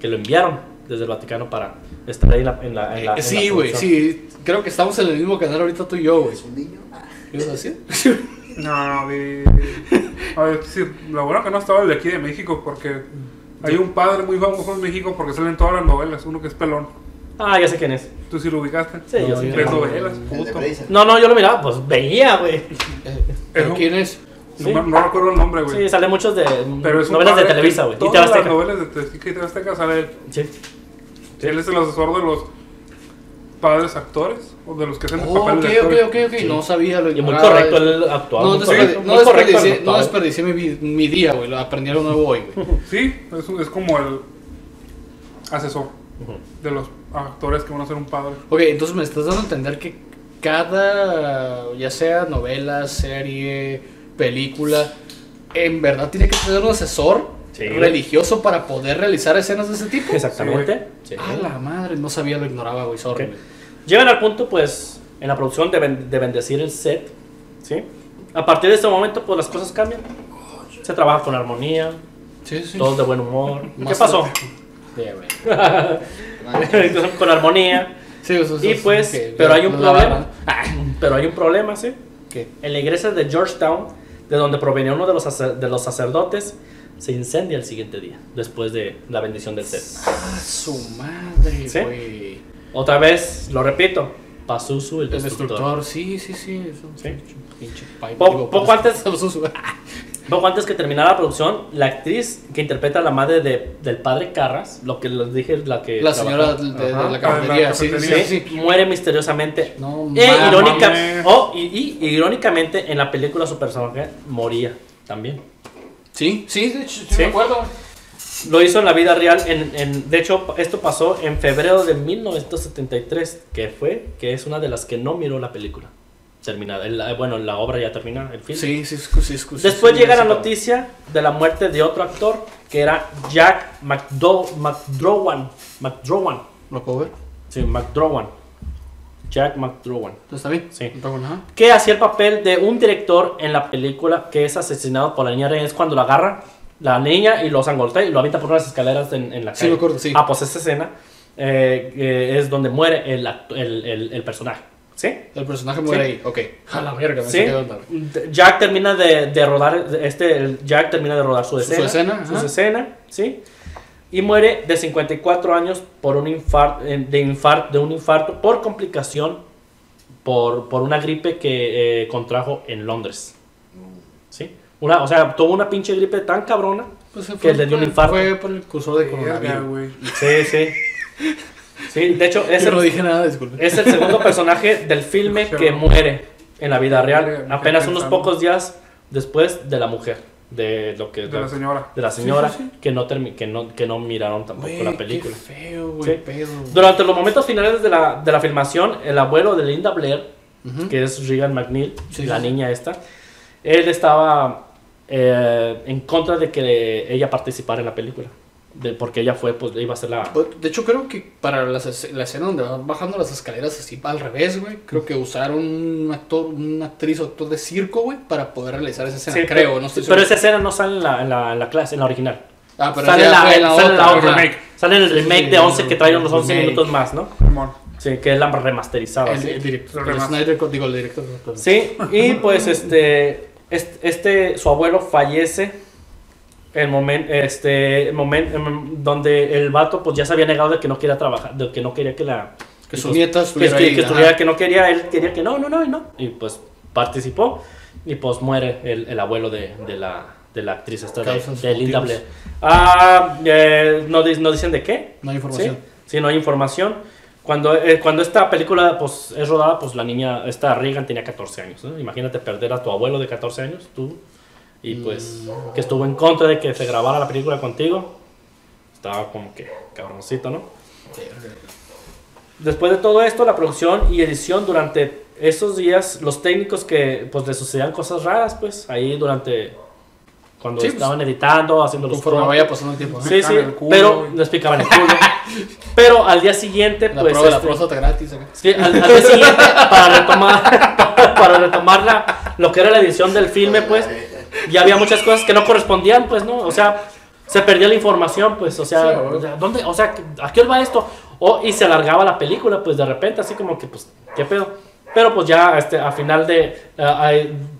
Speaker 3: que lo enviaron desde el Vaticano para estar ahí en la... en la- en la- en
Speaker 1: Eh,
Speaker 3: la
Speaker 1: sí, güey,
Speaker 3: producción.
Speaker 1: sí. Creo que estamos en el mismo canal ahorita tú y yo, güey.
Speaker 4: Es un niño. Ah,
Speaker 1: ¿Ibas a decir?
Speaker 2: No, no, vi. A ver, sí, lo bueno que no estaba el de aquí de México, porque hay un padre muy famoso en México porque salen todas las novelas, uno que es pelón.
Speaker 3: Ah, ya sé quién es.
Speaker 2: ¿Tú sí lo ubicaste?
Speaker 3: Sí, yo
Speaker 1: No,
Speaker 3: sí.
Speaker 1: yo
Speaker 2: Tres
Speaker 1: no.
Speaker 2: novelas,
Speaker 4: El de
Speaker 2: puto.
Speaker 4: Brazen.
Speaker 3: No, no, yo lo miraba, pues veía, güey.
Speaker 1: ¿Pero
Speaker 2: un-
Speaker 1: quién es?
Speaker 2: No, me- no recuerdo el nombre, güey.
Speaker 3: Sí, salen muchos de
Speaker 2: Pero es un
Speaker 3: novelas de
Speaker 2: padre que
Speaker 3: Televisa, güey. Y te
Speaker 2: Todas
Speaker 3: vas
Speaker 2: las novelas de Televisa y TV Azteca sale él.
Speaker 3: Sí.
Speaker 2: Él es el asesor de los padres actores, o de los que hacen el
Speaker 1: Oh,
Speaker 2: papel
Speaker 1: ok,
Speaker 2: de
Speaker 1: ok,
Speaker 2: actores.
Speaker 1: ok, ok. No sabía lo
Speaker 3: Y muy
Speaker 1: ignoraba,
Speaker 3: correcto
Speaker 1: eh.
Speaker 3: el actual.
Speaker 1: No,
Speaker 3: muy correcto,
Speaker 1: desperdicié, no,
Speaker 3: muy correcto el
Speaker 1: desperdicié, no
Speaker 3: actual.
Speaker 1: desperdicié mi, vi- mi día, güey. Lo aprendí algo nuevo hoy,
Speaker 3: [LAUGHS]
Speaker 1: güey.
Speaker 2: Sí, es, un- es como el asesor
Speaker 3: Ujú.
Speaker 2: de los actores que van a ser un padre.
Speaker 1: Ok, entonces me estás dando a entender que cada, ya sea novela, serie, película, en verdad tiene que tener un asesor
Speaker 3: Sí.
Speaker 1: religioso para poder realizar escenas de ese tipo.
Speaker 3: Exactamente. Sí.
Speaker 1: A la madre, no sabía, lo ignoraba, güey.
Speaker 3: Ok.
Speaker 1: Sorry.
Speaker 3: Llegan al punto, pues, en la producción de, ben- de bendecir el set, ¿sí? A partir de este momento, pues, las cosas cambian. Se trabaja con armonía,
Speaker 1: Sí, sí.
Speaker 3: todos de
Speaker 1: [LAUGHS]
Speaker 3: buen humor. ¿Qué
Speaker 1: Más
Speaker 3: pasó?
Speaker 1: Sí, güey.
Speaker 3: [LAUGHS] con armonía.
Speaker 1: Sí, eso- eso-
Speaker 3: Y pues,
Speaker 1: que-
Speaker 3: pero hay un
Speaker 1: la-
Speaker 3: [LAUGHS] problema. Ah, Pero hay un problema, ¿sí?
Speaker 1: ¿Qué?
Speaker 3: En la iglesia de Georgetown, de donde provenía uno de los, sacer- de los sacerdotes, se incendia el siguiente día, después de la bendición del set.
Speaker 1: Ah, su madre,
Speaker 3: ¿Sí?
Speaker 1: güey.
Speaker 3: Otra vez, lo repito, Pazuzu, el
Speaker 1: El
Speaker 3: destructor.
Speaker 1: destructor, sí, sí, sí. eso-
Speaker 3: Sí.
Speaker 1: Pinche pipe,
Speaker 3: Po-
Speaker 1: digo,
Speaker 3: poco
Speaker 1: pues,
Speaker 3: antes-
Speaker 1: [LAUGHS]
Speaker 3: Ah, Poco antes que terminara la producción, la actriz que interpreta a la madre de- del padre Carras, lo que les dije, la que.
Speaker 1: La señora
Speaker 3: trabajaba,
Speaker 1: de, de
Speaker 2: Ajá.
Speaker 1: la cafetería,
Speaker 2: Ah,
Speaker 1: sí, sí,
Speaker 2: cafetería.
Speaker 1: sí,
Speaker 3: ¿sí?
Speaker 1: sí.
Speaker 3: muere misteriosamente.
Speaker 1: No
Speaker 3: e
Speaker 1: mames.
Speaker 3: irónica, oh, y, y irónicamente, en la película su personaje moría también.
Speaker 1: Sí, sí, de hecho, sí,
Speaker 3: ¿Sí?
Speaker 1: me acuerdo.
Speaker 3: Lo hizo en la vida real. En, en- de hecho, esto pasó en febrero de 1973, que fue, que es una de las que no miró la película. Terminada. el- la- bueno, la obra ya termina, el film.
Speaker 1: Sí, sí, escu- sí, escu- sí,
Speaker 3: Después
Speaker 1: sí,
Speaker 3: llega
Speaker 1: sí,
Speaker 3: la
Speaker 1: sí.
Speaker 3: noticia de la muerte de otro actor, que era Jack McDo McDrowan. McDrowan.
Speaker 1: ¿Lo puedo ver?
Speaker 3: Sí, McDrowan. Jack McDrowan.
Speaker 1: ¿Entonces ¿Está bien?
Speaker 3: Sí.
Speaker 1: No tengo nada.
Speaker 3: Que hacía el papel de un director en la película que es asesinado por la niña Rey. Es cuando la agarra la niña y lo sangoltea y lo avienta por unas escaleras en, en la
Speaker 1: Sí,
Speaker 3: calle.
Speaker 1: me acuerdo, sí.
Speaker 3: Ah, pues esa escena eh, eh, es donde muere el, act- el, el- el personaje. ¿Sí?
Speaker 1: El personaje muere
Speaker 3: Sí.
Speaker 1: ahí, ok. A la verga, me
Speaker 3: ¿Sí?
Speaker 1: saqué de onda, güey.
Speaker 3: Jack termina de, de rodar este el Jack termina de rodar su
Speaker 1: Su- su
Speaker 3: escena,
Speaker 1: escena, ajá.
Speaker 3: su escena, sí. Y muere de 54 años por un infarto de infarto de un infarto por complicación por, por una gripe que eh, contrajo en Londres. ¿Sí? Una, o sea, tuvo una pinche gripe tan cabrona.
Speaker 1: Pues se
Speaker 3: Que
Speaker 1: fue
Speaker 3: le dio un
Speaker 1: por-
Speaker 3: infarto.
Speaker 1: Fue por el cursor de
Speaker 2: Verga,
Speaker 1: coronavirus.
Speaker 2: güey.
Speaker 3: Sí, sí. Sí, de hecho es
Speaker 1: Yo no
Speaker 3: el,
Speaker 1: dije nada, disculpe.
Speaker 3: es el segundo personaje del filme que muere en la vida real, apenas unos pocos días después de la mujer, de lo que
Speaker 2: De la señora.
Speaker 3: de la señora
Speaker 1: Sí, sí,
Speaker 3: que no termi- que no que no miraron tampoco
Speaker 1: Güey,
Speaker 3: la película.
Speaker 1: Qué feo, güey,
Speaker 3: Sí.
Speaker 1: pedo. güey.
Speaker 3: Durante los momentos finales de la, de la filmación, el abuelo de Linda Blair,
Speaker 1: Ujú.
Speaker 3: que es Regan McNeil,
Speaker 1: Sí,
Speaker 3: la
Speaker 1: sí, sí.
Speaker 3: niña esta, él estaba eh, en contra de que ella participara en la película, de, porque ella fue pues iba a ser la
Speaker 1: De hecho, creo que para las es- la, escena donde van bajando las escaleras así al revés, güey, creo que usaron un actor, una actriz o actor de circo, güey, para poder realizar esa escena,
Speaker 3: Sí,
Speaker 1: creo,
Speaker 3: pero-
Speaker 1: no estoy
Speaker 3: Pero esa
Speaker 1: seguro.
Speaker 3: escena no sale en la, en la, en la clase, en la original.
Speaker 1: Ah, pero
Speaker 3: sale,
Speaker 1: esa
Speaker 3: en la,
Speaker 1: fue
Speaker 3: sale en la
Speaker 1: otra.
Speaker 3: otra.
Speaker 2: remake.
Speaker 3: Sale en el
Speaker 1: Sí,
Speaker 3: remake
Speaker 1: sí,
Speaker 3: de
Speaker 1: el
Speaker 3: 11 que trae unos 11
Speaker 1: remake.
Speaker 3: minutos más, ¿no?
Speaker 2: Simón.
Speaker 3: Sí, que es la remasterizada.
Speaker 1: El,
Speaker 3: Ah, sí.
Speaker 1: el
Speaker 2: Lo
Speaker 1: director, el
Speaker 2: demás.
Speaker 1: Snyder Cut, digo, el director.
Speaker 3: Sí, y pues este, est- este, su abuelo fallece el momento, este, el momento donde el vato pues ya se había negado de que no quería trabajar, de que no quería que la
Speaker 1: Que su
Speaker 3: pues,
Speaker 1: nieta
Speaker 3: que-
Speaker 1: estuviera
Speaker 3: que,
Speaker 1: ahí,
Speaker 3: que
Speaker 1: ajá.
Speaker 3: estuviera, que no quería, él quería que no, no, no, no, y pues participó y pues muere el, el abuelo de, de la de la actriz esta de,
Speaker 1: Causas
Speaker 3: de Linda
Speaker 1: motivos.
Speaker 3: Blair. Ah, eh, no, di- no dicen de qué,
Speaker 1: No hay información.
Speaker 3: Sí, sí, no hay información. Cuando, eh, cuando esta película pues, es rodada, pues la niña, esta Reagan tenía 14 años. ¿no? Imagínate perder a tu abuelo de 14 años, tú, y pues
Speaker 1: Mm.
Speaker 3: que estuvo en contra de que se grabara la película contigo. Estaba como que cabroncito, ¿no?
Speaker 1: pues,
Speaker 3: Después de todo esto, la producción y edición durante esos días, los técnicos que pues le sucedían cosas raras, pues ahí durante cuando
Speaker 1: Sí, pues,
Speaker 3: estaban editando, haciendo los
Speaker 1: Conforme
Speaker 3: cortes.
Speaker 1: vaya pasando el tiempo. ¿eh?
Speaker 3: Sí, sí,
Speaker 2: picaban el culo,
Speaker 3: pero
Speaker 2: güey.
Speaker 3: les picaban el culo. Pero al día siguiente,
Speaker 1: La
Speaker 3: pues.
Speaker 1: prueba de la
Speaker 3: este,
Speaker 1: próstata gratis. acá.
Speaker 3: sí, al, al día siguiente, para retomar, [LAUGHS] para retomar la- lo que era la edición del filme, pues,
Speaker 4: eh,
Speaker 3: ya había muchas cosas que no correspondían, pues, ¿no? O sea, se perdía la información, pues, o sea,
Speaker 1: Sí, güey.
Speaker 3: o sea, ¿dónde? O sea, ¿a qué hora va esto? O, y se alargaba la película, pues, de repente, así como que, pues, ¿qué pedo? Pero, pues, ya este, a final de... a- a-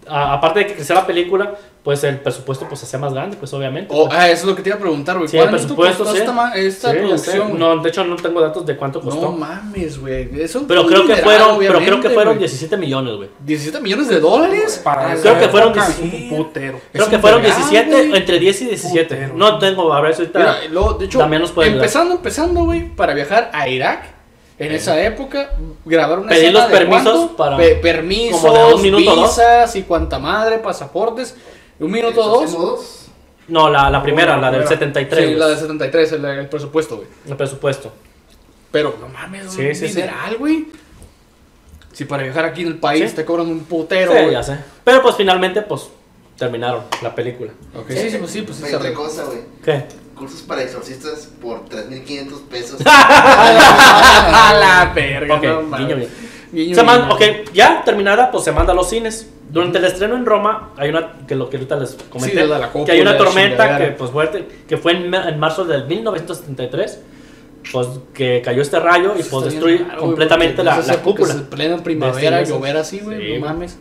Speaker 3: a- aparte de que creció la película, pues, el presupuesto, pues, se hacía más grande, pues, obviamente.
Speaker 1: O- ah, eso es lo que te iba a preguntar, güey.
Speaker 3: Sí, el
Speaker 1: ¿Cuánto
Speaker 3: presupuesto,
Speaker 1: costó
Speaker 3: sí.
Speaker 1: esta, ma- esta
Speaker 3: Sí, ya sé.
Speaker 1: producción? güey?
Speaker 3: No, de hecho, no tengo datos de cuánto
Speaker 1: No
Speaker 3: costó.
Speaker 1: mames, güey. Es un
Speaker 3: pero, creo que
Speaker 1: dineral,
Speaker 3: fueron, pero creo
Speaker 1: obviamente,
Speaker 3: que fueron
Speaker 1: güey.
Speaker 3: 17 millones, güey.
Speaker 1: 17 millones de dólares.
Speaker 2: Para
Speaker 4: Creo
Speaker 2: esa
Speaker 3: que fueron
Speaker 2: época es
Speaker 3: 17.
Speaker 2: un putero.
Speaker 3: Creo
Speaker 1: un
Speaker 3: que fueron
Speaker 1: vergal,
Speaker 3: 17,
Speaker 1: güey.
Speaker 3: entre 10 y 17.
Speaker 2: Putero.
Speaker 3: No tengo, a ver, eso ahorita-
Speaker 1: Mira, luego, de hecho,
Speaker 3: Damián nos puede ayudar.
Speaker 1: empezando, empezando, güey, para viajar a Irak. En esa época, grabar una
Speaker 3: Pedir
Speaker 1: escena
Speaker 3: los
Speaker 1: de
Speaker 3: permisos
Speaker 1: cuánto,
Speaker 3: para-
Speaker 1: pe- permisos,
Speaker 3: como de un minuto, ¿no?
Speaker 1: visas y cuánta madre, pasaportes. Un minuto o dos.
Speaker 4: dos.
Speaker 3: No, la, la primera,
Speaker 2: la
Speaker 3: la del
Speaker 2: primera.
Speaker 3: 73.
Speaker 1: Sí,
Speaker 3: güey.
Speaker 1: la de 73, el, el presupuesto, güey.
Speaker 3: El presupuesto.
Speaker 1: Pero no mames,
Speaker 3: Sí,
Speaker 1: un
Speaker 3: sí, sí.
Speaker 1: dineral, güey. Si para viajar aquí en el país
Speaker 3: Sí.
Speaker 1: te cobran un putero,
Speaker 3: Sí,
Speaker 1: güey.
Speaker 3: ya sé. Pero pues finalmente, pues terminaron la película.
Speaker 1: Ok, sí, sí, pues sí, pues sí. se
Speaker 4: Otra
Speaker 1: arregló.
Speaker 4: cosa, güey.
Speaker 3: ¿Qué?
Speaker 4: Cursos para exorcistas por 3.500
Speaker 3: [LAUGHS]
Speaker 4: pesos.
Speaker 1: A [LAUGHS] la verga,
Speaker 3: Ok,
Speaker 1: no mames.
Speaker 3: guiño, guiño.
Speaker 1: Guiño,
Speaker 3: Se man-
Speaker 1: guiño.
Speaker 3: ok, ya terminada, pues se manda a los cines. Durante el estreno en Roma, hay una que lo que ahorita les comenté,
Speaker 1: de la cópula,
Speaker 3: que hay una
Speaker 1: la
Speaker 3: tormenta
Speaker 1: chingadera.
Speaker 3: que, pues, fuerte, que fue en, ma- en marzo del 1973, pues que cayó este rayo y
Speaker 1: Eso
Speaker 3: pues
Speaker 1: está bien
Speaker 3: destruye
Speaker 1: raro, güey,
Speaker 3: completamente
Speaker 1: porque
Speaker 3: la,
Speaker 1: en esas
Speaker 3: la
Speaker 1: épocas,
Speaker 3: cúpula.
Speaker 1: En plena primavera,
Speaker 3: Desde esas-
Speaker 1: llover así, güey,
Speaker 3: Sí.
Speaker 1: no mames.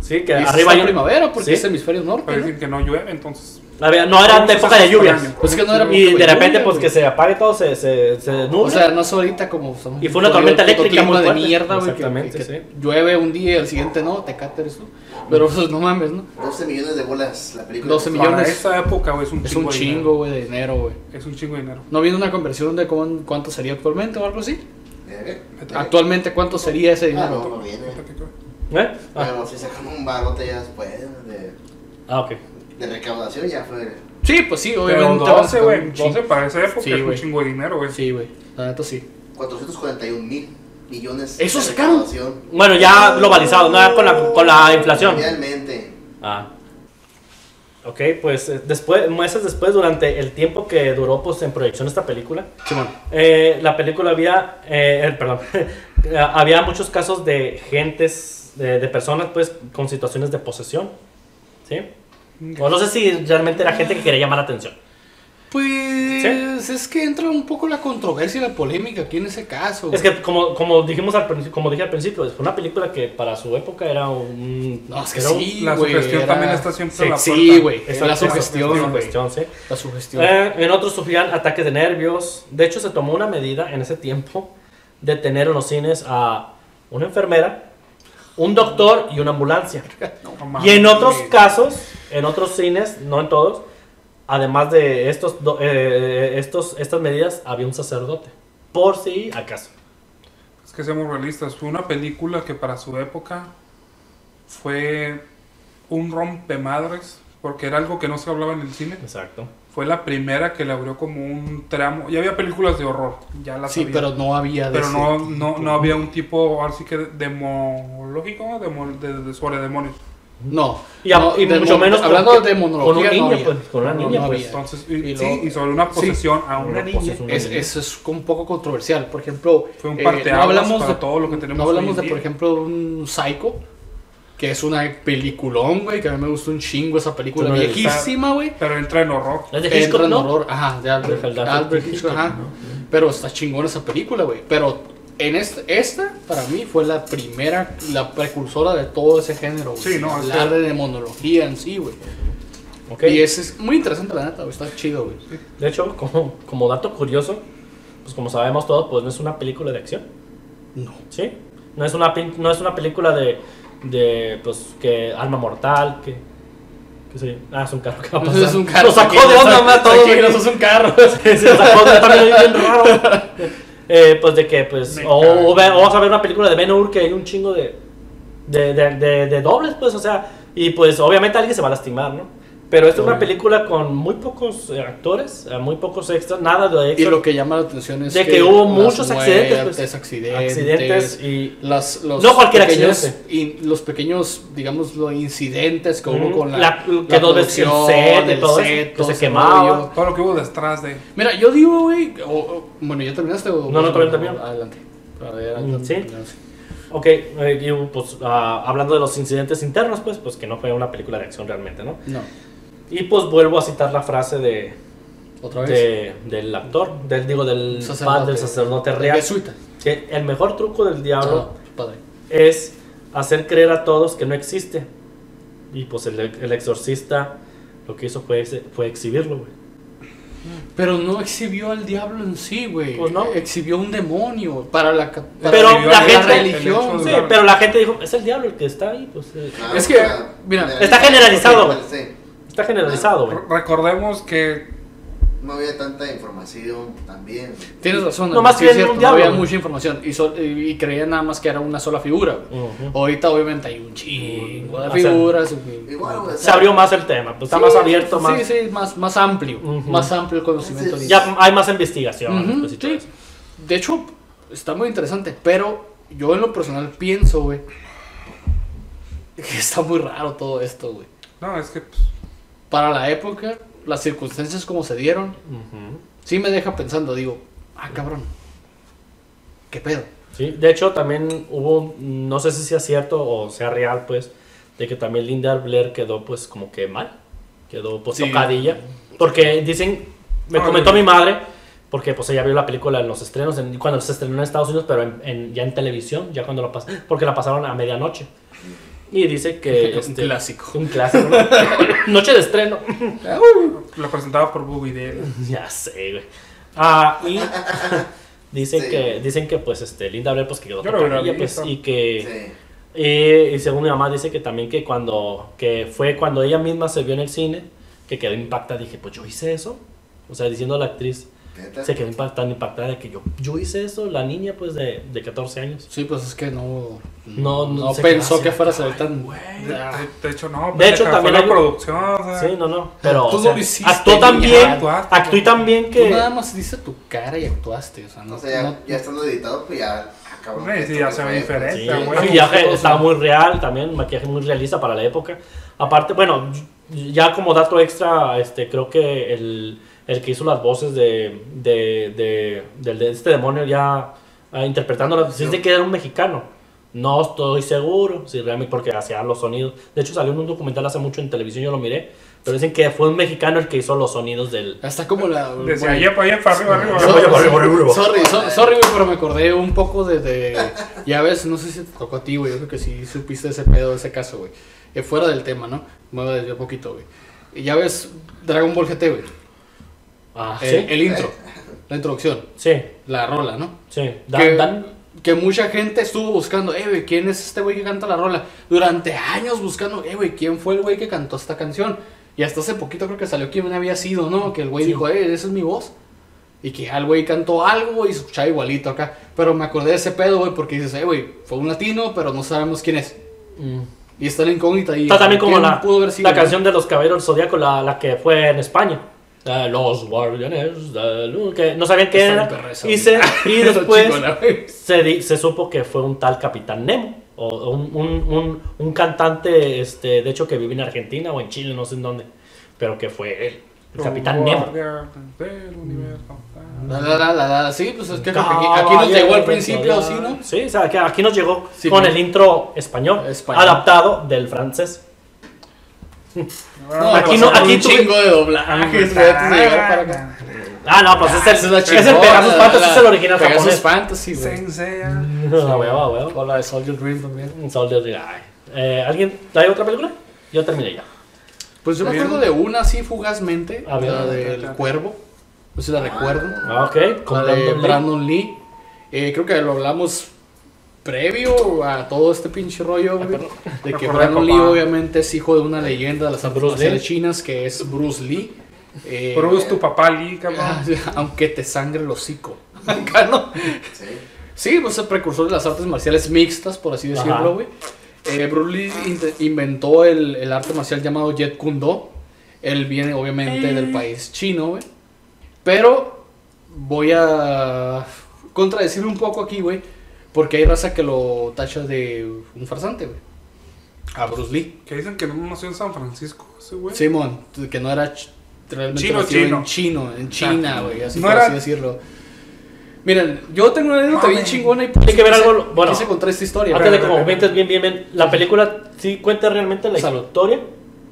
Speaker 3: Sí, que
Speaker 1: Y esa es
Speaker 3: arriba
Speaker 1: la
Speaker 3: hay un-
Speaker 1: primavera porque
Speaker 3: sí.
Speaker 1: es hemisferio norte.
Speaker 2: Pero
Speaker 1: ¿no?
Speaker 2: dicen que no llueve, entonces.
Speaker 3: La vea- no era de época de lluvias.
Speaker 1: Pues que no era
Speaker 3: Y de
Speaker 1: época
Speaker 3: repente,
Speaker 1: lluvia,
Speaker 3: pues
Speaker 1: güey.
Speaker 3: que se apague todo, se, se, se nubla.
Speaker 1: O sea, no es ahorita como. son-
Speaker 3: Y fue una tormenta
Speaker 1: todo el
Speaker 3: eléctrica
Speaker 1: clima
Speaker 3: muy
Speaker 1: de
Speaker 3: fuerte.
Speaker 1: mierda, güey. que-
Speaker 3: Exactamente,
Speaker 1: que
Speaker 3: sí.
Speaker 1: Llueve un día y al siguiente no, te cáteres tú. Pero pues no mames, ¿no?
Speaker 4: 12 millones de bolas la película.
Speaker 1: 12 millones.
Speaker 2: Para esa época, güey, es un
Speaker 1: Es
Speaker 2: chingo.
Speaker 1: un
Speaker 2: de dinero.
Speaker 1: chingo, güey, de dinero, güey.
Speaker 2: Es un chingo de dinero.
Speaker 1: ¿No viene una conversión de cómo- cuánto sería actualmente o algo así?
Speaker 4: Eh, eh.
Speaker 1: Actualmente, ¿cuánto sería ese
Speaker 4: Ah,
Speaker 1: dinero?
Speaker 4: no, no viene.
Speaker 3: ¿Eh? Ah,
Speaker 4: Pero si sacan un barote ya después de,
Speaker 1: eh.
Speaker 3: ah, ok.
Speaker 4: de recaudación, ya fue.
Speaker 1: Sí, pues sí,
Speaker 2: Pero
Speaker 1: obviamente. vamos a
Speaker 2: 12, güey.
Speaker 1: un chingo.
Speaker 2: 12 para esa época
Speaker 1: Sí,
Speaker 2: es un
Speaker 1: güey.
Speaker 2: chingo de dinero,
Speaker 3: pues.
Speaker 2: güey.
Speaker 1: Sí, güey. La neta sí.
Speaker 4: 441 mil millones.
Speaker 1: ¿Eso
Speaker 4: de
Speaker 1: sacaron?
Speaker 4: recaudación.
Speaker 3: Bueno, ya globalizado, ¿no? Ya Con la, con la inflación.
Speaker 4: Realmente.
Speaker 3: Ah. Ok, pues eh, después, meses después, durante el tiempo que duró pues, en proyección esta película,
Speaker 1: Simón.
Speaker 3: eh, la película había, eh, eh, perdón, [LAUGHS] eh, había muchos casos de gentes, de, de personas pues con situaciones de posesión, ¿sí? O no sé si realmente era gente que quería llamar la atención.
Speaker 1: Pues es que entra un poco la controversia y la polémica aquí en ese caso. güey.
Speaker 3: Es que como, como dijimos al principio, como dije al principio, fue una película que para su época era un...
Speaker 1: No, es que
Speaker 3: era un-
Speaker 1: sí,
Speaker 2: La
Speaker 1: güey,
Speaker 2: sugestión
Speaker 1: era-
Speaker 2: también está siempre
Speaker 3: Sí,
Speaker 2: a la
Speaker 1: sí,
Speaker 2: puerta.
Speaker 1: güey.
Speaker 3: Esa-
Speaker 1: la
Speaker 3: esa-
Speaker 1: sugestión,
Speaker 3: esa
Speaker 1: güey.
Speaker 3: sugestión, sí.
Speaker 1: La sugestión.
Speaker 3: Eh, en otros sufrían ataques de nervios. De hecho, se tomó una medida en ese tiempo de tener en los cines a una enfermera, un doctor y una ambulancia.
Speaker 2: No mames,
Speaker 3: Y en otros
Speaker 2: güey.
Speaker 3: casos, en otros cines, no en todos, además de estos, do- eh, estos, estas medidas, había un sacerdote. Por si acaso.
Speaker 2: Es que seamos realistas. Fue una película que para su época fue un rompemadres. Porque era algo que no se hablaba en el cine.
Speaker 3: Exacto.
Speaker 2: Fue la primera que le abrió como un tramo. Ya había películas de horror. Ya las
Speaker 1: sí,
Speaker 2: había.
Speaker 1: pero no había de
Speaker 2: Pero
Speaker 1: ese
Speaker 2: no,
Speaker 1: tipo.
Speaker 2: no, no había un tipo, así que demológico, ¿no? Demo- de, de- sobre demonios.
Speaker 1: No.
Speaker 3: Y, a-
Speaker 1: No,
Speaker 3: y
Speaker 1: de
Speaker 3: mucho
Speaker 1: mon-
Speaker 3: menos con-
Speaker 1: hablando de
Speaker 3: con un
Speaker 1: demonología. no
Speaker 3: niño,
Speaker 1: había.
Speaker 3: pues, con una
Speaker 1: No,
Speaker 3: niña,
Speaker 1: no
Speaker 3: pues.
Speaker 1: había.
Speaker 2: Entonces, y,
Speaker 1: Y
Speaker 2: sí,
Speaker 1: luego-
Speaker 2: y sobre una
Speaker 1: sí.
Speaker 2: posesión a una
Speaker 3: Una
Speaker 2: niña.
Speaker 3: posesión.
Speaker 1: Es- eso es un poco controversial. Por ejemplo,
Speaker 2: Fue un
Speaker 1: eh,
Speaker 2: parteaguas para todo lo que tenemos
Speaker 1: No hablamos
Speaker 2: hoy
Speaker 1: de,
Speaker 2: en
Speaker 1: por
Speaker 2: día.
Speaker 1: ejemplo, un Psycho, que es una peliculón, güey, que a mí me gustó un chingo esa película.
Speaker 3: Tú no le gustas.
Speaker 1: viejísima, güey.
Speaker 2: Pero entra en horror.
Speaker 3: Es de Hitchcock,
Speaker 1: Entra en
Speaker 3: ¿no?
Speaker 1: horror, ajá, de Albert,
Speaker 3: Alfred
Speaker 1: Alfred
Speaker 3: Hitchcock,
Speaker 1: Hitchcock, ajá. Pero está chingona esa película, güey. Pero en esta, esta, para mí, fue la primera, la precursora de todo ese género, güey.
Speaker 2: Sí, no, es
Speaker 1: Hablar
Speaker 2: que-
Speaker 1: de demonología en sí, güey.
Speaker 3: Ok.
Speaker 1: Y ese es muy interesante, la neta, güey. Está chido, güey.
Speaker 3: De hecho, como, como dato curioso, pues como sabemos todos, pues no es una película de acción,
Speaker 1: No.
Speaker 3: ¿sí? No es una, pin- no es una película de, de, pues, que alma mortal, que... que sé yo. Ah, es un carro que va a pasar.
Speaker 1: Entonces [LAUGHS] es un carro.
Speaker 3: Nos sacó de onda más todo.
Speaker 1: Tranquilos, es un carro.
Speaker 3: [LAUGHS] Sí, sí, esa cosa también es bien raro. Eh, pues de que, pues,
Speaker 2: Me
Speaker 3: o,
Speaker 2: cago.
Speaker 3: o ve- o vas a ver una película de Ben Hur que hay un chingo de de, de, de- de dobles, pues, o sea, y pues obviamente alguien se va a lastimar, ¿no? Pero es una película con muy pocos eh, actores, eh, muy pocos extras, nada de
Speaker 1: Y
Speaker 3: extras.
Speaker 1: lo que llama la atención es
Speaker 3: De que hubo
Speaker 1: las
Speaker 3: muchos accidentes, pues.
Speaker 1: muertes, accidentes,
Speaker 3: accidentes y
Speaker 1: las, los
Speaker 3: No cualquier
Speaker 1: pequeños,
Speaker 3: accidente.
Speaker 1: y los pequeños, digamos, los incidentes que hubo
Speaker 3: Ujú.
Speaker 1: con la,
Speaker 3: La- que
Speaker 1: la
Speaker 3: dos veces el
Speaker 1: producción,
Speaker 3: set y todo eso, que
Speaker 1: todo
Speaker 3: se
Speaker 1: ese
Speaker 3: quemaba.
Speaker 1: rollo.
Speaker 2: Todo lo que hubo detrás de.
Speaker 1: Mira, yo digo, güey, o- o- bueno, ¿ya terminaste o...?
Speaker 3: No, no, todavía no termino.
Speaker 1: Adelante. A ver,
Speaker 3: Mm, ¿sí?
Speaker 1: adelante.
Speaker 3: Ok, eh, y, pues ah, hablando de los incidentes internos, pues, pues que no fue una película de acción realmente, ¿no?
Speaker 1: No,
Speaker 3: Y pues vuelvo a citar la frase de,
Speaker 1: otra vez.
Speaker 3: de- del actor, del, digo, del padre, del sacerdote
Speaker 1: El
Speaker 3: real,
Speaker 1: Jesuita.
Speaker 3: que el mejor truco del diablo
Speaker 1: Ah, padre.
Speaker 3: es hacer creer a todos que no existe. Y pues el, el exorcista lo que hizo fue, ex- fue exhibirlo, güey.
Speaker 1: Pero no exhibió al diablo en sí, güey.
Speaker 3: Pues no.
Speaker 1: Exhibió un demonio para la... ca- para
Speaker 3: Pero
Speaker 2: Vivió
Speaker 3: la
Speaker 2: el-
Speaker 3: gente-
Speaker 2: el
Speaker 1: religión,
Speaker 2: hecho de
Speaker 3: Sí,
Speaker 2: hablar.
Speaker 3: pero la gente dijo, es el diablo el que está ahí, pues eh,
Speaker 4: Ah,
Speaker 1: Es
Speaker 4: o
Speaker 1: que,
Speaker 4: sea,
Speaker 1: mira,
Speaker 3: está generalizado, güey.
Speaker 4: pues, Sí.
Speaker 3: está generalizado, güey.
Speaker 2: Re- Recordemos que
Speaker 4: No había tanta información también. güey.
Speaker 1: Tienes razón,
Speaker 3: Nomás
Speaker 1: sí es
Speaker 3: creían en
Speaker 1: cierto,
Speaker 3: un
Speaker 1: no había
Speaker 3: diablo, güey.
Speaker 1: mucha información y, sol- y y creían nada más que era una sola figura. güey.
Speaker 3: Ujú.
Speaker 1: Ahorita obviamente hay un chingo de
Speaker 3: O sea,
Speaker 1: figuras.
Speaker 4: Igual, güey, o
Speaker 3: Se
Speaker 4: sea,
Speaker 3: abrió más el tema, pues está más abierto, más...
Speaker 1: Sí, sí, más, más amplio.
Speaker 3: Ujú.
Speaker 1: Más amplio el conocimiento.
Speaker 4: Sí,
Speaker 1: de-
Speaker 3: Ya hay más investigación.
Speaker 1: Ujú,
Speaker 3: pues, y todo
Speaker 1: sí.
Speaker 3: eso.
Speaker 1: De hecho, está muy interesante, pero yo en lo personal pienso, güey, que [LAUGHS] está muy raro todo esto, güey.
Speaker 2: No, es que pues,
Speaker 1: Para la época, las circunstancias como se dieron,
Speaker 3: Ujú.
Speaker 1: sí me deja pensando, digo, ah, cabrón, ¿qué pedo?
Speaker 3: Sí, de hecho también hubo, no sé si sea cierto o sea real, pues, de que también Linda Blair quedó pues como que mal, quedó pues
Speaker 1: Sí.
Speaker 3: tocadilla, porque dicen, me
Speaker 2: Ah,
Speaker 3: comentó
Speaker 2: no.
Speaker 3: mi madre, porque pues ella vio la película en los estrenos, en- cuando se estrenó en Estados Unidos, pero en- en- ya en televisión, ya cuando la pas- porque la pasaron a medianoche. Y dice que...
Speaker 2: [LAUGHS]
Speaker 3: este,
Speaker 1: Un clásico.
Speaker 3: Un clásico. ¿no? [LAUGHS] Noche de estreno. [LAUGHS]
Speaker 2: lo presentaba por Bobby Dale.
Speaker 3: Ya sé, güey. Ah, y [LAUGHS] dicen
Speaker 4: Sí.
Speaker 3: que dicen que pues este Linda Blair pues que quedó
Speaker 2: Yo lo hubiera
Speaker 3: tocadilla, pues,
Speaker 2: visto.
Speaker 3: y que
Speaker 4: sí.
Speaker 3: y, y según mi mamá dice que también que cuando que fue cuando ella misma se vio en el cine que quedó impactada, dije, pues yo hice eso. O sea, diciendo a la actriz,
Speaker 4: Neta.
Speaker 3: se quedó impactada, impactada de que yo yo hice eso, la niña pues de, de 14 años.
Speaker 1: Sí, pues es que no.
Speaker 3: No, no se
Speaker 1: pensó
Speaker 3: quedó
Speaker 1: que
Speaker 3: así,
Speaker 1: fuera a ser
Speaker 3: ay,
Speaker 1: tan.
Speaker 3: güey.
Speaker 2: De,
Speaker 1: Ah,
Speaker 2: de- de hecho, no.
Speaker 3: De hecho,
Speaker 2: pendeja,
Speaker 3: también
Speaker 2: fue
Speaker 3: hay-
Speaker 2: la producción. o sea,
Speaker 3: Sí, no, no,
Speaker 1: Tú
Speaker 3: pero o
Speaker 1: no
Speaker 3: sea,
Speaker 1: lo hiciste,
Speaker 3: actuó
Speaker 1: niña,
Speaker 3: también,
Speaker 2: actuaste,
Speaker 3: actué
Speaker 2: güey.
Speaker 3: también
Speaker 1: Tú
Speaker 3: que
Speaker 1: nada más diste tu cara y actuaste. O sea, no.
Speaker 4: O sea, ya,
Speaker 1: no-
Speaker 4: ya estando editado, pues ya. ah, cabrón,
Speaker 2: Sí,
Speaker 4: esto
Speaker 2: ya
Speaker 4: que
Speaker 2: se ve
Speaker 4: fue,
Speaker 2: diferente,
Speaker 3: Sí,
Speaker 2: Está
Speaker 3: el
Speaker 2: bueno.
Speaker 3: maquillaje estaba muy real también, maquillaje muy realista para la época. Aparte, bueno, ya como dato extra, este, creo que el, el que hizo las voces de, de, de, del- de este demonio ya ah, interpretándolas,
Speaker 4: Sí.
Speaker 3: dice que era un mexicano. No estoy seguro, si realmente, porque hacía los sonidos. De hecho, salió en un documental hace mucho en televisión, yo lo miré, pero dicen que fue un mexicano el que hizo los sonidos del...
Speaker 1: Está como la.
Speaker 2: Decía,
Speaker 1: bueno,
Speaker 2: allá para allá, para arriba, arriba.
Speaker 1: so-
Speaker 3: Oye,
Speaker 2: arriba".
Speaker 3: oye, oye, oye.
Speaker 1: Sorry, so- sorry, güey, pero me acordé un poco de, de- Ya ves, no sé si te tocó a ti, güey. Yo creo que sí supiste ese pedo, ese caso, güey. Eh, fuera del tema, ¿no? Me voy a desviar un poquito, güey. Y ya ves Dragon Ball GT, güey.
Speaker 3: Ah,
Speaker 1: El,
Speaker 3: sí,
Speaker 1: el intro, la introducción,
Speaker 3: sí,
Speaker 1: la rola, ¿no?
Speaker 3: sí.
Speaker 1: que,
Speaker 3: Dan, Dan,
Speaker 1: que mucha gente estuvo buscando, eh, güey, ¿quién es este güey que canta la rola? Durante años buscando, eh, güey, ¿quién fue el güey que cantó esta canción? Y hasta hace poquito creo que salió quién había sido, ¿no? Que el güey
Speaker 3: Sí.
Speaker 1: dijo, eh, esa es mi voz. Y que al güey cantó algo y se escuchaba igualito acá. Pero me acordé de ese pedo, güey, porque dices, eh, güey, fue un latino, pero no sabemos quién es.
Speaker 3: mm.
Speaker 1: Y está la incógnita ahí.
Speaker 3: Está también como
Speaker 1: ¿Quién
Speaker 3: la,
Speaker 1: pudo haber sido,
Speaker 3: la
Speaker 1: no?
Speaker 3: canción de los caballeros del Zodíaco, la, la que fue en España. Eh, los guardianes de luz, que no sabían qué
Speaker 1: Está bien
Speaker 3: era.
Speaker 1: perra esa, güey.
Speaker 3: Y,
Speaker 1: [LAUGHS]
Speaker 3: se, y
Speaker 1: Está
Speaker 3: después
Speaker 1: chingona, güey.
Speaker 3: se, di- se supo que fue un tal Capitán Nemo, o o un, un- un- un cantante, este, de hecho, que vive en Argentina o en Chile, no sé en dónde, pero que fue él, el Capitán Nemo.
Speaker 2: Guardia del universo. Ah.
Speaker 1: La, la, la, la, la, sí, pues es que aquí, aquí nos llegó al principio, así, ¿no?
Speaker 3: Sí, o sea, que aquí nos llegó
Speaker 1: Sí,
Speaker 3: con
Speaker 1: bien.
Speaker 3: el intro español,
Speaker 1: Español.
Speaker 3: adaptado del francés.
Speaker 1: No,
Speaker 3: aquí
Speaker 1: aquí
Speaker 3: no-
Speaker 1: no,
Speaker 3: aquí
Speaker 1: un
Speaker 3: tú-
Speaker 1: chingo de
Speaker 2: Ah,
Speaker 1: doblajes, güey, antes de llegar para acá.
Speaker 3: Ah, no, pues es
Speaker 1: Esa
Speaker 3: el,
Speaker 1: la
Speaker 3: es el
Speaker 1: chingona,
Speaker 3: Pegasus
Speaker 1: la-
Speaker 3: Fantasy,
Speaker 1: la-
Speaker 3: es el original
Speaker 1: Pegasus
Speaker 3: japonés.
Speaker 1: Fantasy, güey.
Speaker 2: Sensea.
Speaker 3: [LAUGHS] Ah, huevo, huevo. Mm,
Speaker 1: O la de Soldier Dream también.
Speaker 3: Un Soldier Lee, ay. Eh, ¿Alguien trae otra película? Yo terminé ya.
Speaker 1: Pues yo me
Speaker 2: Bien.
Speaker 1: acuerdo de una así fugazmente,
Speaker 3: A ver,
Speaker 1: la
Speaker 3: a ver,
Speaker 1: del
Speaker 2: a ver.
Speaker 1: cuervo. No sé si la recuerdo.
Speaker 3: Ah, ok,
Speaker 1: La
Speaker 3: con
Speaker 1: de
Speaker 3: Brandon Lee.
Speaker 1: Brandon Lee. Eh, creo que lo hablamos previo a todo este pinche rollo, güey, De que
Speaker 2: Recordé,
Speaker 1: Brandon Lee
Speaker 2: papá.
Speaker 1: obviamente es hijo de una leyenda de las artes
Speaker 3: Bruce
Speaker 1: marciales
Speaker 3: Lee.
Speaker 1: chinas que es Bruce Lee. Eh,
Speaker 2: Bruce, tu papá, Lee, cabrón.
Speaker 1: [LAUGHS] Aunque te sangre el hocico. [LAUGHS] Acá no.
Speaker 4: Sí.
Speaker 1: Sí, pues el precursor de las artes marciales mixtas, por así
Speaker 3: Ajá.
Speaker 1: decirlo, güey. Eh, Bruce Lee in- inventó el, el arte marcial llamado Jet Kundo, Él viene obviamente del país chino, güey. Pero voy a contradecir un poco aquí, güey. Porque hay raza que lo tacha de un farsante, güey. A Bruce Lee.
Speaker 2: Que dicen que no nació en San Francisco ese güey.
Speaker 1: Simón, que no era ch- realmente
Speaker 2: Pues, Chino,
Speaker 1: nacido en
Speaker 2: chino. Ah.
Speaker 1: chino, en China, güey, así
Speaker 2: No
Speaker 1: por
Speaker 2: era-
Speaker 1: así decirlo. Miren, yo tengo una anécdota bien
Speaker 2: Mames.
Speaker 1: chingona y por
Speaker 3: Hay que ver
Speaker 1: eso
Speaker 3: algo-
Speaker 1: quise-
Speaker 3: bueno, Ah,
Speaker 1: quise contar esta historia.
Speaker 3: Antes de
Speaker 2: Espera,
Speaker 3: como
Speaker 2: espera,
Speaker 3: comentes bien, bien, bien, ¿la película sí cuenta realmente la
Speaker 1: Salud.
Speaker 3: historia?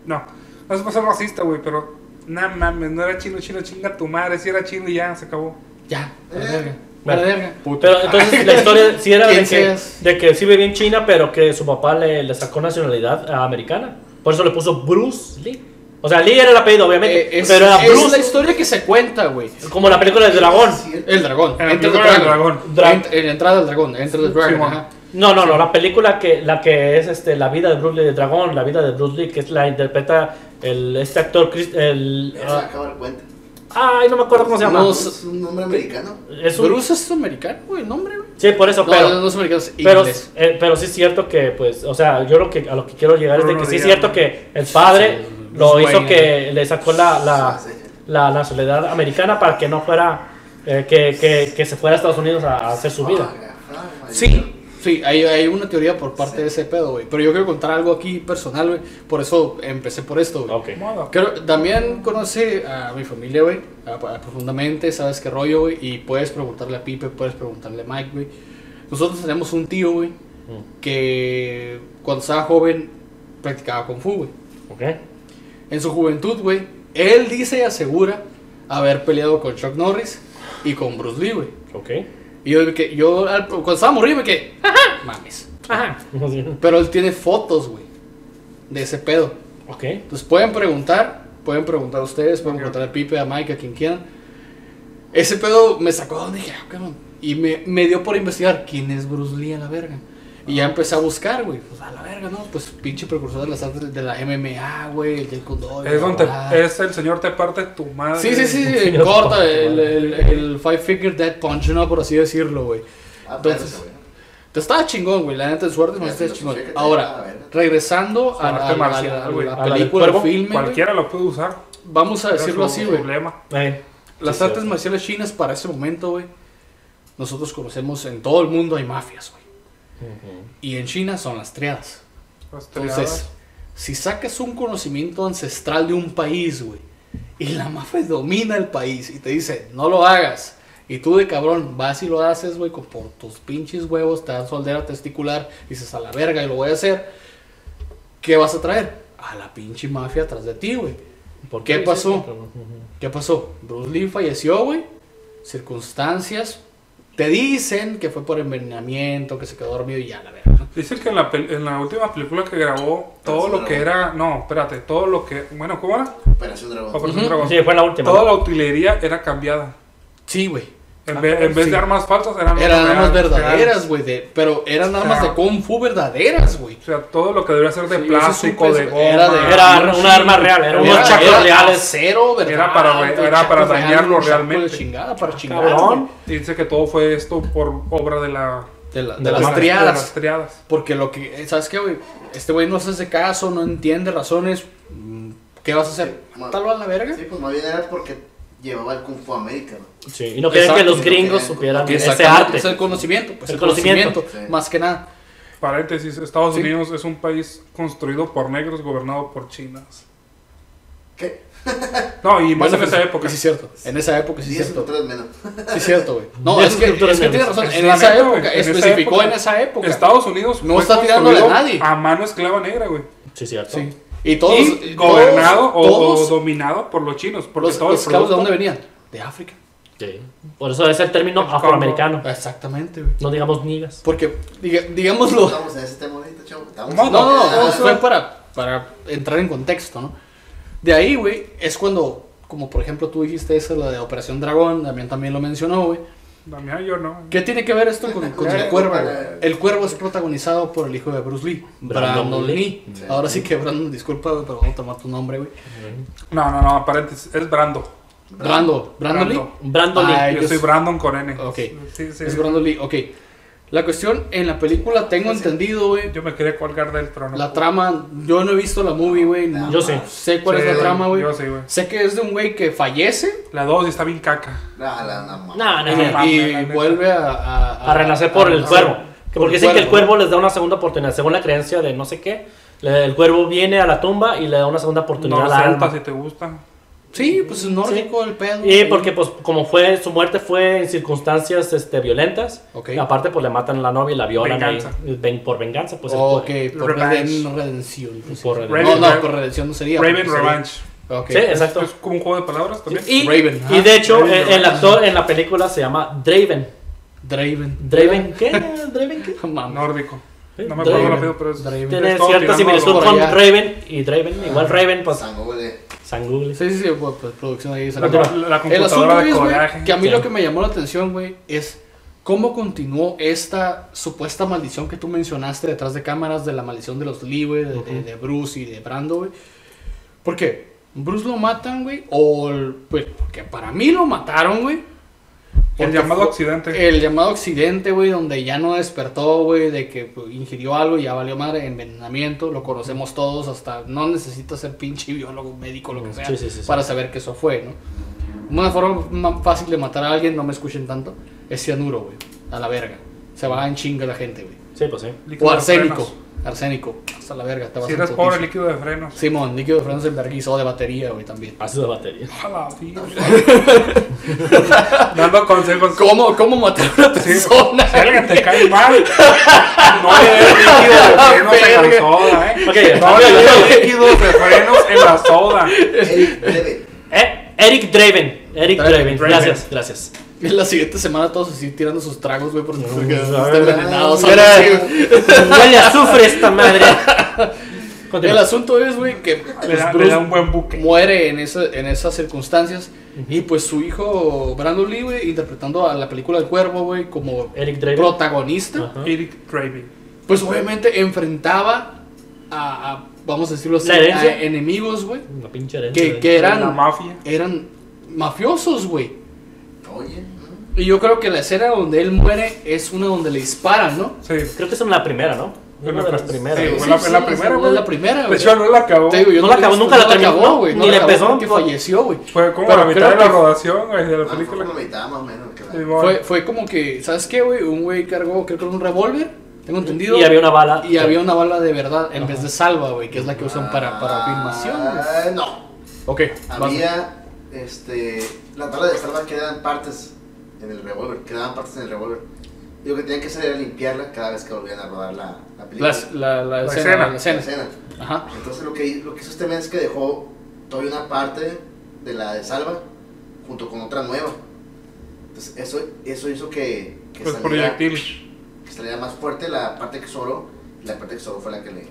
Speaker 2: No, no es para ser racista, güey, pero. No mames, no era chino, chino, chinga tu madre. Si era chino y ya, se acabó.
Speaker 1: Ya, a la
Speaker 4: Eh.
Speaker 1: verga. a la
Speaker 3: Bueno.
Speaker 1: verga. Ah.
Speaker 3: Pero
Speaker 1: [LAUGHS]
Speaker 3: entonces la historia sí era de
Speaker 1: ¿Quién
Speaker 3: que,
Speaker 1: seas?
Speaker 3: de que sí vivía en China, pero que su papá le, le sacó nacionalidad ah, americana. Por eso le puso Bruce Lee. O sea, Lee era el apellido, obviamente,
Speaker 1: Eh, es,
Speaker 3: pero era
Speaker 1: es
Speaker 3: Bruce,
Speaker 1: la historia que se cuenta, güey.
Speaker 3: como la película del dragón.
Speaker 1: El dragón.
Speaker 2: En la
Speaker 1: Enter the
Speaker 2: película del dragón.
Speaker 3: Drag-
Speaker 1: Ent- en la entrada del dragón. Enter the dragon.
Speaker 2: Simón.
Speaker 1: ajá.
Speaker 3: No, no, no, la película que la que es este la vida de Bruce Lee, el dragón, la vida de Bruce Lee, que es la interpreta el este actor Chris, el
Speaker 4: Ya se
Speaker 3: ah,
Speaker 4: acaba el cuento.
Speaker 3: ay, no me acuerdo cómo se llama.
Speaker 1: No,
Speaker 4: ¿Es un nombre americano?
Speaker 3: Es un-
Speaker 1: Bruce es americano, güey, el nombre, güey.
Speaker 3: Sí, por eso,
Speaker 1: No,
Speaker 3: pero
Speaker 1: no, no es americano, es
Speaker 3: pero,
Speaker 1: inglés.
Speaker 3: eh, pero sí es cierto que, pues, o sea, yo lo que, a lo que quiero llegar es de
Speaker 2: Bruno
Speaker 3: que sí es
Speaker 2: Díaz,
Speaker 3: cierto
Speaker 2: ¿no?
Speaker 3: que el padre
Speaker 1: Sí,
Speaker 3: lo
Speaker 1: es
Speaker 3: hizo
Speaker 1: bueno.
Speaker 3: que le sacó la, la,
Speaker 4: Sí, sí.
Speaker 3: la nacionalidad americana para que no fuera, eh, que, que, que se fuera a Estados Unidos a, a hacer su vida.
Speaker 4: Ah, ah,
Speaker 1: Sí, sí, hay, hay una teoría por parte de ese pedo, güey. Pero yo quiero contar algo aquí personal, güey. Por eso empecé por esto, güey.
Speaker 3: Ok.
Speaker 2: Modo.
Speaker 1: Creo, Damián conoce a mi familia, güey, a- a- profundamente, sabes qué rollo, güey, y puedes preguntarle a Pipe, puedes preguntarle a Mike, güey. Nosotros tenemos un tío, güey,
Speaker 3: Mm,
Speaker 1: que cuando estaba joven practicaba Kung Fu, güey.
Speaker 3: ok.
Speaker 1: En su juventud, güey, él dice y asegura haber peleado con Chuck Norris y con Bruce Lee, güey.
Speaker 3: Ok.
Speaker 1: Y yo, que, yo al- cuando estaba morrido me quedé, "Ajá, mames.
Speaker 3: [LAUGHS] Ajá.
Speaker 1: Pero él tiene fotos, güey, de ese pedo.
Speaker 3: Ok.
Speaker 1: Entonces pueden preguntar, pueden preguntar a ustedes, pueden
Speaker 2: Ok.
Speaker 1: preguntar a Pipe, a Mike, a quien quieran. Ese pedo me sacó donde dije, ah, cabrón. Y me, me dio por investigar quién es Bruce Lee a la verga. Y
Speaker 2: Ah.
Speaker 1: ya empecé a buscar, güey. Pues a la verga, ¿no? Pues pinche precursor de las artes de la MMA, güey, el Taekwondo. y
Speaker 2: Es
Speaker 1: bla,
Speaker 2: donde
Speaker 1: bla, bla.
Speaker 2: es el señor te parte tu madre.
Speaker 1: Sí, sí,
Speaker 2: [LAUGHS]
Speaker 1: sí, sí,
Speaker 3: Señor
Speaker 1: corta
Speaker 3: Pop,
Speaker 1: el,
Speaker 3: güey.
Speaker 1: el, el Five Finger Dead Punch, ¿no? Por así decirlo, güey.
Speaker 4: Ah, pero
Speaker 1: Entonces,
Speaker 4: ese güey.
Speaker 1: Te estaba chingón, güey. La neta de suerte, no
Speaker 4: Ya,
Speaker 1: estás
Speaker 4: sí,
Speaker 1: chingón.
Speaker 4: sí, que te- a
Speaker 1: Ahora,
Speaker 4: ver.
Speaker 1: regresando a
Speaker 2: Su
Speaker 1: la,
Speaker 2: arte
Speaker 1: a la- a
Speaker 2: marcial,
Speaker 1: la- a
Speaker 2: güey.
Speaker 1: la
Speaker 3: A la del
Speaker 1: película, al
Speaker 3: cuervo,
Speaker 1: filme, güey,
Speaker 2: Cualquiera lo puede usar.
Speaker 1: vamos a decirlo
Speaker 2: Era su
Speaker 1: así, güey.
Speaker 2: problema.
Speaker 3: Eh,
Speaker 1: Las
Speaker 3: sí,
Speaker 1: artes
Speaker 3: sí.
Speaker 1: marciales chinas para ese momento, güey, nosotros conocemos en todo el mundo hay mafias, güey. Y en China son las triadas.
Speaker 2: Las
Speaker 1: Entonces,
Speaker 2: triadas.
Speaker 1: si sacas un conocimiento ancestral de un país, güey, y la mafia domina el país y te dice, no lo hagas, y tú de cabrón vas y lo haces, güey, con- por tus pinches huevos, te dan soldera testicular, dices a la verga y lo voy a hacer, ¿qué vas a traer? A la pinche mafia atrás de ti, güey.
Speaker 3: ¿por
Speaker 1: ¿Qué pasó?
Speaker 3: Ujú.
Speaker 1: ¿Qué pasó? Bruce Lee falleció, güey. Circunstancias. Te dicen que fue por envenenamiento, que se quedó dormido y ya, la verdad. ¿no?
Speaker 2: Dicen que en la, pel- en la última película que grabó,
Speaker 4: Pero
Speaker 2: todo
Speaker 4: sí
Speaker 2: lo que
Speaker 4: grabó.
Speaker 2: era. No, espérate, todo lo que. Bueno, ¿cómo era?
Speaker 4: Operación Dragón.
Speaker 2: Operación
Speaker 1: Ujú.
Speaker 2: Dragón.
Speaker 3: Sí, fue la última.
Speaker 2: Toda la utilería era cambiada.
Speaker 1: Sí, güey.
Speaker 2: En, vez, en vez
Speaker 1: Sí.
Speaker 2: de armas falsas, eran,
Speaker 1: Eran armas
Speaker 2: reales,
Speaker 1: verdaderas,
Speaker 2: reales.
Speaker 1: güey. de- Pero eran armas de
Speaker 2: Ah.
Speaker 1: Kung Fu verdaderas, güey.
Speaker 2: O sea, todo lo que debería ser de
Speaker 1: Sí, eso
Speaker 2: plástico,
Speaker 1: supe,
Speaker 2: de
Speaker 1: güey.
Speaker 2: goma.
Speaker 1: Era de-
Speaker 3: Era una arma real, era unos
Speaker 2: Era-
Speaker 3: chacos reales.
Speaker 1: Cero, ¿verdad?
Speaker 2: Era para-
Speaker 1: güey,
Speaker 2: era para
Speaker 1: chacos reales,
Speaker 2: dañarlo
Speaker 1: un chaco
Speaker 2: realmente. Ah,
Speaker 1: De chingada, para chingar.
Speaker 3: Cabrón.
Speaker 1: güey.
Speaker 2: Dice que todo fue esto por obra de la.
Speaker 1: De, la- de
Speaker 3: De
Speaker 1: las,
Speaker 2: de
Speaker 1: triadas.
Speaker 2: de las triadas.
Speaker 1: Porque lo que. eh, ¿Sabes qué, güey? Este güey no se hace caso, no entiende razones. Mm, ¿Qué vas a hacer?
Speaker 4: Sí,
Speaker 1: ¿Mátalo a la verga?
Speaker 4: Sí, pues más bien era porque llevaba el Kung Fu a América, ¿no?
Speaker 3: Sí, y no querían que
Speaker 1: Exacto,
Speaker 3: los
Speaker 4: no
Speaker 3: gringos
Speaker 4: querían-
Speaker 3: supieran ese
Speaker 1: Exactamente,
Speaker 3: arte.
Speaker 1: Es el conocimiento, pues
Speaker 3: El
Speaker 1: el,
Speaker 3: conocimiento.
Speaker 1: conocimiento,
Speaker 4: Sí.
Speaker 1: más que nada.
Speaker 2: Paréntesis, Estados
Speaker 1: Sí.
Speaker 2: Unidos es un país construido por negros, gobernado por chinas.
Speaker 4: ¿Qué?
Speaker 2: No, y más
Speaker 1: Bueno,
Speaker 2: en esa
Speaker 1: pues,
Speaker 2: época.
Speaker 1: Sí, es cierto. En esa época sí es
Speaker 4: 10
Speaker 1: cierto.
Speaker 4: culturas menos.
Speaker 3: [LAUGHS]
Speaker 1: Sí es cierto, güey. No,
Speaker 3: Diez
Speaker 1: es que,
Speaker 3: estructuras
Speaker 1: es que tienes
Speaker 3: menos.
Speaker 1: razón.
Speaker 2: Es
Speaker 1: En
Speaker 2: la
Speaker 1: esa
Speaker 2: neta,
Speaker 1: época,
Speaker 2: güey, en esa
Speaker 1: especificó
Speaker 2: época.
Speaker 1: en esa época.
Speaker 2: Estados Unidos
Speaker 1: No
Speaker 2: fue
Speaker 1: está tirándole a
Speaker 2: construido
Speaker 1: nadie.
Speaker 2: A mano esclava negra, güey.
Speaker 3: Sí, cierto.
Speaker 1: Sí. Y todos.
Speaker 2: y
Speaker 1: todos-
Speaker 2: gobernado o- o,
Speaker 1: todos
Speaker 2: dominado por los chinos. Porque
Speaker 1: los,
Speaker 2: todo
Speaker 1: los
Speaker 2: el
Speaker 1: esclavos, ¿de dónde
Speaker 2: producto-
Speaker 1: venían? De África.
Speaker 3: Sí. Por eso es el término
Speaker 2: Congo.
Speaker 3: afroamericano.
Speaker 1: Exactamente, güey.
Speaker 3: No digamos nigas.
Speaker 1: Porque, diga- digámoslo.
Speaker 4: Estamos en ese tema ahorita, chavo. Estamos
Speaker 1: [LAUGHS] No,
Speaker 2: No,
Speaker 1: no, no, pues
Speaker 2: no,
Speaker 1: fue
Speaker 2: no.
Speaker 1: para, para entrar en contexto, ¿no? De ahí, güey, es cuando, como por ejemplo tú dijiste esa, la de Operación Dragón, también, también lo mencionó, güey.
Speaker 2: Damián, yo no.
Speaker 1: ¿Qué tiene que ver
Speaker 2: [LAUGHS]
Speaker 1: esto con, con el
Speaker 4: Claro,
Speaker 1: cuervo? güey?
Speaker 4: para-
Speaker 1: El cuervo es protagonizado por el hijo de Bruce Lee,
Speaker 3: Brandon
Speaker 1: Brandon,
Speaker 3: Lee.
Speaker 1: Lee.
Speaker 4: Sí.
Speaker 1: Ahora sí que Brandon, disculpa, güey, pero vamos a tomar tu nombre, güey.
Speaker 2: No, no, no, paréntesis. Es Brando.
Speaker 1: Brando, Brandon Lee.
Speaker 2: Brando.
Speaker 3: Brandon Lee.
Speaker 1: Ay,
Speaker 2: Yo
Speaker 1: yo
Speaker 2: soy
Speaker 1: s-
Speaker 2: Brandon con N.
Speaker 1: Ok.
Speaker 2: Sí, sí.
Speaker 1: Es Brandon Lee, ok. La cuestión, en la película tengo entendido, güey.
Speaker 2: Yo me quería colgar del trono.
Speaker 1: La trama, yo no he visto la movie, güey. no
Speaker 3: Yo sí.
Speaker 1: Sé cuál
Speaker 2: Sí,
Speaker 1: es la
Speaker 2: güey,
Speaker 1: trama, güey.
Speaker 2: yo sí, güey.
Speaker 1: Sé que es de un güey que fallece
Speaker 2: La 2 está bien caca.
Speaker 4: La, la, la, ma-
Speaker 3: No, Ah, no,
Speaker 1: y,
Speaker 3: no.
Speaker 2: Ajá.
Speaker 1: y
Speaker 2: la neta.
Speaker 1: vuelve a, a,
Speaker 3: A renacer por
Speaker 1: a-
Speaker 3: el
Speaker 1: a-
Speaker 3: cuervo. Que
Speaker 1: Ah, por
Speaker 3: Porque dicen que el
Speaker 1: cuervo.
Speaker 3: cuervo les da una segunda oportunidad. Según la creencia de no sé qué, le- el cuervo viene a la tumba y le da una segunda oportunidad
Speaker 2: No
Speaker 3: al alma.
Speaker 2: salta si te gusta.
Speaker 1: Sí, pues es nórdico el pedo.
Speaker 3: Y porque pues como fue su muerte fue en circunstancias este violentas,
Speaker 1: Ok.
Speaker 3: aparte pues le matan la novia y la violan ahí.
Speaker 2: Venganza.
Speaker 3: Ven- por venganza pues el-
Speaker 1: ok, por
Speaker 2: Revenge.
Speaker 1: reden- redención. pues, sí.
Speaker 3: por-
Speaker 1: no,
Speaker 2: Raven,
Speaker 1: no,
Speaker 2: Raven.
Speaker 1: por redención no sería.
Speaker 2: Raven
Speaker 1: porque sería-
Speaker 2: Revenge.
Speaker 1: Ok.
Speaker 3: Sí, exacto.
Speaker 2: Es como un juego de palabras también.
Speaker 3: Y,
Speaker 1: Raven,
Speaker 3: y de
Speaker 1: ajá.
Speaker 3: hecho
Speaker 2: Pues, Raven,
Speaker 3: eh, el
Speaker 2: Raven.
Speaker 3: actor en la película se llama Draven.
Speaker 1: Draven. [LAUGHS]
Speaker 3: ¿Draven qué? ¿Draven qué?
Speaker 1: Mamá.
Speaker 2: Nórdico. No me
Speaker 3: Draven.
Speaker 2: acuerdo rápido, pero es.
Speaker 1: Draven.
Speaker 3: Tiene
Speaker 2: es todo
Speaker 3: cierta
Speaker 2: tirando a
Speaker 3: similitud
Speaker 2: lo-
Speaker 1: por
Speaker 3: con
Speaker 1: allá.
Speaker 3: Raven y Draven. Igual Raven pues
Speaker 4: San Gole.
Speaker 3: San Google.
Speaker 1: Sí, sí, sí, pues, pues, producción ahí.
Speaker 2: La,
Speaker 1: sacando.
Speaker 2: la- la
Speaker 1: El asunto
Speaker 2: computadora de
Speaker 1: es, güey,
Speaker 2: coraje.
Speaker 1: que a mí
Speaker 3: sí.
Speaker 1: lo que me llamó la atención, güey, es cómo continuó esta supuesta maldición que tú mencionaste detrás de cámaras de la maldición de los Lee, güey, de, de- de Bruce y de Brando, güey. ¿Por qué? Bruce lo matan, güey, o el- pues, porque para mí lo mataron, güey.
Speaker 2: El
Speaker 1: Porque
Speaker 2: llamado
Speaker 1: fue-
Speaker 2: accidente.
Speaker 1: El llamado accidente, güey, donde ya no despertó, güey, de que pues, ingirió algo y ya valió madre, envenenamiento, lo conocemos todos, hasta no necesita ser pinche biólogo, médico, lo que sea,
Speaker 3: Mm, Sí, sí, sí, sí.
Speaker 1: para saber que eso fue, ¿no? Una forma más fácil de matar a alguien, no me escuchen tanto, es cianuro, güey, a la verga. Se va en chinga la gente, güey.
Speaker 3: Sí, pues sí.
Speaker 2: Líquido
Speaker 1: O
Speaker 2: de
Speaker 1: arsénico,
Speaker 2: frenos.
Speaker 1: arsénico, hasta la verga, te vas
Speaker 2: Si
Speaker 1: en
Speaker 2: eres
Speaker 1: putiza.
Speaker 2: pobre, líquido de frenos.
Speaker 1: Simón, líquido de frenos en verguizo de batería, güey, también.
Speaker 3: Hace de batería.
Speaker 2: A la [LAUGHS] vida. Dando consejos.
Speaker 1: ¿Cómo, cómo matar a una
Speaker 2: Sí.
Speaker 1: persona?
Speaker 2: Si alguien
Speaker 1: [LAUGHS]
Speaker 2: te cae mal, no le des líquido [LAUGHS] de frenos en la soda, ¿eh?
Speaker 3: Ok,
Speaker 2: No le des líquido de frenos en la soda.
Speaker 4: Eric Debe.
Speaker 1: [LAUGHS]
Speaker 3: Eh, Eric Draven.
Speaker 1: Draven,
Speaker 3: Eric Draven.
Speaker 2: Draven.
Speaker 3: Gracias, gracias.
Speaker 1: Y la siguiente semana todos así tirando sus tragos, güey, porque porque
Speaker 3: a
Speaker 1: están
Speaker 3: ver,
Speaker 1: envenenados.
Speaker 4: a ver,
Speaker 1: algo
Speaker 4: a
Speaker 1: así,
Speaker 4: ver.
Speaker 1: güey.
Speaker 3: Huele a azufre esta madre.
Speaker 1: El
Speaker 3: Continúa.
Speaker 1: asunto es, güey, que
Speaker 2: Le
Speaker 1: pues,
Speaker 2: da, le
Speaker 1: Bruce
Speaker 2: da un buen buque.
Speaker 1: muere en, esa- en esas circunstancias. Y pues su hijo, Brandon Lee, güey, interpretando a la película El Cuervo, güey, como
Speaker 3: Eric Draven.
Speaker 1: protagonista,
Speaker 3: Ajá.
Speaker 2: Eric Draven.
Speaker 1: pues obviamente enfrentaba a, a, vamos a decirlo así,
Speaker 3: La herencia.
Speaker 1: a enemigos, güey,
Speaker 3: Una pinche herencia.
Speaker 1: que,
Speaker 3: de-
Speaker 1: que
Speaker 2: La
Speaker 1: eran,
Speaker 2: mafia.
Speaker 1: eran mafiosos, güey.
Speaker 4: Oye.
Speaker 1: Y yo creo que la escena donde él muere es una donde le disparan, ¿no?
Speaker 2: Sí.
Speaker 3: Creo que es en la primera, ¿no?
Speaker 2: En
Speaker 3: Una
Speaker 2: la
Speaker 3: de las
Speaker 2: prim-
Speaker 3: primeras.
Speaker 2: sí,
Speaker 3: güey.
Speaker 2: Fue la- la primera,
Speaker 1: güey.
Speaker 2: güey.
Speaker 1: la primera,
Speaker 2: De
Speaker 1: güey.
Speaker 2: hecho, no la acabó.
Speaker 1: Te digo, yo
Speaker 3: No
Speaker 1: no
Speaker 3: la acabó,
Speaker 1: la-
Speaker 3: nunca la
Speaker 1: no la
Speaker 3: terminó,
Speaker 1: acabó, güey,
Speaker 3: ni
Speaker 1: no
Speaker 3: la
Speaker 1: la acabó
Speaker 3: empezó,
Speaker 1: porque
Speaker 3: fue-
Speaker 1: falleció, güey.
Speaker 2: Fue como
Speaker 1: Pero
Speaker 2: la mitad de
Speaker 1: creo
Speaker 2: la
Speaker 1: que-
Speaker 2: rodación, güey, de la
Speaker 4: Ah, fue como
Speaker 2: película.
Speaker 4: mitad más o menos. que la-
Speaker 2: Sí, bueno. pues,
Speaker 1: Fue, fue como que, ¿sabes qué, güey? Un güey cargó, creo que era un revólver, tengo entendido.
Speaker 3: Y había una bala.
Speaker 1: y había una bala de verdad en vez de salva, güey, que es la que usan para, para
Speaker 4: Ah,
Speaker 1: filmación, güey.
Speaker 4: No.
Speaker 1: Ok, vas.
Speaker 4: Había, este, la tabla de salva quedaban partes en el revólver, quedaban partes en el revólver. Y lo que tenían que hacer era limpiarla cada vez que volvían a rodar la, la película.
Speaker 1: La, la, la
Speaker 2: La
Speaker 1: escena, la
Speaker 4: La
Speaker 1: escena.
Speaker 4: escena.
Speaker 1: Ajá.
Speaker 4: Entonces lo que, lo que hizo este men es que dejó todavía una parte de la de salva junto con otra nueva. Entonces eso, eso hizo que, que,
Speaker 2: Pues
Speaker 4: saliera, que
Speaker 2: proyectil.
Speaker 4: saliera más fuerte la parte que sobró. Y la parte que sobró fue la que le...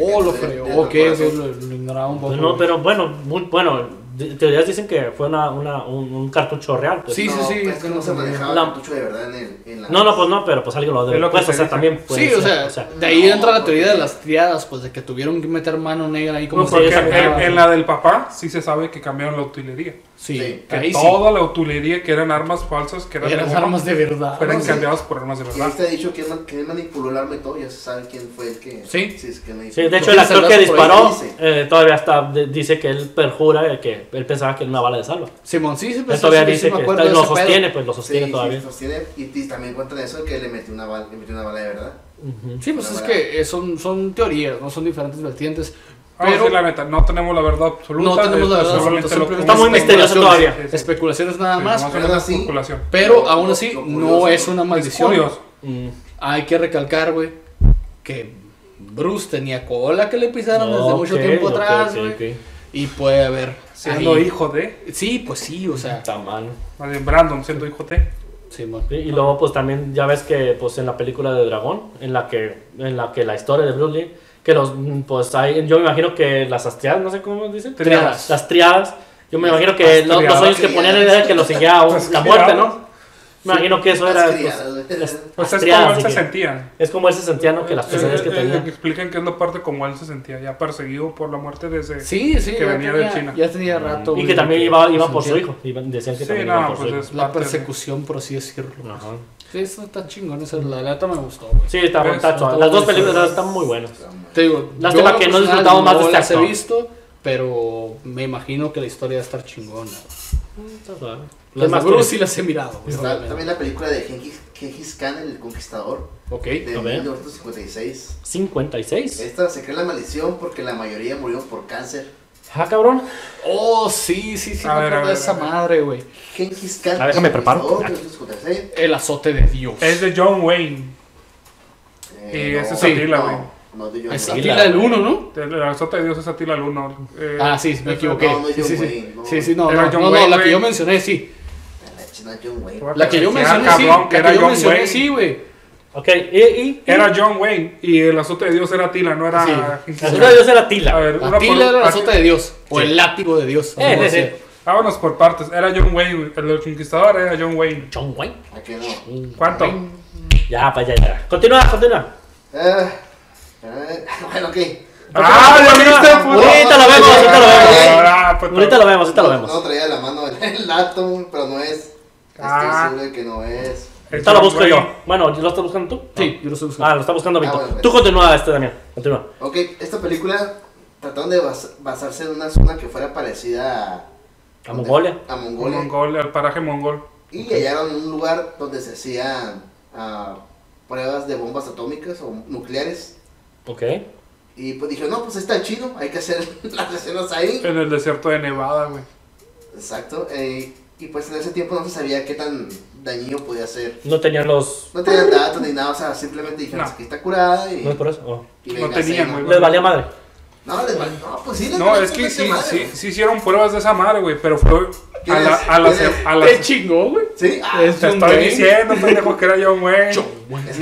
Speaker 1: Oh, lo
Speaker 4: le-
Speaker 1: creo.
Speaker 4: le-
Speaker 1: Ok,
Speaker 4: le-
Speaker 1: eso lo, lo ignoraba un poco.
Speaker 3: Pues no,
Speaker 1: güey.
Speaker 3: pero bueno, muy- bueno, de- teorías dicen que fue una, una- un, un cartucho real. pues.
Speaker 1: Sí,
Speaker 4: no,
Speaker 1: sí, sí,
Speaker 4: pues, es que no se manejaba
Speaker 3: La-
Speaker 4: el cartucho de verdad en, el, en la...
Speaker 3: No, no, pues no, pero pues alguien lo
Speaker 2: Es
Speaker 3: debe.
Speaker 2: lo que
Speaker 3: Pues, o
Speaker 2: se
Speaker 3: sea,
Speaker 2: dice.
Speaker 3: también puede
Speaker 1: Sí, o
Speaker 3: ser,
Speaker 1: sea, de ahí
Speaker 4: no,
Speaker 1: entra la teoría de
Speaker 4: porque-
Speaker 1: las triadas, pues de que tuvieron que meter mano negra ahí como
Speaker 2: No,
Speaker 1: si
Speaker 2: porque
Speaker 1: les
Speaker 2: en,
Speaker 1: sacaban.
Speaker 2: en la del papá sí se sabe que cambiaron la utilería.
Speaker 1: Sí,
Speaker 4: Sí,
Speaker 1: ahí
Speaker 2: Que
Speaker 1: sí.
Speaker 2: toda la utilería que eran armas falsas, que eran, de
Speaker 1: Eran
Speaker 2: goma,
Speaker 1: armas de verdad.
Speaker 2: fueron
Speaker 4: sí.
Speaker 2: cambiadas por armas de
Speaker 3: pues
Speaker 4: Y
Speaker 2: verdad.
Speaker 4: este ha dicho que, man- que él manipuló el arma y todo, ya se sabe quién fue el que...
Speaker 1: Sí.
Speaker 4: es que manipuló.
Speaker 3: Sí, de hecho,
Speaker 1: Sí, se
Speaker 3: el actor
Speaker 1: las
Speaker 3: que
Speaker 1: por ahí
Speaker 3: disparó
Speaker 4: dice.
Speaker 3: eh, todavía está, de- dice que él perjura eh, que él pensaba que era una bala de salva.
Speaker 1: Simón, sí, sí,
Speaker 3: Él
Speaker 1: pues,
Speaker 3: todavía
Speaker 1: sí, sí,
Speaker 3: dice
Speaker 1: me
Speaker 3: que
Speaker 1: acuerdo
Speaker 3: está-
Speaker 1: de
Speaker 3: lo
Speaker 1: ese pedo.
Speaker 3: sostiene, pues lo sostiene
Speaker 4: Sí, sí,
Speaker 3: todavía.
Speaker 4: sostiene, y, y también cuentan eso que le metió una bala, le metió una bala de verdad.
Speaker 3: Ujú.
Speaker 1: Sí, pues es que eh, son, son teorías, no son diferentes vertientes.
Speaker 2: Ahora
Speaker 1: Pero
Speaker 2: sí, Ah, la neta, no tenemos la verdad absoluta.
Speaker 1: no tenemos la verdad.
Speaker 2: solamente
Speaker 1: absoluta,
Speaker 2: lo
Speaker 1: simplemente
Speaker 2: que-
Speaker 3: Está muy
Speaker 1: especulaciones.
Speaker 3: misterioso todavía.
Speaker 2: Sí, sí.
Speaker 1: Especulaciones nada
Speaker 2: Sí,
Speaker 1: más.
Speaker 2: nomás
Speaker 4: pero
Speaker 2: una
Speaker 4: así-
Speaker 2: especulación.
Speaker 1: Pero aún así,
Speaker 4: Lo curioso,
Speaker 1: no es una
Speaker 4: es
Speaker 2: Es
Speaker 1: maldición.
Speaker 2: curioso.
Speaker 3: Mm.
Speaker 1: Hay que recalcar, güey, que Bruce tenía cola que le pisaron desde mucho
Speaker 3: Ok,
Speaker 1: tiempo
Speaker 3: ok,
Speaker 1: atrás,
Speaker 3: ok,
Speaker 1: güey.
Speaker 3: ok.
Speaker 1: Y puede haber.
Speaker 2: Siendo
Speaker 1: ahí-
Speaker 2: hijo de.
Speaker 1: Sí, pues sí, o sea.
Speaker 3: Está mal.
Speaker 2: más bien, Brandon, siendo hijo de.
Speaker 1: Simón.
Speaker 3: Y- Y luego pues también ya ves que pues en la película de Dragón, en la que en la que la historia de Bruce Lee, que los mm, pues hay, yo me imagino que las astriadas, no sé cómo dicen,
Speaker 1: Triadas.
Speaker 3: las triadas, yo me imagino que
Speaker 2: Las
Speaker 3: lo- los
Speaker 2: triadas.
Speaker 3: sueños que ponían era que lo seguía a un-
Speaker 2: Las
Speaker 3: la muerte,
Speaker 2: triadas.
Speaker 3: ¿no? Me imagino que eso
Speaker 4: Las
Speaker 3: era.
Speaker 4: criadas,
Speaker 3: pues,
Speaker 4: güey.
Speaker 3: las-
Speaker 2: O sea,
Speaker 3: las
Speaker 2: es como
Speaker 3: criadas,
Speaker 2: él se
Speaker 3: dije.
Speaker 2: sentía.
Speaker 3: Es como él se sentía, ¿no? Que las
Speaker 2: Eh,
Speaker 3: pesadillas que
Speaker 2: eh, eh,
Speaker 3: tenía.
Speaker 2: Explican que es la parte como él se sentía, ya perseguido por la muerte de ese.
Speaker 1: Sí, sí,
Speaker 2: Que
Speaker 1: ya
Speaker 2: venía de
Speaker 1: tenía-
Speaker 2: China.
Speaker 1: Ya tenía rato.
Speaker 3: Mm. Y
Speaker 1: güey,
Speaker 3: que también iba, iba por su
Speaker 1: sentía
Speaker 3: hijo. Iban- Decían que
Speaker 2: Sí,
Speaker 3: también
Speaker 2: no,
Speaker 3: iba por su
Speaker 2: pues
Speaker 3: hijo.
Speaker 2: es-
Speaker 1: La persecución, por así decirlo.
Speaker 3: Ajá.
Speaker 1: Sí, eso está chingón. Esa, la lata me gustó, güey.
Speaker 3: Sí, está,
Speaker 2: Pero
Speaker 3: está
Speaker 2: eso-
Speaker 3: chua. Las dos películas están muy buenas.
Speaker 1: Te digo,
Speaker 3: Lástima
Speaker 1: yo,
Speaker 3: que no
Speaker 1: pues, nada,
Speaker 3: disfrutamos más de
Speaker 1: no
Speaker 3: este
Speaker 1: las he
Speaker 3: actor.
Speaker 1: visto, pero me imagino que la historia va a estar chingona.
Speaker 3: Está suave. ¿Qué
Speaker 1: Las
Speaker 3: más
Speaker 1: de Bruce sí
Speaker 3: tienes?
Speaker 1: las he mirado, güey,
Speaker 4: Está
Speaker 1: obviamente.
Speaker 4: también la película de Gengis, Gengis Khan, el conquistador,
Speaker 1: Ok.
Speaker 4: de
Speaker 3: A ver.
Speaker 4: 1956.
Speaker 3: 56.
Speaker 4: Esta se cree la maldición porque la mayoría murieron por cáncer.
Speaker 3: Ah, cabrón.
Speaker 1: Oh, sí, sí, sí,
Speaker 2: A
Speaker 1: me
Speaker 2: ver,
Speaker 1: acuerdo
Speaker 2: a
Speaker 1: de
Speaker 2: ver,
Speaker 1: esa
Speaker 2: a ver.
Speaker 1: madre, güey.
Speaker 4: Gengis Khan,
Speaker 3: Ah, déjame
Speaker 4: el
Speaker 3: preparo.
Speaker 4: conquistador, de 1956.
Speaker 1: El azote de Dios.
Speaker 2: Es de John Wayne. Y ese es Attila, güey.
Speaker 4: Eh, No, no de John
Speaker 1: Es
Speaker 4: Wayne.
Speaker 1: Attila el 1, ¿no?
Speaker 2: El azote de Dios es Attila el Uno. Eh,
Speaker 1: Ah, sí, me
Speaker 2: es-
Speaker 1: equivoqué.
Speaker 4: no, no es
Speaker 1: sí,
Speaker 4: John
Speaker 1: sí, sí.
Speaker 4: Wayne, no.
Speaker 1: sí, sí, no,
Speaker 2: Era
Speaker 1: no,
Speaker 2: John
Speaker 1: no, no,
Speaker 2: Wayne,
Speaker 1: la que yo
Speaker 2: güey.
Speaker 1: mencioné, sí.
Speaker 4: La china John Wayne.
Speaker 1: La que yo
Speaker 2: Era
Speaker 1: mencioné, sí.
Speaker 2: ah, cabrón, que
Speaker 1: La
Speaker 2: era
Speaker 1: que yo
Speaker 2: John
Speaker 1: mencioné,
Speaker 2: Wayne.
Speaker 1: sí, güey.
Speaker 3: Ok, y. y-
Speaker 2: Era John Wayne y el azote de Dios era Attila, no era.
Speaker 1: Sí.
Speaker 3: La ciudad de Dios era
Speaker 2: A
Speaker 3: Tila.
Speaker 2: ver, una por-
Speaker 1: Attila era el azote
Speaker 2: Ati-
Speaker 1: de Dios. O
Speaker 3: Sí.
Speaker 1: el látigo de Dios.
Speaker 3: Eh,
Speaker 1: como
Speaker 3: sí, sí.
Speaker 1: decía.
Speaker 2: Vámonos por partes. Era John Wayne, güey. el del conquistador era John Wayne.
Speaker 3: John Wayne.
Speaker 4: ¿A qué no?
Speaker 2: ¿Cuánto?
Speaker 3: Ya, para allá, ya. Continúa, continúa.
Speaker 4: Ah, [LAUGHS] ah, bueno, ok.
Speaker 2: ¡Ah, ya viste, puto!
Speaker 3: Ahorita lo vemos, ahorita lo vemos.
Speaker 2: Ah, puto.
Speaker 3: Ahorita lo vemos, ahorita lo
Speaker 4: No-
Speaker 3: vemos.
Speaker 4: No traía la mano en el átomo, pero no es.
Speaker 2: Ah.
Speaker 4: Estoy seguro de que no es.
Speaker 2: Es
Speaker 3: Ahorita lo
Speaker 2: John
Speaker 3: busco
Speaker 2: Wayne.
Speaker 3: yo. Bueno, ¿lo estás buscando tú?
Speaker 1: Sí, yo lo estoy buscando.
Speaker 3: Ah, lo está buscando Víctor.
Speaker 4: bueno,
Speaker 3: Tú
Speaker 4: bueno.
Speaker 3: continúa, este, Damián. Continúa.
Speaker 4: Ok, esta película trataron de bas- basarse en una zona que fuera parecida a.
Speaker 3: A Mongolia.
Speaker 4: A Mongolia.
Speaker 2: Mongol, al paraje mongol.
Speaker 4: Y hallaron un lugar donde se hacían ah, pruebas de bombas atómicas o nucleares.
Speaker 3: Ok.
Speaker 4: Y pues dijeron, no, pues está chido, hay que hacer [LAUGHS] las escenas ahí.
Speaker 2: En el desierto de Nevada, güey.
Speaker 4: Exacto. eh, y pues en ese tiempo no se sabía qué tan dañino podía ser.
Speaker 3: No tenían los.
Speaker 4: No
Speaker 2: [LAUGHS]
Speaker 4: tenían datos ni nada, o sea, simplemente dijeron,
Speaker 2: No.
Speaker 4: "Es que está curada y...
Speaker 3: No es por eso. Oh.
Speaker 4: y
Speaker 2: No
Speaker 4: véngase",
Speaker 2: tenían,
Speaker 4: ¿no?
Speaker 2: güey.
Speaker 3: Les valía madre.
Speaker 4: No, les vale. No, pues sí, les
Speaker 2: No,
Speaker 4: vale
Speaker 2: es que
Speaker 4: totalmente
Speaker 2: sí,
Speaker 4: madre,
Speaker 2: sí,
Speaker 4: güey.
Speaker 2: sí hicieron pruebas de esa madre, güey, pero fue a la, a la,
Speaker 4: ¿Quieres-
Speaker 2: a Ah, la-
Speaker 1: Te chingó, güey.
Speaker 4: Sí, ah,
Speaker 1: Es
Speaker 2: te
Speaker 1: John
Speaker 2: estoy
Speaker 1: Wayne.
Speaker 2: diciendo, pendejo, que era John Wayne.
Speaker 4: es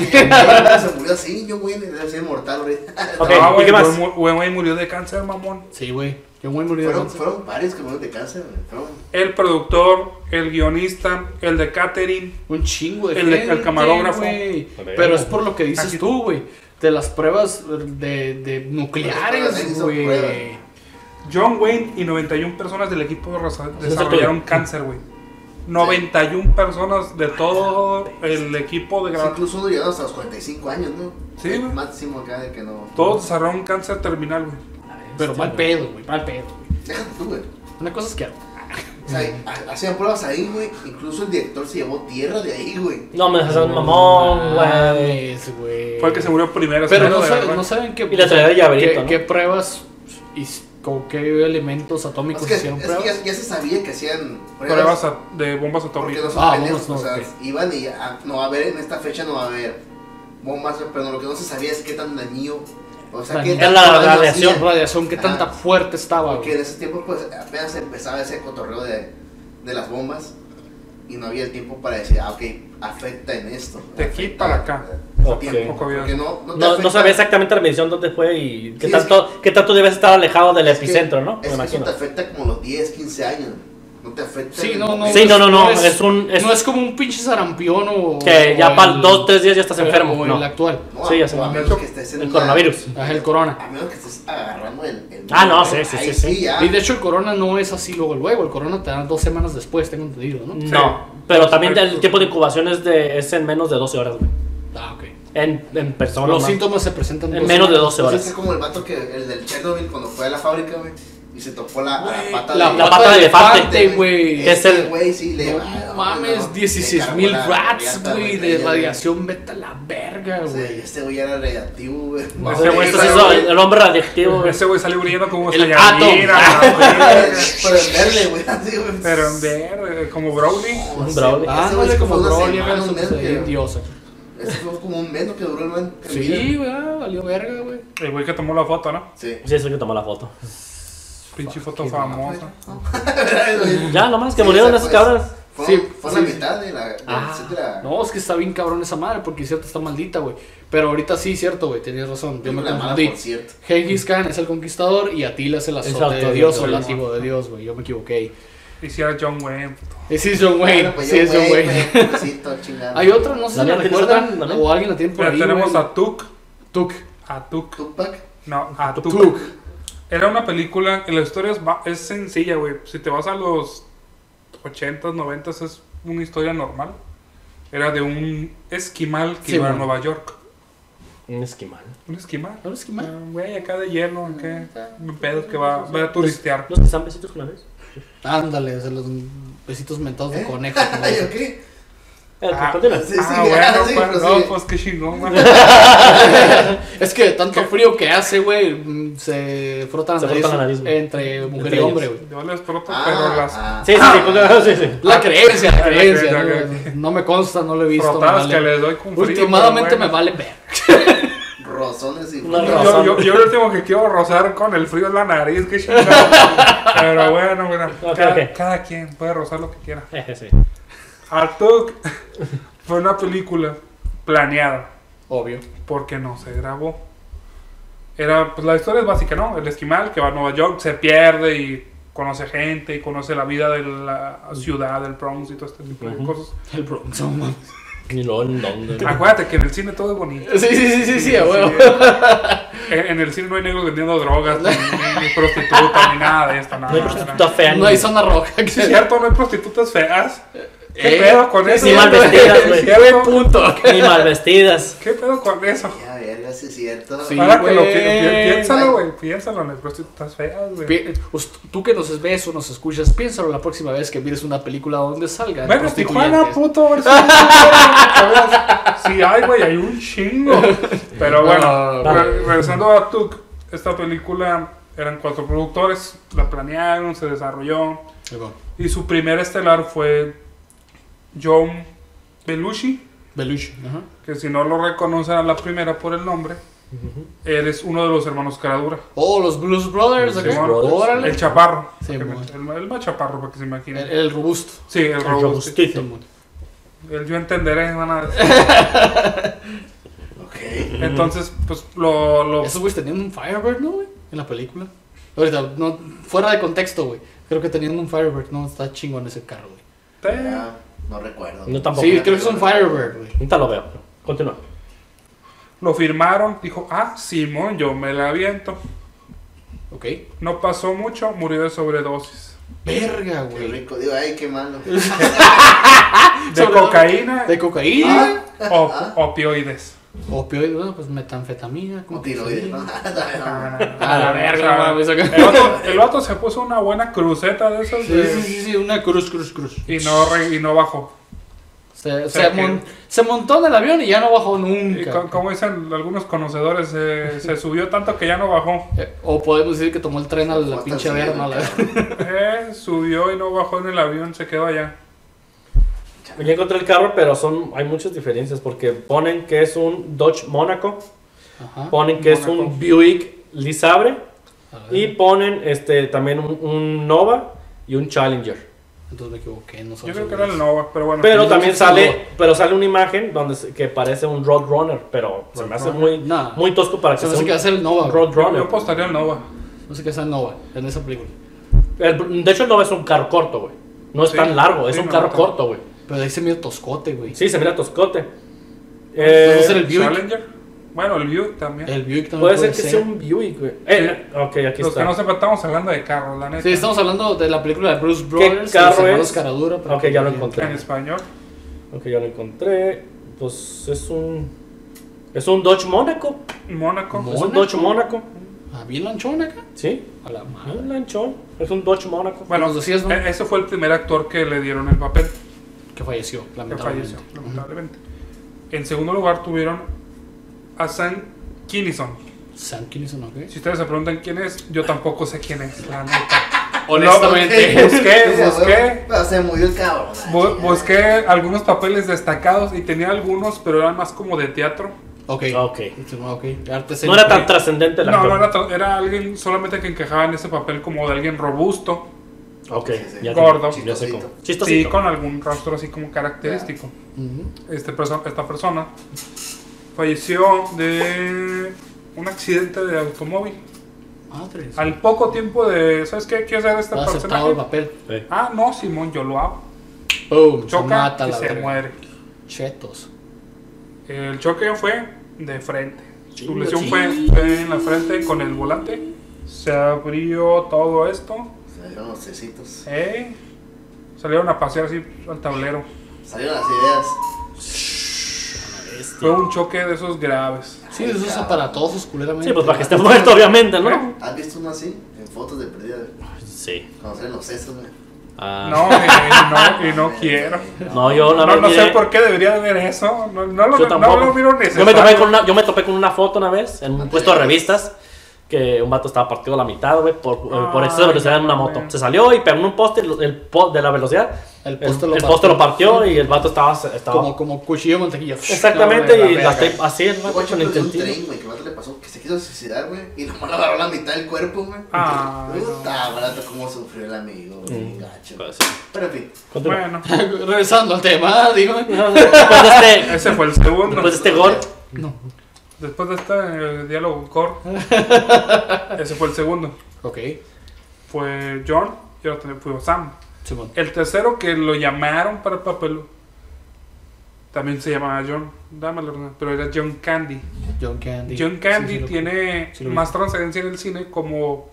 Speaker 4: que John Wayne se murió así, John Wayne debe ser mortal ahorita.
Speaker 3: Ok,
Speaker 2: Ah,
Speaker 3: ¿y
Speaker 2: güey,
Speaker 3: qué más?
Speaker 2: John Mu- John Wayne murió de cáncer, mamón.
Speaker 1: Sí, güey. Yo muy murió de
Speaker 4: fueron,
Speaker 1: cáncer.
Speaker 4: fueron varios que murieron de cáncer, güey, fueron-
Speaker 2: El productor, el guionista, el de catering.
Speaker 1: Un chingo de
Speaker 2: El de- el
Speaker 1: gente,
Speaker 2: camarógrafo.
Speaker 1: güey.
Speaker 3: A ver.
Speaker 1: Pero es por lo que dices
Speaker 2: Aquí-
Speaker 1: tú, güey. De las pruebas de, de
Speaker 4: Pero es
Speaker 1: nucleares,
Speaker 4: para
Speaker 1: güey.
Speaker 4: pruebas.
Speaker 2: John Wayne y 91 personas del equipo raza- desarrollaron cáncer, güey. 91 personas de todo el equipo de
Speaker 4: Sí,
Speaker 2: grabación.
Speaker 4: incluso uno llegó hasta los 45 años, ¿no?
Speaker 2: Sí,
Speaker 4: El
Speaker 2: güey.
Speaker 4: máximo acá de que no.
Speaker 2: Todos desarrollaron cáncer terminal, güey.
Speaker 1: Pero mal pedo, güey. Mal pedo, güey.
Speaker 4: Déjate tú, güey.
Speaker 1: Una cosa es que.
Speaker 4: O sea, ha- hacían pruebas ahí, güey. Incluso el director se llevó tierra de ahí, güey.
Speaker 3: No me dejas un mamón,
Speaker 2: Ah,
Speaker 3: güey.
Speaker 1: Mames, güey.
Speaker 2: Fue el que se murió primero.
Speaker 1: Pero
Speaker 2: se
Speaker 1: no,
Speaker 2: murió de
Speaker 1: sabe-
Speaker 2: verdad.
Speaker 1: no saben qué.
Speaker 3: Y la teoría de llaverito,
Speaker 1: qué,
Speaker 3: ¿no?
Speaker 1: qué pruebas y s- con qué elementos atómicos
Speaker 4: Es que,
Speaker 1: hicieron
Speaker 4: es que
Speaker 1: pruebas.
Speaker 4: ya, ya se sabía que hacían pruebas.
Speaker 2: Pruebas a- de bombas
Speaker 4: porque
Speaker 2: atómicas.
Speaker 4: no son
Speaker 1: Ah,
Speaker 4: pendejos.
Speaker 1: vamos,
Speaker 4: o sea,
Speaker 1: ok.
Speaker 4: iban y ah, no va a haber, en esta fecha no va a haber bombas, pero lo que no se sabía es qué tan dañío. O sea, qué
Speaker 1: Dañino.
Speaker 4: tanto
Speaker 3: La
Speaker 4: daño
Speaker 3: radiación,
Speaker 4: hacía.
Speaker 1: radiación que
Speaker 4: Ah.
Speaker 1: tanta fuerte estaba,
Speaker 4: Porque
Speaker 1: güey.
Speaker 4: en ese tiempo, pues apenas empezaba ese cotorreo de, de las bombas y no había el tiempo para decir, ah, ok, afecta en esto.
Speaker 2: De aquí para acá.
Speaker 4: Ese
Speaker 3: Ok.
Speaker 4: tiempo,
Speaker 2: Poco
Speaker 4: porque
Speaker 2: bien.
Speaker 4: no, no, te
Speaker 3: No,
Speaker 4: afecta-
Speaker 3: no sabía exactamente la medición dónde fue y qué
Speaker 4: Sí,
Speaker 3: tanto, qué tanto debes estar alejado del
Speaker 4: es que-
Speaker 3: epicentro, ¿no? Me
Speaker 4: Es que eso
Speaker 3: imagino.
Speaker 4: te afecta como los 10, 15 años. No te afecta.
Speaker 1: Sí,
Speaker 4: en el
Speaker 1: no, no.
Speaker 4: momento.
Speaker 3: Sí, no, no, no,
Speaker 1: es,
Speaker 3: es un- es-
Speaker 1: no es como un pinche sarampión o.
Speaker 3: Que ya
Speaker 1: o
Speaker 3: para
Speaker 1: el-
Speaker 3: dos, tres días ya estás
Speaker 1: O
Speaker 3: enfermo.
Speaker 1: el
Speaker 3: No.
Speaker 1: actual.
Speaker 4: No,
Speaker 3: Sí, ya
Speaker 4: a-
Speaker 3: sé.
Speaker 4: a menos que estés en
Speaker 3: El
Speaker 4: una-
Speaker 3: coronavirus.
Speaker 1: Ajá, el corona.
Speaker 4: A menos que estés agarrando el. el-
Speaker 3: Ah, no, sí, sí,
Speaker 4: ahí
Speaker 3: sí, sí.
Speaker 4: ya.
Speaker 1: Y de hecho el corona no es así luego luego, el corona te dan dos semanas después, tengo entendido, ¿no?
Speaker 3: No.
Speaker 2: Sí.
Speaker 3: Pero también el
Speaker 2: Perfecto.
Speaker 3: tiempo de incubación es, de, es en menos de 12 horas, güey.
Speaker 1: Ah, ok.
Speaker 3: En, en persona.
Speaker 1: Los
Speaker 3: ¿no?
Speaker 1: síntomas se presentan
Speaker 3: En
Speaker 1: dos
Speaker 3: menos de
Speaker 1: semanas.
Speaker 3: 12
Speaker 4: Entonces,
Speaker 3: horas.
Speaker 4: es como el vato que. El del Chernobyl cuando fue a la fábrica, güey. Y se topó la, a la pata
Speaker 1: La,
Speaker 4: de. Este
Speaker 1: la pata de
Speaker 3: elefante,
Speaker 1: elefante, güey.
Speaker 3: Es el-
Speaker 4: Güey, sí, le.
Speaker 1: No
Speaker 4: ah,
Speaker 1: mames,
Speaker 4: no,
Speaker 1: 16
Speaker 4: le
Speaker 1: mil
Speaker 4: cargó la
Speaker 1: rats,
Speaker 4: radiata,
Speaker 1: güey,
Speaker 4: ella,
Speaker 1: de
Speaker 4: güey.
Speaker 1: radiación, vete a la verga,
Speaker 4: Sí,
Speaker 1: güey.
Speaker 4: Este güey era radiactivo, güey.
Speaker 2: No,
Speaker 3: Ese güey,
Speaker 2: Sí,
Speaker 3: este sí es
Speaker 2: claro,
Speaker 3: el- el hombre radiactivo.
Speaker 2: [LAUGHS] Ese güey salió brillando como
Speaker 3: El
Speaker 2: Saiyajin,
Speaker 3: átomo.
Speaker 2: a la
Speaker 4: [LAUGHS]
Speaker 2: verga.
Speaker 4: [LAUGHS] Pero en verde, güey, así, güey.
Speaker 2: Pero en verde, como Brownie.
Speaker 4: No,
Speaker 3: Un
Speaker 4: sí,
Speaker 3: Brawley.
Speaker 4: ese
Speaker 1: Ah, no
Speaker 4: güey
Speaker 1: le
Speaker 4: se fue
Speaker 1: como
Speaker 4: una
Speaker 1: Broly,
Speaker 4: semana,
Speaker 1: era
Speaker 4: un mes,
Speaker 1: su
Speaker 4: creo.
Speaker 1: diosa.
Speaker 4: Ese fue como un menos que duró el man.
Speaker 1: Sí, güey, ah, valió verga, güey.
Speaker 2: El güey que tomó la foto, ¿no?
Speaker 4: Sí.
Speaker 3: Sí, es el que tomó la foto.
Speaker 2: Pinche foto famosa.
Speaker 3: Ya, nomás que
Speaker 4: Sí,
Speaker 3: murieron
Speaker 4: o sea,
Speaker 3: esos
Speaker 4: pues,
Speaker 3: cabrones.
Speaker 4: Fue,
Speaker 1: Sí,
Speaker 4: fue
Speaker 1: sí,
Speaker 4: la
Speaker 1: sí.
Speaker 4: mitad de la. de-
Speaker 3: Ah,
Speaker 4: sí, de la-
Speaker 1: No, es que está bien cabrón esa madre, porque cierto está maldita, güey. Pero ahorita sí, cierto, güey, tenías razón. Yo me
Speaker 4: la mala,
Speaker 1: confundí.
Speaker 4: por cierto.
Speaker 1: Genghis Khan es el conquistador y Atila es el azote
Speaker 3: Exacto,
Speaker 1: de Dios
Speaker 3: Dios,
Speaker 1: o el
Speaker 3: Dios.
Speaker 1: látigo de Dios, güey. Yo me equivoqué ahí.
Speaker 2: Y si era John Wayne. puto.
Speaker 1: Y sí es John Wayne.
Speaker 4: Bueno, pues
Speaker 1: sí
Speaker 4: yo,
Speaker 1: es John
Speaker 4: güey,
Speaker 1: Wayne.
Speaker 4: güey, pobrecito, chingado.
Speaker 1: Hay otra, no sé si la
Speaker 3: ¿También tienes otra?
Speaker 1: recuerdan
Speaker 3: ¿También?
Speaker 1: o alguien la tiene por
Speaker 2: Mira,
Speaker 1: ahí.
Speaker 2: tenemos
Speaker 1: güey.
Speaker 2: a Tuk.
Speaker 1: Tuk.
Speaker 2: A Tuk.
Speaker 4: Tupac.
Speaker 2: No, a Tuk.
Speaker 1: Tuk.
Speaker 2: Era una película que la historia es, ba- es sencilla, güey. Si te vas a los 80s, 90s, es una historia normal. Era de un esquimal que
Speaker 1: Sí,
Speaker 2: iba a
Speaker 1: güey.
Speaker 2: Nueva York.
Speaker 3: Un esquimal.
Speaker 2: ¿Un esquimal?
Speaker 1: ¿No es que mal?
Speaker 2: Un Güey, acá de hielo, ¿qué? Un pedo que va, va a turistear.
Speaker 3: ¿Los que están besitos con la vez?
Speaker 1: Ándale, o sea, los besitos mentados de
Speaker 4: ¿Eh?
Speaker 1: conejo.
Speaker 4: [LAUGHS]
Speaker 1: como
Speaker 4: Ay,
Speaker 1: dicen.
Speaker 4: ok.
Speaker 2: Ah,
Speaker 3: Eh, Continúa.
Speaker 4: sí,
Speaker 2: ah,
Speaker 4: sí,
Speaker 2: bueno,
Speaker 4: sí,
Speaker 2: pues,
Speaker 4: pero
Speaker 2: no,
Speaker 4: sí.
Speaker 2: pues qué chingón, güey.
Speaker 1: Es que tanto frío que hace, güey, mm, se frotan
Speaker 3: Se
Speaker 1: la nariz,
Speaker 3: frotan la nariz, güey.
Speaker 1: entre mujer
Speaker 3: Entre
Speaker 1: y hombre,
Speaker 3: ellos.
Speaker 1: güey.
Speaker 2: Yo les proto,
Speaker 4: Ah,
Speaker 2: pero las
Speaker 4: ah.
Speaker 3: Sí, pues, sí, sí, continúa, sí, sí. [LAUGHS]
Speaker 1: La creencia, la
Speaker 2: Ah, la
Speaker 1: creencia.
Speaker 2: creencia,
Speaker 1: ¿no?
Speaker 2: ok.
Speaker 1: No me consta, no lo he visto. me
Speaker 2: frotadas
Speaker 1: vale.
Speaker 2: que les doy con frío.
Speaker 1: Últimamente
Speaker 2: pero
Speaker 1: me vale ver.
Speaker 4: Rosones y.
Speaker 3: Una
Speaker 2: bueno. Yo, yo, yo lo último que quiero rozar con el frío es la nariz, qué chingón. pero bueno, bueno.
Speaker 3: Ok,
Speaker 2: cada,
Speaker 3: ok.
Speaker 2: cada quien puede rozar lo que quiera.
Speaker 3: Jeje, sí.
Speaker 2: Artuk [LAUGHS] fue una película planeada.
Speaker 1: Obvio.
Speaker 2: porque no se grabó. Era, pues la historia es básica, ¿no? El esquimal que va a Nueva York, se pierde y conoce gente y conoce la vida de la ciudad, del Bronx y todo este tipo de
Speaker 3: Ujú.
Speaker 2: cosas.
Speaker 1: El Bronx, no mames.
Speaker 3: Ni lo ni dónde.
Speaker 2: Acuérdate que en el cine todo es bonito.
Speaker 1: Sí, sí, sí, sí, sí, a huevo.
Speaker 2: En, en el cine no hay negros vendiendo drogas, ni, ni- ni prostitutas, ni nada de esto, nada.
Speaker 3: No hay prostituta
Speaker 2: nada.
Speaker 3: fea.
Speaker 1: No hay zona roja. que
Speaker 2: Sí, es cierto, no hay prostitutas feas. ¿Qué
Speaker 1: Eh,
Speaker 2: pedo con
Speaker 1: es
Speaker 2: eso?
Speaker 3: Ni mal vestidas,
Speaker 2: ¿Es
Speaker 3: güey.
Speaker 1: Buen
Speaker 2: cierto?
Speaker 1: punto.
Speaker 3: Ni mal vestidas.
Speaker 2: ¿Qué pedo con eso?
Speaker 4: Ya, verga, sí, es cierto.
Speaker 1: Sí.
Speaker 2: Ahora que lo
Speaker 1: güey.
Speaker 2: pi- pi- piénsalo, güey, piénsalo, no hay prostitutas feas, güey.
Speaker 1: Pi- us- Tú que nos ves o nos escuchas, piénsalo la próxima vez que mires una película donde salga.
Speaker 2: Menos Tijuana, pues. puto. a ver si- Sí, hay, güey, hay un chingo. Pero bueno,
Speaker 1: No.
Speaker 2: re- regresando a Tuk, esta película eran cuatro productores, la planearon, se desarrolló. Y su primer estelar fue John Belushi,
Speaker 1: Belushi. ajá.
Speaker 2: que si no lo reconocen a la primera por el nombre, eres uno de los hermanos Caradura.
Speaker 1: Oh, los Blues Brothers.
Speaker 3: Los
Speaker 1: acá.
Speaker 2: Blues
Speaker 3: Brothers.
Speaker 1: Órale.
Speaker 2: El chaparro.
Speaker 1: Sí,
Speaker 2: el,
Speaker 1: bueno.
Speaker 2: el más chaparro, para que se
Speaker 1: El,
Speaker 2: imaginen.
Speaker 1: el robusto.
Speaker 2: Sí, el
Speaker 3: El
Speaker 2: robustito.
Speaker 3: robustito.
Speaker 2: El yo entenderé, van a
Speaker 4: Ok.
Speaker 2: Entonces, pues lo. lo
Speaker 1: Esos güeyes tenían un Firebird, ¿no, güey? En la película. Ahorita, no, fuera de contexto, güey. Creo que tenían un Firebird. No, está chingón ese carro, güey.
Speaker 2: te-
Speaker 4: Ya, no recuerdo.
Speaker 3: No tampoco.
Speaker 1: Sí, creo que es un Firebird, güey.
Speaker 3: Ahorita lo veo. Continúa.
Speaker 2: lo firmaron, dijo, ah, Simón, yo me la aviento.
Speaker 1: Ok.
Speaker 2: No pasó mucho, murió de sobredosis.
Speaker 1: Verga,
Speaker 4: Qué
Speaker 1: güey.
Speaker 4: rico. Digo, ay, qué malo.
Speaker 2: De
Speaker 1: Sobre-
Speaker 2: cocaína
Speaker 1: Ah,
Speaker 2: Ah.
Speaker 1: De Ah. cocaína.
Speaker 2: o opioides.
Speaker 1: Opioides, bueno, pues metanfetamina. como
Speaker 4: Como tiroides, ¿no? [LAUGHS]
Speaker 2: Ah,
Speaker 1: A la verga, mames, acá.
Speaker 2: el, vato, el vato se puso una buena cruceta de esas
Speaker 1: Sí,
Speaker 2: de-
Speaker 1: sí, sí, sí, una cruz, cruz, cruz.
Speaker 2: Y, no re- y no bajó.
Speaker 1: Se,
Speaker 2: sea,
Speaker 1: se,
Speaker 2: que-
Speaker 1: mon- se montó en el avión y ya no bajó
Speaker 2: Y
Speaker 1: nunca.
Speaker 2: co- como dicen algunos conocedores, eh, se subió tanto que ya no bajó.
Speaker 1: Eh, O podemos decir que tomó el tren a la
Speaker 4: Hasta
Speaker 1: pinche
Speaker 4: el
Speaker 1: verma. la-
Speaker 2: Eh, subió y no bajó en el avión, se quedó allá.
Speaker 3: Ya encontré el carro, pero son hay muchas diferencias porque ponen que es un Dodge Monaco,
Speaker 1: [LAUGHS] Ajá.
Speaker 3: ponen que es
Speaker 2: Mónaco.
Speaker 3: un Buick Lisabre
Speaker 1: A ver,
Speaker 3: y ponen este también un, un Nova y un Challenger.
Speaker 1: Entonces me equivoqué. No son
Speaker 2: Yo creo que era
Speaker 1: seguros.
Speaker 2: el Nova, pero bueno.
Speaker 3: Pero
Speaker 1: Entonces,
Speaker 3: también
Speaker 1: sí,
Speaker 3: sale,
Speaker 1: seguro.
Speaker 3: pero sale una imagen donde se- que parece un Roadrunner, pero se me hace muy,
Speaker 1: Nah.
Speaker 3: muy tosco para que
Speaker 1: Se me hace que va a
Speaker 3: sea
Speaker 1: ser el
Speaker 3: un
Speaker 1: Nova. güey.
Speaker 2: yo, yo
Speaker 3: Roadrunner.
Speaker 2: apostaría al Nova.
Speaker 1: No sé qué es el Nova en esa película.
Speaker 3: El- de hecho, el Nova es un carro corto, güey. No es
Speaker 2: Sí.
Speaker 3: tan largo, es
Speaker 2: Sí,
Speaker 3: un
Speaker 2: no,
Speaker 3: carro
Speaker 2: no.
Speaker 3: corto, güey.
Speaker 1: Pero ahí se mira toscote, güey.
Speaker 3: Sí, se mira toscote.
Speaker 1: Puede
Speaker 2: pues,
Speaker 3: Eh,
Speaker 1: ser el Buick.
Speaker 2: Challenger. Bueno, el Buick también.
Speaker 1: El Buick también
Speaker 3: puede ser que sea un Buick, güey. Eh, ok, aquí
Speaker 2: Los
Speaker 3: está.
Speaker 2: que no sepan, estamos hablando de carros, la neta.
Speaker 1: Sí, estamos hablando de la película de Bruce Brothers.
Speaker 3: carro
Speaker 1: los hermanos
Speaker 3: es?
Speaker 1: Caradura, pero-
Speaker 3: Ok, ya lo encontré.
Speaker 2: En español.
Speaker 3: Ok, ya lo encontré. Pues es un. Es un Dodge Mónaco.
Speaker 2: Mónaco.
Speaker 1: Mo-
Speaker 3: Es un
Speaker 1: ¿Mónaco?
Speaker 3: Dodge Mónaco.
Speaker 1: Ah, bien lanchón acá.
Speaker 3: Sí.
Speaker 1: A la madre.
Speaker 3: Un lanchón. Es un Dodge Mónaco.
Speaker 2: Bueno,
Speaker 1: Nos decías, ¿no?
Speaker 2: e- ese fue el primer actor que le dieron el papel,
Speaker 1: Que falleció,
Speaker 2: que
Speaker 1: lamentablemente.
Speaker 2: falleció, lamentablemente. En segundo lugar tuvieron a Sam Kinison.
Speaker 1: Sam Kinison, ¿ok?
Speaker 2: Si ustedes se preguntan quién es, yo tampoco sé quién es, la neta.
Speaker 1: Honestamente.
Speaker 2: Busqué,
Speaker 4: [LAUGHS] Sí,
Speaker 2: busqué.
Speaker 4: güey, Ah, Se murió el cabrón.
Speaker 2: Bu- busqué algunos papeles destacados y tenía algunos, pero eran más como de teatro.
Speaker 1: [LAUGHS] Ok.
Speaker 3: Ah, ok.
Speaker 1: Sí, no, ok. Arte
Speaker 3: No era tan
Speaker 1: escénico.
Speaker 3: trascendente la
Speaker 2: No, no era, tra- era alguien solamente que encajaba en ese papel como de alguien robusto.
Speaker 3: Ok,
Speaker 4: Sí, sí.
Speaker 3: ya
Speaker 2: Gordo.
Speaker 3: te- ya sé cómo.
Speaker 4: Chistosito.
Speaker 2: Sí,
Speaker 3: Chistosito.
Speaker 2: con algún rostro así como característico.
Speaker 1: Ujú.
Speaker 2: este perso- esta persona falleció de un accidente de automóvil
Speaker 1: Madres.
Speaker 2: Al poco tiempo de, ¿sabes qué? Quiero hacer este
Speaker 1: Ha aceptado el
Speaker 2: personaje.
Speaker 1: papel.
Speaker 3: Eh,
Speaker 2: Ah, no, Simón, yo lo hago.
Speaker 1: Boom, se
Speaker 2: Choca
Speaker 1: mata
Speaker 2: y
Speaker 1: la
Speaker 2: se
Speaker 1: verga.
Speaker 2: muere.
Speaker 1: Chetos.
Speaker 2: El choque fue de frente. Su
Speaker 3: Chingo,
Speaker 2: lesión
Speaker 3: chingo.
Speaker 2: fue, fue en la frente con el volante. Se abrió todo esto.
Speaker 4: Salieron los cecitos.
Speaker 2: ¿eh? Salieron a pasear así al tablero.
Speaker 4: Salieron las ideas.
Speaker 3: bestia.
Speaker 2: Fue un choque de esos graves.
Speaker 1: Sí, eso es aparatosos, culeramente.
Speaker 3: Sí, pues para que esté muerto, obviamente, ¿no?
Speaker 4: ¿Has visto uno así? En fotos de perdida.
Speaker 3: Sí.
Speaker 4: Cuando salen los sesos, güey. Ah,
Speaker 3: Ah.
Speaker 2: No, y, y no, y no quiero.
Speaker 3: No, yo la
Speaker 2: No,
Speaker 3: verdad.
Speaker 2: no sé
Speaker 3: miré-
Speaker 2: por qué debería de ver eso. No, no lo,
Speaker 3: Yo
Speaker 2: no
Speaker 3: tampoco.
Speaker 2: lo miro
Speaker 3: yo, me topé
Speaker 2: necesario.
Speaker 3: con una, yo me topé con una foto una vez en un puesto de revistas que un vato estaba partido a la mitad, güey, por, eh, por exceso de
Speaker 2: Ay,
Speaker 3: velocidad en una
Speaker 2: no,
Speaker 3: moto.
Speaker 2: Ah, güey.
Speaker 3: Se salió y pegó en un poste el, el po- de la velocidad.
Speaker 1: El
Speaker 3: El
Speaker 1: poste lo
Speaker 3: el
Speaker 1: partió.
Speaker 3: poste lo partió y el vato estaba. estaba
Speaker 1: Como, como cuchillo de mantequilla.
Speaker 3: exactamente,
Speaker 1: No, de
Speaker 3: y
Speaker 1: la
Speaker 3: la
Speaker 1: verga.
Speaker 3: tape- así el vato
Speaker 4: Ocho
Speaker 3: con el
Speaker 4: de un
Speaker 3: tentillo.
Speaker 4: tren, güey, que vato le pasó que se quiso suicidar, güey, y nomás le agarró la mitad del cuerpo, güey.
Speaker 2: Ah,
Speaker 4: Puta, barato cómo sufrió el amigo, güey, gacho.
Speaker 3: Pues, sí.
Speaker 4: Pero en fin,
Speaker 3: Continúa. [LAUGHS]
Speaker 2: Bueno,
Speaker 1: [LAUGHS] Regresando al tema, [LAUGHS] dime.
Speaker 3: Después de este,
Speaker 2: ese fue el segundo.
Speaker 3: después de este gol,
Speaker 2: Ah, Después de este eh, diálogo
Speaker 3: [LAUGHS]
Speaker 2: corto, ese fue el segundo.
Speaker 1: Ok,
Speaker 2: Fue John y el otro fue Sam.
Speaker 1: Simón.
Speaker 2: El tercero que lo llamaron para el papel también se llamaba John. Dámelo, Hernán, pero era John Candy.
Speaker 1: John Candy.
Speaker 2: John
Speaker 1: Sí,
Speaker 2: Candy
Speaker 1: sí, lo-
Speaker 2: tiene
Speaker 1: sí lo vi.
Speaker 2: más trascendencia en el cine como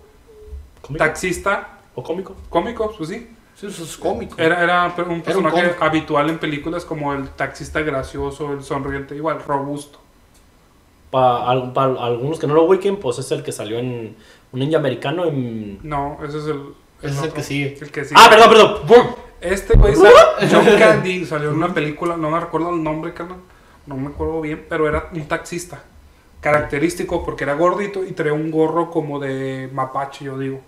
Speaker 3: ¿Cómico?
Speaker 2: taxista
Speaker 3: ¿O cómico?
Speaker 2: cómico, pues sí.
Speaker 1: Sí, eso es cómico.
Speaker 2: Era, era un personaje
Speaker 1: cómico.
Speaker 2: habitual en películas como el taxista gracioso, el sonriente, igual, robusto.
Speaker 3: Para, algunos que no lo ubiquen, pues es el que salió en un ninja americano en...
Speaker 2: No, ese es el.
Speaker 1: Ese es el
Speaker 2: otro.
Speaker 1: que sigue.
Speaker 2: El que sigue.
Speaker 3: Ah, perdón, perdón. ¡Bum!
Speaker 2: Este
Speaker 1: [LAUGHS]
Speaker 2: güey sal- John Candy salió en una película, no me recuerdo el nombre, carnal. No me acuerdo bien, pero era un taxista. Característico porque era gordito y traía un gorro como de mapache, yo digo.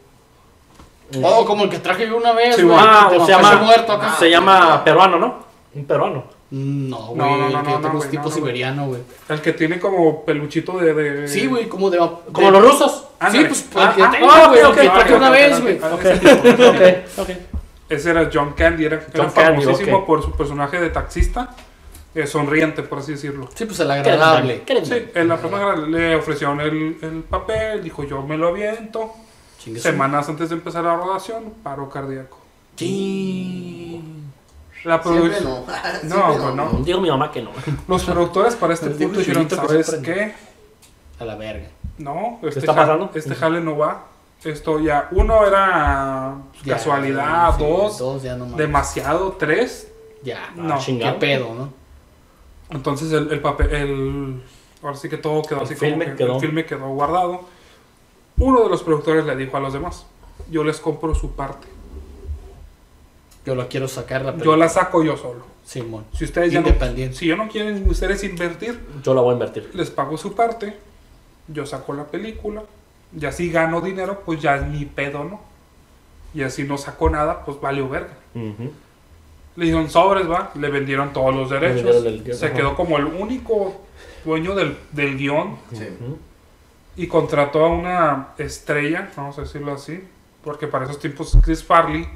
Speaker 1: Oh, como el que traje yo una vez.
Speaker 2: Sí,
Speaker 1: güey,
Speaker 3: Ah,
Speaker 1: que
Speaker 3: o
Speaker 1: te
Speaker 3: se
Speaker 1: mataste
Speaker 3: llama,
Speaker 1: muerto
Speaker 2: Ah,
Speaker 1: acá.
Speaker 3: se llama peruano, ¿no? Un peruano.
Speaker 1: No, güey.
Speaker 2: No, no,
Speaker 1: el
Speaker 2: no,
Speaker 1: que
Speaker 2: no,
Speaker 1: yo tengo
Speaker 2: no,
Speaker 1: es
Speaker 2: güey,
Speaker 1: tipo
Speaker 2: no, no,
Speaker 1: siberiano, güey.
Speaker 2: El que tiene como peluchito de. de-
Speaker 1: Sí, güey, como de.
Speaker 3: Como los rusos.
Speaker 1: Sí,
Speaker 2: Ándale.
Speaker 1: pues.
Speaker 3: Ah,
Speaker 1: el que-
Speaker 3: ah,
Speaker 1: Ah, güey,
Speaker 3: ok,
Speaker 1: el que
Speaker 3: ok,
Speaker 1: traje
Speaker 3: ok,
Speaker 1: una
Speaker 2: ok,
Speaker 1: vez,
Speaker 2: ok,
Speaker 1: güey.
Speaker 2: ok.
Speaker 3: Ok, ok, ok.
Speaker 2: [LAUGHS] Ese era John Candy, era, era
Speaker 3: John Candy,
Speaker 2: famosísimo
Speaker 3: ok.
Speaker 2: por su personaje de taxista, eh, sonriente, por así decirlo.
Speaker 1: Sí, pues el agradable.
Speaker 3: ¿Qué eres, man?
Speaker 2: Sí, en la persona le ofrecieron el, el papel, dijo yo me lo aviento.
Speaker 1: Chingue su-
Speaker 2: Semanas antes de empezar la rodación, paro cardíaco.
Speaker 1: Chin.
Speaker 2: La
Speaker 4: siempre
Speaker 2: produ-
Speaker 4: no. [LAUGHS] siempre
Speaker 2: No, pues no.
Speaker 3: Digo mi mamá que no.
Speaker 2: Los productores para este
Speaker 1: El
Speaker 2: punto
Speaker 1: digo
Speaker 2: dijeron,
Speaker 1: chulito que se
Speaker 2: ¿sabes qué?
Speaker 1: A la verga.
Speaker 2: No, este,
Speaker 3: está
Speaker 2: ja-
Speaker 3: pasando?
Speaker 2: este jale no va. Esto ya, uno era pues,
Speaker 1: Ya,
Speaker 2: casualidad,
Speaker 1: sí,
Speaker 2: dos,
Speaker 1: Dos, ya no mames.
Speaker 2: demasiado, tres.
Speaker 1: Ya.
Speaker 2: No,
Speaker 3: ah,
Speaker 1: Qué
Speaker 3: chingado.
Speaker 1: pedo, ¿no?
Speaker 2: Entonces el, el papel, el, ahora sí que todo quedó
Speaker 3: El
Speaker 2: así
Speaker 3: filme
Speaker 2: como que
Speaker 3: quedó.
Speaker 2: el filme quedó guardado. Uno de los productores le dijo a los demás, yo les compro su parte,
Speaker 1: Yo lo quiero sacar la
Speaker 2: yo
Speaker 1: película.
Speaker 2: la saco yo solo.
Speaker 1: Simón.
Speaker 2: Si ustedes ya no,
Speaker 1: Independiente.
Speaker 2: si yo no quieren ustedes invertir,
Speaker 3: Yo la voy a invertir.
Speaker 2: les pago su parte, yo saco la película, y así gano dinero, pues ya es mi pedo, ¿no? Y así no saco nada, pues valió verga.
Speaker 3: Ujú.
Speaker 2: Le dieron sobres, va, le vendieron todos los derechos,
Speaker 3: vendieron el guión,
Speaker 2: se
Speaker 3: ajá.
Speaker 2: quedó como el único dueño del, del guión
Speaker 4: Sí.
Speaker 2: y contrató a una estrella, vamos a decirlo así, porque para esos tiempos Chris Farley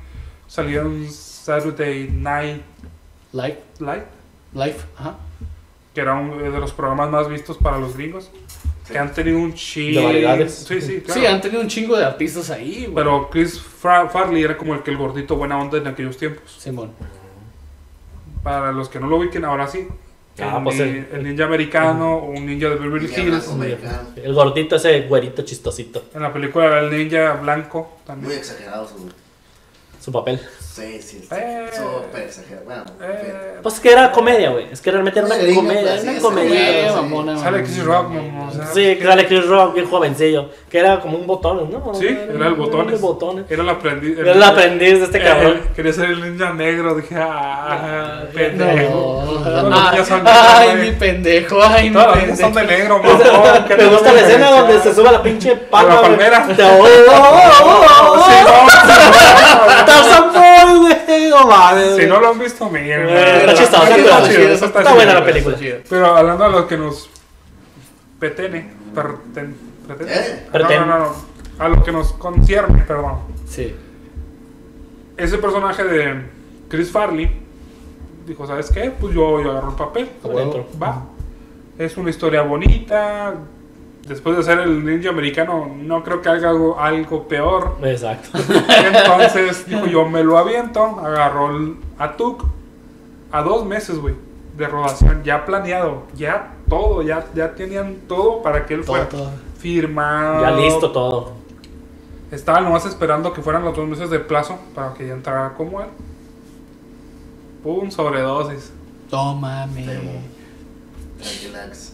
Speaker 2: salió en Saturday Night
Speaker 1: Life.
Speaker 2: Live,
Speaker 1: Life. Ajá.
Speaker 2: que era uno de los programas más vistos para los gringos, que han tenido un chingo
Speaker 3: De variedades.
Speaker 2: Sí, sí, claro.
Speaker 1: Sí, han tenido un chingo de artistas ahí, güey.
Speaker 2: Pero Chris Fra- Farley era como el que el gordito buena onda en aquellos tiempos.
Speaker 1: Simón.
Speaker 2: Para los que no lo ubiquen, ahora sí.
Speaker 3: Ah,
Speaker 2: el,
Speaker 3: pues
Speaker 2: ni-
Speaker 3: el-
Speaker 2: el ninja americano o un ninja de Beverly
Speaker 4: Y
Speaker 2: Hills.
Speaker 4: blanco americano.
Speaker 3: El gordito, ese güerito chistosito.
Speaker 2: En la película era el ninja blanco
Speaker 4: Muy
Speaker 2: también.
Speaker 4: exagerados, güey.
Speaker 3: Su papel.
Speaker 4: Sí, sí, sí.
Speaker 2: Eh.
Speaker 4: Súper exagerado. Bueno, en
Speaker 2: Eh,
Speaker 3: Pues que era comedia, güey. Es que realmente era una
Speaker 4: Una gringa,
Speaker 3: comedia.
Speaker 4: pues,
Speaker 3: Era
Speaker 4: sí,
Speaker 3: una
Speaker 1: Güey,
Speaker 4: sí,
Speaker 3: comedia.
Speaker 4: sí.
Speaker 1: mamona,
Speaker 2: Sale
Speaker 1: mamona.
Speaker 2: Chris Rock, mamá, o sea,
Speaker 3: Sí, que sale Chris Rock, bien jovencillo. Que era como un botón, ¿no?
Speaker 2: Sí, era el botones.
Speaker 3: El botones.
Speaker 2: Era el aprendiz.
Speaker 3: Era el aprendiz de este cabrón.
Speaker 2: Eh, quería ser el ninja negro. Dije, ah, pendejo. Todos los
Speaker 1: Ay,
Speaker 2: niños son
Speaker 1: ay,
Speaker 2: negros,
Speaker 1: mi pendejo, ay, mi
Speaker 2: Todas las niñas son
Speaker 1: pendejo.
Speaker 3: [LAUGHS]
Speaker 2: de negro, mamón,
Speaker 3: Me
Speaker 2: ¿qué te
Speaker 3: gusta la
Speaker 2: voy a
Speaker 3: escena
Speaker 2: decir?
Speaker 3: donde se sube a la pinche palma.
Speaker 2: la
Speaker 3: güey.
Speaker 2: palmera.
Speaker 3: Te oh, oh,
Speaker 2: Sí,
Speaker 3: oh, oh,
Speaker 2: no,
Speaker 3: oh. Tarzan Boy, güey. No mames.
Speaker 2: Si no lo han visto, miren.
Speaker 3: Eh, Está chistoso,
Speaker 2: Está
Speaker 3: está
Speaker 2: chido,
Speaker 3: chido,
Speaker 2: eso
Speaker 3: está
Speaker 2: chido.
Speaker 3: buena la película.
Speaker 2: Pero hablando de los que nos pertene, perten, pretene.
Speaker 4: ¿Eh?
Speaker 2: No,
Speaker 3: Perten.
Speaker 2: no, no, no. A lo que nos concierne, perdón.
Speaker 1: Sí.
Speaker 2: Ese personaje de Chris Farley dijo, ¿sabes qué? Pues yo, yo agarro el papel.
Speaker 1: A huevo.
Speaker 2: Va. Es una historia bonita, después de ser el ninja americano, no creo que haga algo,
Speaker 3: [LAUGHS]
Speaker 2: algo peor.
Speaker 3: Exacto.
Speaker 2: [LAUGHS] Entonces dijo, yo me lo aviento, agarró el- a Tuk a dos meses, güey, de rodación, ya planeado, ya todo, ya, ya tenían todo para que él
Speaker 1: Todo,
Speaker 2: fuera
Speaker 1: todo.
Speaker 2: firmado.
Speaker 3: Ya listo todo.
Speaker 2: Estaban nomás esperando que fueran los dos meses de plazo para que ya entrara como él. Pum, sobredosis.
Speaker 1: Tómame.
Speaker 4: Tranquilax.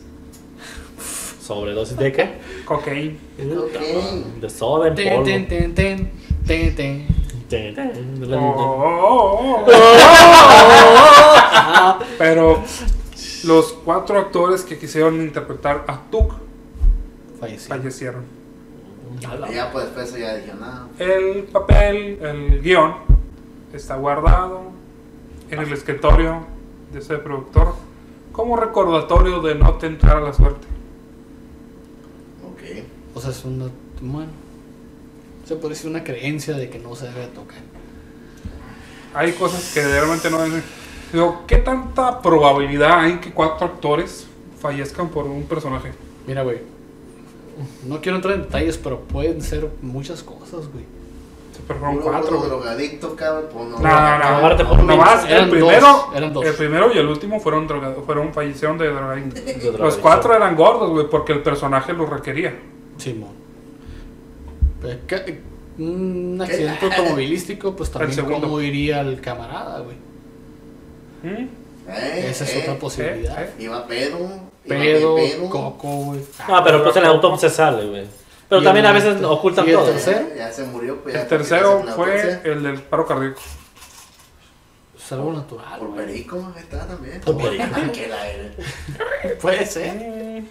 Speaker 3: Sobredosis de qué?
Speaker 2: Cocaine.
Speaker 4: Ok.
Speaker 3: De soda en
Speaker 1: Ten,
Speaker 3: polvo.
Speaker 1: ten, ten, ten, ten, ten.
Speaker 3: Ten, ten,
Speaker 2: Oh,
Speaker 3: ten.
Speaker 2: oh, oh, oh. Pero los cuatro actores que quisieron interpretar a Tuk
Speaker 1: Falleció.
Speaker 2: fallecieron.
Speaker 4: Y ya pues después ya dijeron, ah,
Speaker 2: El papel, el guión, está guardado en el escritorio de ese productor como recordatorio de no tentar a la suerte.
Speaker 4: ok.
Speaker 1: O sea, es una. Bueno. Se puede decir una creencia de que no se debe tocar.
Speaker 2: Hay cosas que realmente no es. Digo, ¿qué tanta probabilidad hay que cuatro actores fallezcan por un personaje?
Speaker 1: Mira, güey. No quiero entrar en detalles, pero pueden ser muchas cosas, güey.
Speaker 2: Se fueron
Speaker 4: Puro,
Speaker 2: cuatro,
Speaker 4: puro
Speaker 2: güey.
Speaker 4: drogadicto, cabrón. Pues, no,
Speaker 2: No, no, no.
Speaker 3: Aparte, por-
Speaker 2: Nomás el
Speaker 1: Eran dos,
Speaker 2: primero,
Speaker 1: eran dos.
Speaker 2: el primero y el último fueron drogados, fueron fallecieron de drogadicto.
Speaker 3: De otra
Speaker 2: Los
Speaker 3: vez.
Speaker 2: cuatro eran gordos, güey, porque el personaje lo requería.
Speaker 1: Simón. Pero ca- Un accidente automovilístico,
Speaker 2: [LAUGHS]
Speaker 1: pues también
Speaker 2: segundo.
Speaker 1: cómo iría el camarada, güey.
Speaker 2: ¿Mm?
Speaker 4: Eh,
Speaker 1: Esa es
Speaker 4: eh,
Speaker 1: otra posibilidad.
Speaker 2: eh.
Speaker 4: Iba pedo. iba
Speaker 1: Pedo,
Speaker 4: bien pedo.
Speaker 1: coco, güey.
Speaker 3: Ah, pero pues en la autopsia sale, güey. Pero
Speaker 1: Y
Speaker 3: también a
Speaker 1: el-
Speaker 3: veces ocultan
Speaker 1: y el
Speaker 3: todo.
Speaker 4: Eh,
Speaker 1: tercero.
Speaker 4: Ya se murió. Pues, ya
Speaker 2: El
Speaker 4: porque
Speaker 2: tercero
Speaker 4: hacen la
Speaker 2: fue
Speaker 4: autopsia.
Speaker 2: el del paro cardíaco.
Speaker 1: Es pues, algo natural,
Speaker 4: Por
Speaker 1: güey.
Speaker 4: perico, está también. [LAUGHS]
Speaker 3: Por perico.
Speaker 4: Ah, que la era.
Speaker 1: Puede ser.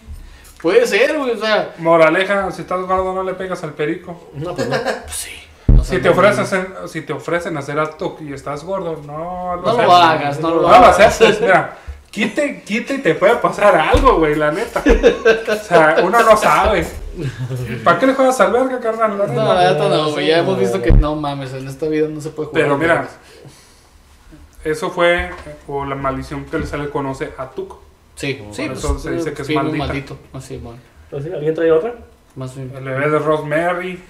Speaker 1: Puede ser, güey. O sea,
Speaker 2: Mm. Moraleja, si estás gordo no le pegas al perico.
Speaker 3: No, pues no.
Speaker 1: pues sí. O sea,
Speaker 2: Si te
Speaker 1: no-
Speaker 2: ofrecen, hacer- si te ofrecen hacer acto y estás gordo, no
Speaker 1: No
Speaker 2: lo
Speaker 1: lo
Speaker 2: aceptes.
Speaker 1: hagas, no lo hagas.
Speaker 2: aceptes, mira. Quite, quite y te puede pasar algo, güey, la neta. O sea, uno no sabe. ¿Para qué le juegas al verga, carnal? La
Speaker 1: No,
Speaker 2: neta.
Speaker 1: la neta no, güey. Ya hemos visto que no mames, en esta vida no se puede jugar.
Speaker 2: Pero
Speaker 1: güey.
Speaker 2: mira, eso fue eh, o la maldición que se le conoce a Tuco.
Speaker 1: Sí, sí,
Speaker 2: por eso
Speaker 1: pues,
Speaker 2: se dice que es
Speaker 1: firme
Speaker 2: maldita.
Speaker 1: maldito. Así, bueno.
Speaker 3: Pues sí, ¿Alguien trae otra?
Speaker 1: Más bien.
Speaker 2: El bebé de Rosemary.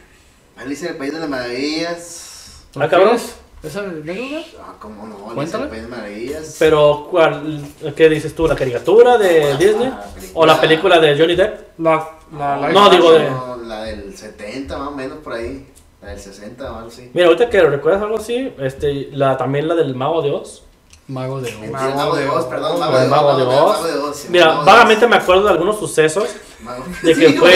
Speaker 4: Alicia en el País de las Maravillas.
Speaker 1: ¿La
Speaker 3: cabrón?
Speaker 1: quieres? ¿Esa es negro,
Speaker 4: Ah, cómo no. Alicia en
Speaker 1: Cuéntala.
Speaker 4: el País de las Maravillas.
Speaker 3: Pero, ¿cuál, ¿qué dices tú? ¿La caricatura de
Speaker 4: Ah,
Speaker 3: Disney?
Speaker 4: la película.
Speaker 3: ¿O la película de Johnny Depp?
Speaker 2: La, la, la-
Speaker 3: No, digo de-
Speaker 4: La del 70 más o menos por ahí. La del 60 o algo así.
Speaker 3: Mira, ahorita que recuerdas algo así, este, la, también la del Mago de Oz.
Speaker 1: Mago
Speaker 2: Este,
Speaker 1: de
Speaker 4: El
Speaker 1: Oz.
Speaker 4: mago de Oz, perdón, mago de
Speaker 3: El
Speaker 4: Oz.
Speaker 3: Mago de
Speaker 4: Mago de Oz.
Speaker 3: Oz.
Speaker 4: sí,
Speaker 3: Mira,
Speaker 4: Mago de Oz.
Speaker 3: vagamente me acuerdo de algunos sucesos
Speaker 4: Mago-
Speaker 3: de que
Speaker 4: Sí,
Speaker 3: fue...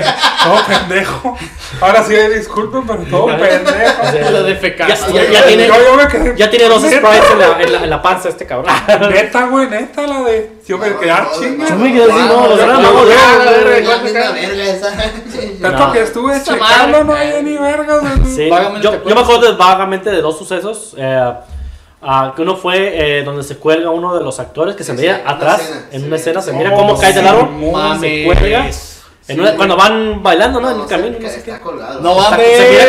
Speaker 2: [LAUGHS] Todo pendejo. Ahora sí, disculpen, pero todo pendejo.
Speaker 3: o sea,
Speaker 1: La de Fecas.
Speaker 3: Ya- ya- ya tiene-
Speaker 2: yo, yo me quedé.
Speaker 3: ya tiene dos
Speaker 2: neta,
Speaker 3: sprites en la, en la- en la panza este cabrón.
Speaker 2: Neta, güey, neta, la de. Yo me quedé, ah, chinga.
Speaker 4: Yo
Speaker 3: me quedé así, no,
Speaker 4: Mago de Oz,
Speaker 3: los gran
Speaker 4: Mago
Speaker 3: magos de
Speaker 4: de
Speaker 3: Oz,
Speaker 4: Oz,
Speaker 3: la verga,
Speaker 4: la
Speaker 3: igual
Speaker 4: misma
Speaker 1: acá.
Speaker 4: verga esa.
Speaker 2: Tanto
Speaker 3: No.
Speaker 2: que estuve
Speaker 1: Esa madre.
Speaker 2: checando, no había ni vergas. güey.
Speaker 3: Sí,
Speaker 1: Vagamente
Speaker 3: yo,
Speaker 1: te
Speaker 3: yo me
Speaker 1: acuerdas.
Speaker 3: acuerdo de- vagamente de dos sucesos. eh, ah, que uno fue eh, donde se cuelga uno de los actores que se
Speaker 4: Sí,
Speaker 3: veía
Speaker 4: sí, una
Speaker 3: atrás
Speaker 4: escena,
Speaker 3: en
Speaker 4: sí.
Speaker 3: una escena, se
Speaker 2: Oh,
Speaker 3: mira cómo cae del
Speaker 2: sí,
Speaker 3: árbol,
Speaker 1: mames.
Speaker 3: se cuelga. en
Speaker 4: Sí.
Speaker 3: una- cuando van bailando, [LAUGHS] ¿no? en
Speaker 4: se
Speaker 3: el camino,
Speaker 4: cae,
Speaker 3: no sé qué.
Speaker 4: Está colgado.
Speaker 1: No
Speaker 3: Está-
Speaker 1: mames.
Speaker 3: se mira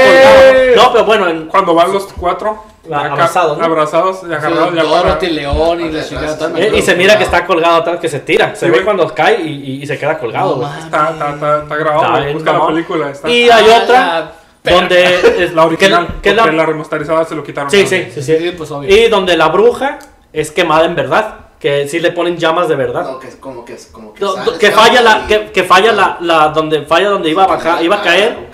Speaker 3: colgado. No, pero bueno, en-
Speaker 2: Cuando van los cuatro.
Speaker 3: La-
Speaker 2: acá,
Speaker 3: abrazados, ¿no?
Speaker 2: Abrazados y agarrados. y
Speaker 1: Dorothy
Speaker 2: agarrados.
Speaker 1: León y la
Speaker 4: Atrás,
Speaker 1: chingada.
Speaker 4: atrás.
Speaker 1: tal,
Speaker 3: eh,
Speaker 1: me
Speaker 3: y se
Speaker 1: acuerdo.
Speaker 3: mira que está colgado tal que se tira. Se
Speaker 2: Sí,
Speaker 3: ve
Speaker 2: güey.
Speaker 3: cuando cae y, y- y se queda colgado.
Speaker 1: No
Speaker 3: güey.
Speaker 1: mames.
Speaker 2: Está, está, está, está grabado.
Speaker 3: Está
Speaker 2: güey,
Speaker 3: bien,
Speaker 2: Busca la
Speaker 3: mamón.
Speaker 2: película. Está.
Speaker 3: Y hay
Speaker 1: Ah,
Speaker 3: otra
Speaker 1: la
Speaker 3: donde es
Speaker 2: la original.
Speaker 3: que- que es la-
Speaker 2: porque la remasterizada se lo quitaron.
Speaker 3: Sí, sí, sí, sí.
Speaker 1: Sí, pues, obvio.
Speaker 3: Y donde la bruja es quemada en verdad. Que sí le ponen llamas de verdad.
Speaker 4: No, que es como que es como que.
Speaker 3: Do-
Speaker 4: sale,
Speaker 3: do- que
Speaker 4: sale
Speaker 3: falla la
Speaker 4: y-
Speaker 3: que, que falla la, la donde falla donde iba a bajar, iba a caer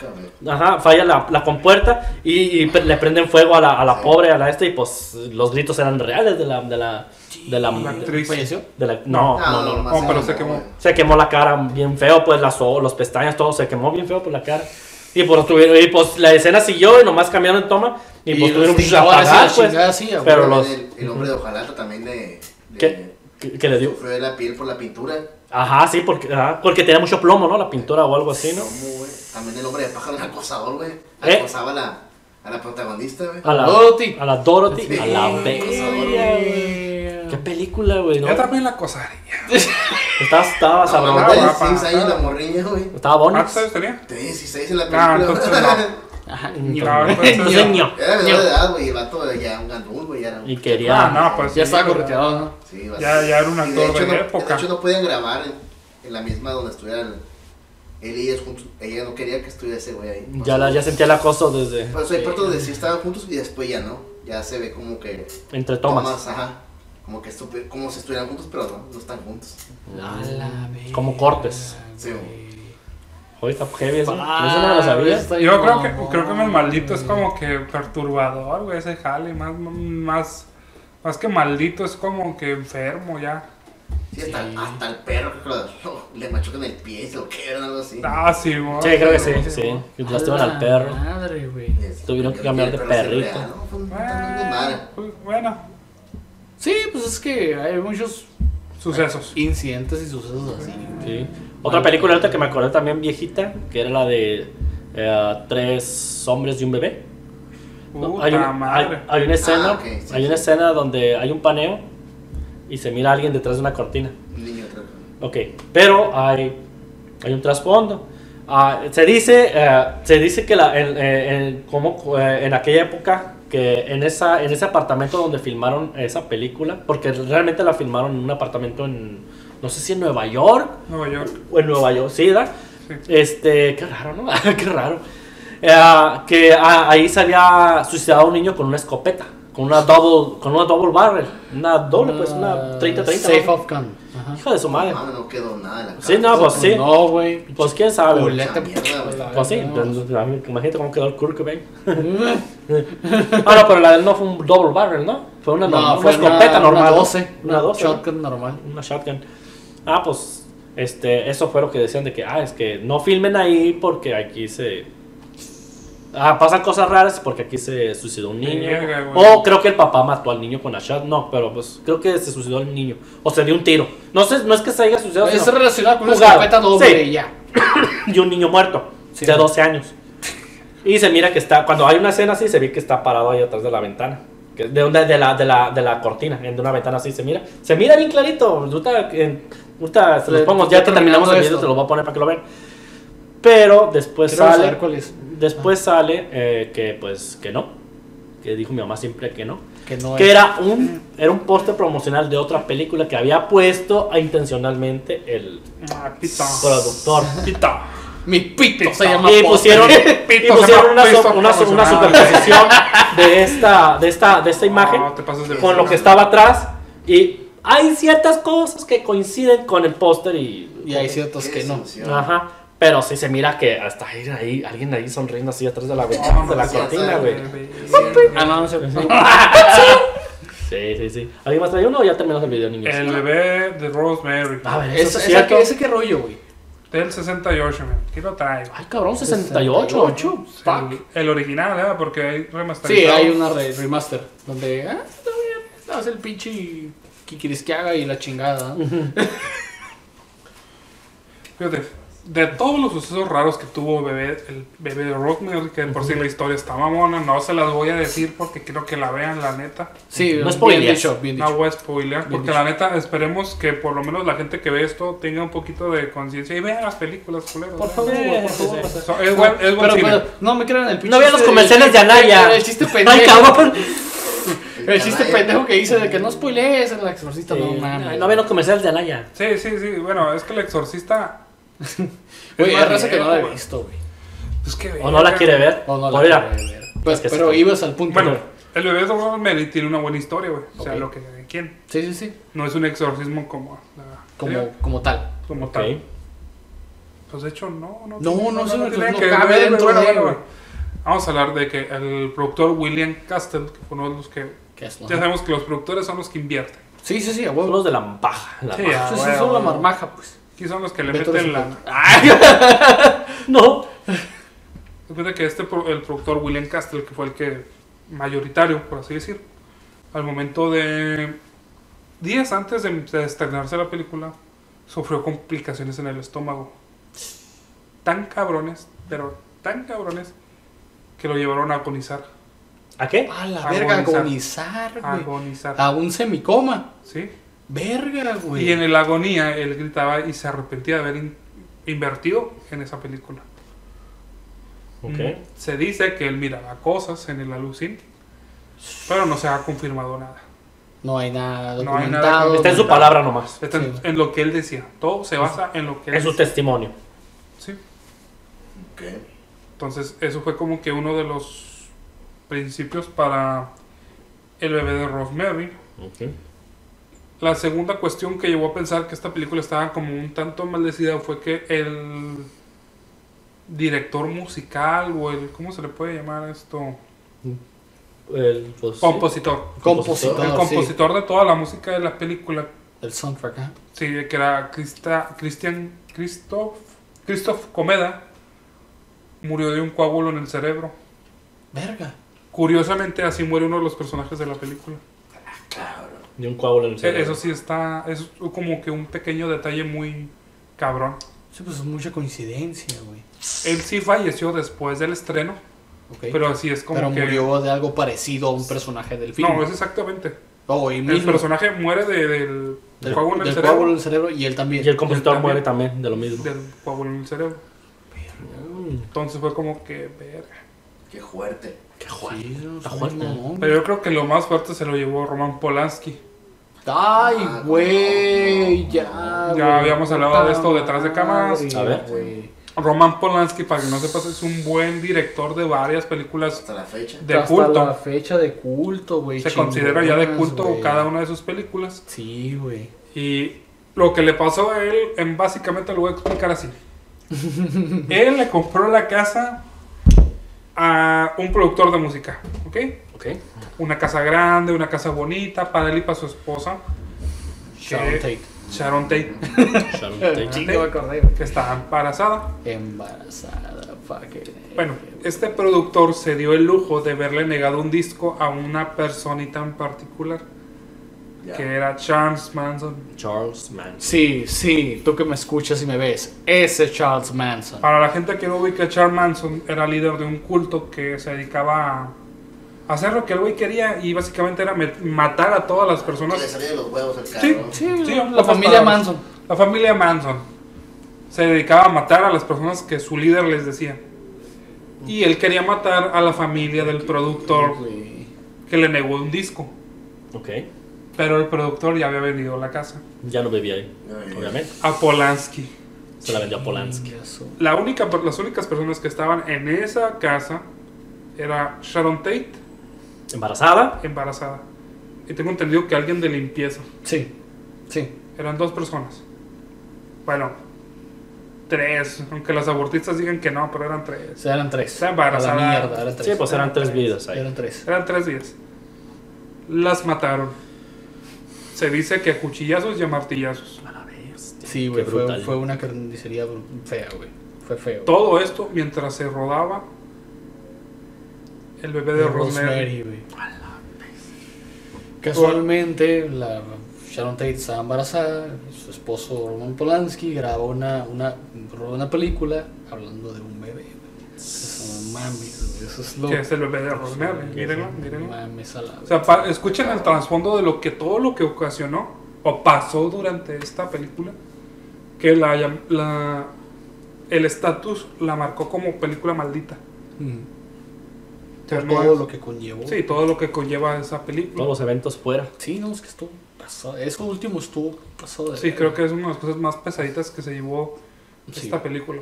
Speaker 3: ajá falla la, la compuerta y, y pre- le prenden fuego a la, a la
Speaker 4: Sí.
Speaker 3: pobre a la esta y pues los gritos eran reales de la de la de la,
Speaker 2: La
Speaker 3: de
Speaker 2: actriz.
Speaker 1: ¿Falleció?
Speaker 3: la- no, no,
Speaker 4: No,
Speaker 3: no, no.
Speaker 4: nomás
Speaker 2: No, pero
Speaker 4: se
Speaker 2: se quemó.
Speaker 4: güey.
Speaker 3: se quemó la cara bien feo pues las o- los pestañas todo se quemó bien feo por la cara y pues tuvieron y pues la escena siguió y nomás cambiaron de toma y,
Speaker 1: Y
Speaker 3: pues
Speaker 1: los
Speaker 3: tuvieron que
Speaker 1: tiradores y la
Speaker 3: apagar pues
Speaker 1: chingada, sí, a
Speaker 3: pero
Speaker 4: También
Speaker 3: los
Speaker 4: El, el hombre de Ojalata también de. de
Speaker 3: ¿Qué? que, que le dio
Speaker 4: Sufrió de la piel por la pintura.
Speaker 3: ajá sí porque ajá, porque tenía mucho plomo no la pintura o algo así no
Speaker 4: ¿Cómo, güey? También el hombre de pájaro, el acosador, güey.
Speaker 3: ¿Eh? Ah,
Speaker 4: Acosaba a la, a la protagonista, güey.
Speaker 3: a la
Speaker 1: Dorothy.
Speaker 3: a la Dorothy a la
Speaker 4: Sí.
Speaker 3: verga, güey. qué película güey no?
Speaker 2: Yo también la acosaría.
Speaker 3: Estaba, estaba
Speaker 4: Ahora
Speaker 3: sabrón.
Speaker 2: Ah,
Speaker 4: tenía
Speaker 2: guapa.
Speaker 4: 16 años la morrilla, güey.
Speaker 3: Estaba bonito.
Speaker 2: ¿Cuántos años tenía?
Speaker 4: Tenía 16 en la
Speaker 2: Ah,
Speaker 4: película.
Speaker 2: entonces no.
Speaker 1: Ajá,
Speaker 3: [LAUGHS]
Speaker 2: No,
Speaker 1: ño.
Speaker 2: entonces no.
Speaker 3: Ñoño.
Speaker 4: [LAUGHS] Era menor de edad, güey. El vato ya un gandul, güey. Ya era un-
Speaker 3: Y
Speaker 2: Ah,
Speaker 3: quería.
Speaker 2: no, pues.
Speaker 1: Ya
Speaker 2: sí,
Speaker 1: estaba
Speaker 2: güey.
Speaker 1: correteado, ¿no?
Speaker 4: Sí, va
Speaker 2: Ya-
Speaker 4: a ser.
Speaker 2: ya era un
Speaker 4: Y
Speaker 2: actor de
Speaker 4: no-
Speaker 2: época.
Speaker 4: De hecho, no podían grabar en, en la misma donde estuviera el, él y ella juntos. Ella no quería que estuviera ese güey ahí.
Speaker 3: Ya, la, ya sentía el acoso desde.
Speaker 4: Pues hay partes donde sí estaban juntos y después ya no. Ya se ve como que.
Speaker 3: Entre tomas.
Speaker 4: ajá. Como que estuvi- como si estuvieran juntos, pero no, no están juntos.
Speaker 1: A la verga,
Speaker 3: Como cortes.
Speaker 4: Sí, güey.
Speaker 3: Hoy está heavy eso.
Speaker 2: Ah,
Speaker 3: Eso no lo sabía.
Speaker 1: está bien
Speaker 2: Yo creo que,
Speaker 1: mamón,
Speaker 2: creo que el maldito es
Speaker 1: güey.
Speaker 2: como que perturbador, güey, ese jale, más, más, más que maldito, es como que enfermo ya.
Speaker 4: Sí, hasta,
Speaker 1: Sí.
Speaker 4: hasta el perro creo que lo agarró, [LAUGHS] le machucan el pie, se lo quebran, algo así.
Speaker 2: Ah, sí, güey.
Speaker 3: Sí, creo que sí, sí, sí. Que
Speaker 1: A
Speaker 3: lastiman
Speaker 1: la
Speaker 3: al perro.
Speaker 1: Madre, güey.
Speaker 4: Es-
Speaker 3: Tuvieron que
Speaker 4: el
Speaker 3: cambiar de
Speaker 4: perro se
Speaker 3: perrito.
Speaker 4: rea, ¿no? Fue un montón de madre.
Speaker 2: Ah, pues, Bueno,
Speaker 1: Sí, pues es que hay muchos
Speaker 2: sucesos.
Speaker 1: incidentes y sucesos así. güey.
Speaker 3: Sí. Otra película ahorita que me acordé también viejita, que era la de eh, Tres hombres y un bebé. No,
Speaker 2: Puta
Speaker 3: hay, un-
Speaker 2: madre.
Speaker 3: hay- hay una escena,
Speaker 4: Ah, ok, sí,
Speaker 3: hay
Speaker 4: sí.
Speaker 3: una escena donde hay un paneo y se mira a alguien detrás de una cortina.
Speaker 4: Un niño, creo que.
Speaker 3: Ok, pero hay, hay un trasfondo. Ah, se, dice, eh, se dice que la, en, en- en- como, eh, en aquella época, que en, esa, en ese apartamento donde filmaron esa película, porque realmente la filmaron en un apartamento en, no sé si en Nueva York
Speaker 2: Nueva York.
Speaker 3: o en Nueva York, sí, ¿verdad?
Speaker 2: Sí.
Speaker 3: Este, qué raro, ¿no? [LAUGHS] qué raro. Eh, que ah, ahí se había suicidado un niño con una escopeta, con una double, con una double barrel, una doble, pues una 30-30.
Speaker 1: Ah, Safe
Speaker 3: ¿no?
Speaker 1: of gun. Ajá.
Speaker 3: Hija de su madre.
Speaker 4: Ah, no quedó nada en la cara.
Speaker 3: Sí, no, pues sí.
Speaker 1: No, güey.
Speaker 3: Pues quién sabe. güey.
Speaker 1: Culete,
Speaker 4: Ah, mierda, güey.
Speaker 1: la
Speaker 3: Pues sí,
Speaker 1: verga,
Speaker 3: pues, imagínate cómo quedó el Kurt Cobain. [LAUGHS]
Speaker 1: no.
Speaker 3: Ah, no, pero la de él no fue un double barrel, ¿no? Fue una, normal,
Speaker 1: fue
Speaker 3: una escopeta normal.
Speaker 1: Una 12.
Speaker 3: Una 12. ¿no?
Speaker 1: Shotgun normal.
Speaker 3: Una shotgun. Ah, pues este, eso fue lo que decían de que, ah, es que no filmen ahí porque aquí se... Ah, pasan cosas raras porque aquí se suicidó un niño.
Speaker 2: Verga, güey.
Speaker 3: o creo que el papá mató al niño con la shot. No, pero pues creo que se suicidó el niño. O se dio un tiro. No sé, no es que se haya suicidado.
Speaker 1: Es
Speaker 3: sino-
Speaker 1: relacionado con una
Speaker 3: Jugado.
Speaker 1: escopeta doble
Speaker 3: Sí.
Speaker 1: y ya.
Speaker 3: y un niño muerto
Speaker 1: Sí.
Speaker 3: de 12 años. Y se mira que está, cuando hay una escena así, se ve que está parado ahí atrás de la ventana. que- De, una- de, la, de, la, de la cortina, en- de una ventana así se mira. Se mira bien clarito. Ahorita, en- ahorita se los
Speaker 1: Le-
Speaker 3: pongo,
Speaker 1: está
Speaker 3: ya que terminamos
Speaker 1: terminando
Speaker 3: el video,
Speaker 1: esto.
Speaker 3: se los voy a poner para que lo vean. Pero después
Speaker 1: Quiero
Speaker 3: sale.
Speaker 1: saber cuál es. Ah.
Speaker 3: Después sale eh, que pues que no. Que dijo mi mamá siempre que no.
Speaker 1: Que no
Speaker 3: Que
Speaker 1: es.
Speaker 3: era un, era un póster promocional de otra película que había puesto intencionalmente el
Speaker 2: Ah, pita.
Speaker 3: productor.
Speaker 2: Pita.
Speaker 1: Mi pito se
Speaker 2: Y
Speaker 1: llama
Speaker 3: Y
Speaker 1: póster.
Speaker 3: pusieron, [LAUGHS] y
Speaker 2: Pito,
Speaker 3: pusieron
Speaker 2: se
Speaker 3: una,
Speaker 2: llama
Speaker 3: so-
Speaker 2: Pito
Speaker 3: una so- una
Speaker 2: promocional.
Speaker 3: [LAUGHS] superposición de esta, de esta, de esta imagen
Speaker 2: No, te pasas de
Speaker 3: con lo que estaba atrás. Y hay ciertas cosas que coinciden con el póster y.
Speaker 1: Y hay ciertos que no.
Speaker 4: Qué
Speaker 3: Ajá. Pero sí se mira que hasta ahí, ahí alguien ahí sonriendo así atrás de la, ventana,
Speaker 2: No,
Speaker 3: de la
Speaker 4: sí,
Speaker 3: cortina,
Speaker 4: sí,
Speaker 3: güey.
Speaker 4: decepción.
Speaker 1: Ah, no, no sé.
Speaker 3: [LAUGHS] Sí, sí, sí. ¿Alguien más trae uno o ya terminamos el video,
Speaker 1: Eh,
Speaker 3: niños?
Speaker 2: El bebé de Rosemary.
Speaker 3: A ver, eso
Speaker 1: Esa-
Speaker 3: es
Speaker 1: esa
Speaker 3: cierto.
Speaker 1: que- ¿Ese qué rollo, güey?
Speaker 2: Del 68, man. Aquí lo traigo.
Speaker 3: Ay, Ah, cabrón, 68.
Speaker 1: Fuck.
Speaker 2: El, el original, ¿verdad? Porque hay
Speaker 1: Sí,
Speaker 2: remasterizado.
Speaker 1: hay una re- remaster donde. Ah, está bien. Hace el pinche. Que quieres que haga y la chingada. ¿no?
Speaker 2: Fíjate, de todos los sucesos raros que tuvo bebé, el bebé de Rosemary, que de por sí la historia está mamona, no se las voy a decir porque quiero que la vean, la neta.
Speaker 1: Sí,
Speaker 3: No
Speaker 1: bien
Speaker 3: spoilees.
Speaker 1: dicho, bien
Speaker 2: No
Speaker 1: dicho.
Speaker 2: voy a spoilear, porque la neta esperemos que por lo menos la gente que ve esto tenga un poquito de conciencia y vea las películas, culeros.
Speaker 3: Por favor,
Speaker 2: vean.
Speaker 3: por favor.
Speaker 2: So- es buen, es buen
Speaker 1: Pero,
Speaker 2: cine.
Speaker 1: pero, no me crean el pinche.
Speaker 3: No vean los
Speaker 1: este-
Speaker 3: comerciales de Anaya.
Speaker 1: El
Speaker 3: [LAUGHS]
Speaker 1: chiste
Speaker 3: Ay,
Speaker 1: pendejo.
Speaker 3: cabrón.
Speaker 1: El chiste
Speaker 4: canalla.
Speaker 1: pendejo que dice de que no spoilees en el exorcista. No mames.
Speaker 3: Ay, No vean los comerciales de Anaya.
Speaker 2: Sí, sí, sí. Bueno, es que el exorcista.
Speaker 1: Güey,
Speaker 2: es
Speaker 1: hay
Speaker 2: más
Speaker 1: raza que no
Speaker 2: viejo,
Speaker 1: la he
Speaker 2: güey.
Speaker 1: visto, güey.
Speaker 2: Pues que
Speaker 3: O no la quiere ver.
Speaker 1: O no
Speaker 3: O
Speaker 1: la
Speaker 3: mira,
Speaker 1: quiero ver. Pues,
Speaker 3: Es que
Speaker 1: pero
Speaker 3: sí.
Speaker 1: ibas al punto.
Speaker 2: Bueno, el bebé de Rosemary tiene una buena historia, güey. O sea,
Speaker 3: Ok.
Speaker 2: lo que. ¿Quién?
Speaker 1: Sí, sí, sí.
Speaker 2: No es un exorcismo como. la-
Speaker 1: Como, como tal.
Speaker 2: como
Speaker 3: Ok.
Speaker 2: tal. Pues de hecho, no, no.
Speaker 1: No,
Speaker 2: tiene-
Speaker 1: no, se me-
Speaker 2: tiene
Speaker 1: no
Speaker 2: que
Speaker 1: cabe
Speaker 2: ver,
Speaker 1: dentro de él, güey.
Speaker 2: Vamos a hablar de que el productor William Castle, que fue uno de los que.
Speaker 1: ¿Qué es, no?
Speaker 2: Ya sabemos que los productores son los que invierten.
Speaker 1: Sí, sí, sí, a
Speaker 3: Son
Speaker 1: huevo.
Speaker 3: los de la paja. la
Speaker 2: Sí,
Speaker 3: paja.
Speaker 2: ah,
Speaker 1: Sí, sí,
Speaker 2: huevo,
Speaker 1: son la
Speaker 2: huevo.
Speaker 1: marmaja, pues.
Speaker 2: Aquí son los que le
Speaker 1: Ve todo
Speaker 2: meten
Speaker 1: ese
Speaker 2: la. ¡Ah,
Speaker 1: punto.
Speaker 3: No.
Speaker 2: Recuerda que este, pro- el productor William Castle, que fue el que mayoritario, por así decir, al momento de. días antes de, de estrenarse la película, sufrió complicaciones en el estómago. Tan cabrones, pero tan cabrones, que lo llevaron a agonizar.
Speaker 3: ¿A qué?
Speaker 1: A la
Speaker 2: Agonizar.
Speaker 1: verga, agonizar,
Speaker 2: A
Speaker 1: güey.
Speaker 2: agonizar.
Speaker 1: A un semicoma.
Speaker 2: ¿Sí?
Speaker 1: Verga, güey.
Speaker 2: Y en el agonía él gritaba y se arrepentía de haber in- invertido en esa película.
Speaker 3: Ok.
Speaker 2: Mm, Se dice que él miraba cosas en el alucín, pero no se ha confirmado nada.
Speaker 1: No hay nada
Speaker 2: No hay nada
Speaker 1: documentado.
Speaker 2: que-
Speaker 3: Está en su palabra nomás.
Speaker 2: Está Este, en-
Speaker 1: Sí.
Speaker 2: en lo que él decía. Todo se basa en lo que él
Speaker 3: Es su
Speaker 2: decía.
Speaker 3: testimonio.
Speaker 2: Sí.
Speaker 4: Ok.
Speaker 2: Entonces, eso fue como que uno de los principios para el bebé de Rosemary.
Speaker 3: Ok.
Speaker 2: La segunda cuestión que llevó a pensar que esta película estaba como un tanto maldecida fue que el director musical o el, ¿cómo se le puede llamar esto?
Speaker 3: El, pues, sí.
Speaker 2: Compositor.
Speaker 1: Compositor,
Speaker 2: El
Speaker 1: Ah, sí.
Speaker 2: compositor de toda la música de la película,
Speaker 1: El soundtrack, ¿eh?
Speaker 2: sí, que era Crista- Christian Christoph, Christoph Comeda, murió de un coágulo en el cerebro.
Speaker 1: Verga.
Speaker 2: Curiosamente, así muere uno de los personajes de la película. Eh,
Speaker 4: Cabrón.
Speaker 3: De un coágulo en el cerebro.
Speaker 2: Eso sí está, es como que un pequeño detalle muy cabrón.
Speaker 1: Sí, pues es mucha coincidencia, güey.
Speaker 2: Él sí falleció después del estreno,
Speaker 1: Ok.
Speaker 2: pero así es como
Speaker 1: Pero
Speaker 2: que...
Speaker 1: murió de algo parecido a un personaje del film.
Speaker 2: No, es exactamente.
Speaker 1: Oh, y
Speaker 2: El
Speaker 1: mismo.
Speaker 2: personaje muere de- del
Speaker 1: Del,
Speaker 2: coágulo en el
Speaker 1: del
Speaker 2: cerebro.
Speaker 1: coágulo en el cerebro y él también.
Speaker 3: Y el compositor
Speaker 2: También.
Speaker 3: muere también de lo mismo.
Speaker 2: Del coágulo en el cerebro.
Speaker 3: Mm,
Speaker 2: Entonces fue como que... verga.
Speaker 4: Qué fuerte.
Speaker 3: Qué joder.
Speaker 1: Sí, no
Speaker 3: Está
Speaker 1: soy
Speaker 3: fuerte.
Speaker 1: mamón.
Speaker 2: Pero yo creo que lo más fuerte se lo llevó Roman Polanski.
Speaker 1: Ay,
Speaker 4: Ah,
Speaker 1: güey,
Speaker 4: no.
Speaker 1: ya.
Speaker 4: Ya
Speaker 1: güey,
Speaker 2: habíamos hablado
Speaker 1: puta
Speaker 2: de esto detrás de cámaras.
Speaker 1: madre,
Speaker 3: A ver.
Speaker 1: güey.
Speaker 2: Roman Polanski, para que no sepas, es un buen director de varias películas
Speaker 4: Hasta la fecha.
Speaker 2: de
Speaker 1: Hasta
Speaker 2: culto.
Speaker 1: la fecha de culto, güey.
Speaker 2: Se considera ya de
Speaker 1: chingonas,
Speaker 2: culto
Speaker 1: güey.
Speaker 2: cada una de sus películas.
Speaker 1: Sí, güey.
Speaker 2: Y lo que le pasó a él, en básicamente lo voy a
Speaker 1: [LAUGHS]
Speaker 2: explicar así. él le compró la casa a un productor de música, ¿ok?
Speaker 3: Ok.
Speaker 2: Una casa grande, una casa bonita para él y para su esposa,
Speaker 1: Sharon Tate.
Speaker 2: Sharon Tate,
Speaker 3: Sharon Tate.
Speaker 1: Sí, que Eh, me acordé, güey.
Speaker 2: que está embarazada.
Speaker 1: Embarazada, fucking.
Speaker 2: Bueno, este productor se dio el lujo de verle negado un disco a una personita en particular,
Speaker 4: Ya.
Speaker 2: que era Charles Manson.
Speaker 3: Charles Manson.
Speaker 1: Sí, sí, tú que me escuchas y me ves. Ese Charles Manson.
Speaker 2: Para la gente que no ubica, Charles Manson era líder de un culto que se dedicaba a hacer lo que el güey quería y básicamente era met- matar a todas las
Speaker 4: Que le
Speaker 2: personas.
Speaker 4: salía de los huevos al
Speaker 2: Sí,
Speaker 4: cabrón.
Speaker 1: Sí,
Speaker 2: sí,
Speaker 1: la
Speaker 2: en pocas
Speaker 1: familia
Speaker 2: palabras.
Speaker 1: Manson.
Speaker 2: La familia Manson se dedicaba a matar a las personas que su líder les decía. Y él quería matar a la familia del productor
Speaker 1: Güey.
Speaker 2: que le negó un disco.
Speaker 3: Ok.
Speaker 2: Pero el productor ya había vendido la casa.
Speaker 3: Ya no vivía ahí.
Speaker 4: No vivía ahí.
Speaker 3: Obviamente.
Speaker 2: A Polanski.
Speaker 3: Se la vendió a Polanski.
Speaker 1: Chingazo.
Speaker 2: La única, las únicas personas que estaban en esa casa era Sharon Tate
Speaker 3: Embarazada.
Speaker 2: embarazada. Y tengo entendido que alguien de limpieza.
Speaker 1: Sí, sí.
Speaker 2: Eran dos personas. Bueno, tres. Aunque las abortistas digan que no, pero eran
Speaker 1: O
Speaker 2: tres.
Speaker 1: sea, eran tres.
Speaker 2: Está embarazada.
Speaker 1: A la mierda, eran tres.
Speaker 3: Sí, pues eran tres vidas ahí.
Speaker 1: Eran tres.
Speaker 2: Eran tres días. Las mataron. Se dice que a cuchillazos y a martillazos.
Speaker 3: A la bestia.
Speaker 1: Sí,
Speaker 3: Qué
Speaker 1: güey, fue,
Speaker 3: brutal.
Speaker 1: fue una carnicería fea, güey. Fue feo.
Speaker 2: Todo esto mientras se rodaba el bebé de,
Speaker 1: De
Speaker 2: Rosemary.
Speaker 1: Rosemary, güey. Casualmente, la Sharon Tate estaba embarazada, su esposo Roman Polanski grabó una, una, grabó una película hablando de un bebé. güey. Eso, no mames, güey, eso es lo
Speaker 2: Que es el bebé de Rosemary. Mírenlo,
Speaker 1: no
Speaker 2: mírenlo.
Speaker 1: mames a la
Speaker 2: O sea, pa- escuchen el trasfondo de lo que todo lo que ocasionó o pasó durante esta película, que la, llam- la- el estatus la marcó como película maldita.
Speaker 1: Mm.
Speaker 2: O sea,
Speaker 1: Por
Speaker 2: no
Speaker 1: todo
Speaker 2: es-
Speaker 1: lo que conllevó.
Speaker 2: Sí, todo lo que conlleva esa película.
Speaker 3: Todos los eventos fuera.
Speaker 1: Sí, no, es que estuvo pasado. Eso último estuvo pasado de.
Speaker 2: Sí, creo que es una de las cosas más pesaditas que se llevó
Speaker 1: Sí.
Speaker 2: esta película.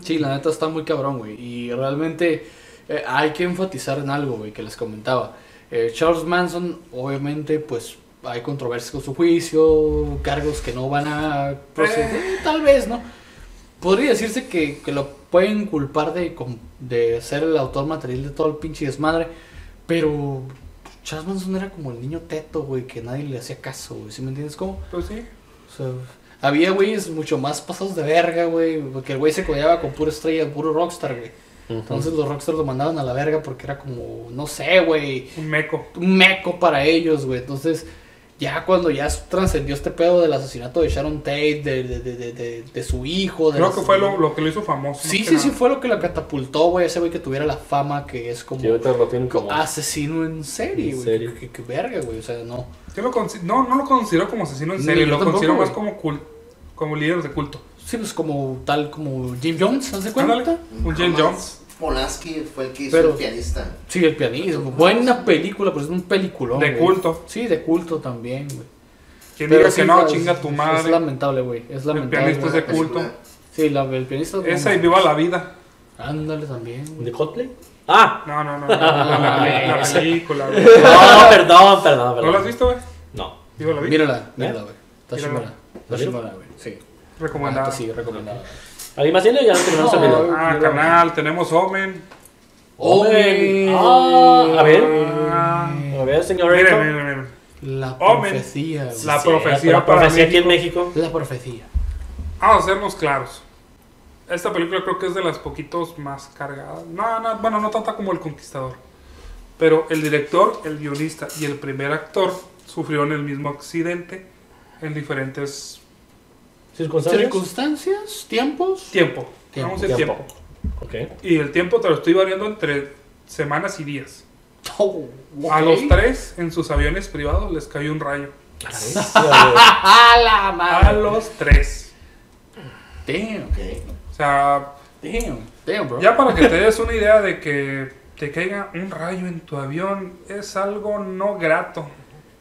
Speaker 1: Sí, la neta está muy cabrón, güey. Y realmente eh, hay que enfatizar en algo, güey, que les comentaba. Eh, Charles Manson, obviamente, pues hay controversias con su juicio, cargos que no van a proceder, tal vez, ¿no? Podría decirse que, que lo pueden culpar de, com- de ser el autor material de todo el pinche desmadre, pero Charles Manson era como el niño teto, güey, que nadie le hacía caso, güey, ¿sí me entiendes cómo?
Speaker 2: Pues sí,
Speaker 1: O sea, había güeyes mucho más pasados de verga, güey. Porque el güey se codeaba con pura estrella, puro rockstar, güey. Entonces los rockstars lo mandaban a la verga porque era como, no sé, güey,
Speaker 2: un meco.
Speaker 1: un meco para ellos, güey. Entonces, ya cuando ya trascendió este pedo del asesinato de Sharon Tate, de, de, de, de, de- de su hijo. De
Speaker 2: Creo
Speaker 1: las-
Speaker 2: que fue lo, lo que lo hizo famoso.
Speaker 1: Sí,
Speaker 2: más
Speaker 1: sí,
Speaker 2: que
Speaker 1: sí,
Speaker 2: nada.
Speaker 1: fue lo que la catapultó, güey. Ese güey que tuviera la fama que es como.
Speaker 3: Que ahorita lo tienen como.
Speaker 1: Asesino en serie,
Speaker 3: En
Speaker 1: güey.
Speaker 3: serie.
Speaker 1: Que- que- que verga, güey. O sea, no.
Speaker 2: Yo lo consi- no, no lo considero como asesino en
Speaker 1: Ni
Speaker 2: serie,
Speaker 1: yo
Speaker 2: lo
Speaker 1: tampoco,
Speaker 2: considero más
Speaker 1: güey.
Speaker 2: como, cul- como líder de culto.
Speaker 1: Sí, pues como tal, como Jim Jones, ¿haz de cuenta?
Speaker 2: Ándale, un Jim
Speaker 4: Jamás.
Speaker 2: Jones.
Speaker 4: Polanski fue el que hizo
Speaker 1: Pero-
Speaker 4: el pianista.
Speaker 1: Sí, el pianista. Buena película, pero es un peliculón.
Speaker 2: De
Speaker 1: güey.
Speaker 2: culto.
Speaker 1: Sí, de culto también, güey.
Speaker 2: ¿Quién diga
Speaker 1: sí, pues,
Speaker 2: que no?
Speaker 1: es-
Speaker 2: Chinga tu
Speaker 1: Es
Speaker 2: madre.
Speaker 1: lamentable, güey. Es
Speaker 2: El
Speaker 1: lamentable.
Speaker 2: pianista es de
Speaker 1: güey.
Speaker 2: culto.
Speaker 4: Película.
Speaker 1: Sí, la- el pianista es
Speaker 2: Esa y
Speaker 1: lamentable.
Speaker 2: viva la vida.
Speaker 1: Ándale también. güey.
Speaker 3: ¿De Coldplay? Ah,
Speaker 2: No, no, no. no, la, la- la película, güey.
Speaker 3: no, perdón, perdón,
Speaker 2: ¿No
Speaker 3: perdón.
Speaker 2: la has visto, güey?
Speaker 3: No.
Speaker 2: Digo, la vi.
Speaker 1: Mírala, mírala, güey. Está
Speaker 2: Mírala.
Speaker 1: chingona. Está
Speaker 3: ¿La
Speaker 1: chingona, güey. Sí.
Speaker 2: Recomendada.
Speaker 1: Ah, Sí, recomendada.
Speaker 3: ¿Alguien más tiene? Ya lo terminamos el video.
Speaker 2: Ah, canal, tenemos Omen.
Speaker 1: Omen.
Speaker 3: Ah, a ver.
Speaker 2: Ah,
Speaker 3: A ver, señor
Speaker 2: miren,
Speaker 3: Erickson.
Speaker 2: miren, miren.
Speaker 1: La
Speaker 2: Omen.
Speaker 1: profecía, güey.
Speaker 2: La
Speaker 3: Sí,
Speaker 2: profecía
Speaker 3: la
Speaker 2: para
Speaker 3: profecía aquí
Speaker 2: México.
Speaker 3: en México.
Speaker 1: La profecía.
Speaker 2: Vamos a sernos claros. Esta película creo que es de las poquitos más cargadas. No, no, bueno, no tanta como El Conquistador. Pero el director, el guionista y el primer actor sufrieron el mismo accidente en diferentes
Speaker 3: ¿Circunstancias?
Speaker 1: Circunstancias, tiempos.
Speaker 2: tiempo.
Speaker 1: Tiempo.
Speaker 2: Vamos a decir
Speaker 3: Tiempo.
Speaker 2: tiempo.
Speaker 3: Ok.
Speaker 2: Y el tiempo te lo estoy variando entre semanas y días.
Speaker 1: Oh, ok.
Speaker 2: A los tres en sus aviones privados les cayó un rayo.
Speaker 3: Caray,
Speaker 1: A la
Speaker 2: A
Speaker 1: madre.
Speaker 2: los tres.
Speaker 1: Damn,
Speaker 4: Ok.
Speaker 2: O sea,
Speaker 1: damn, damn, bro.
Speaker 2: Ya para que te des una idea de que te caiga un rayo en tu avión es algo no grato.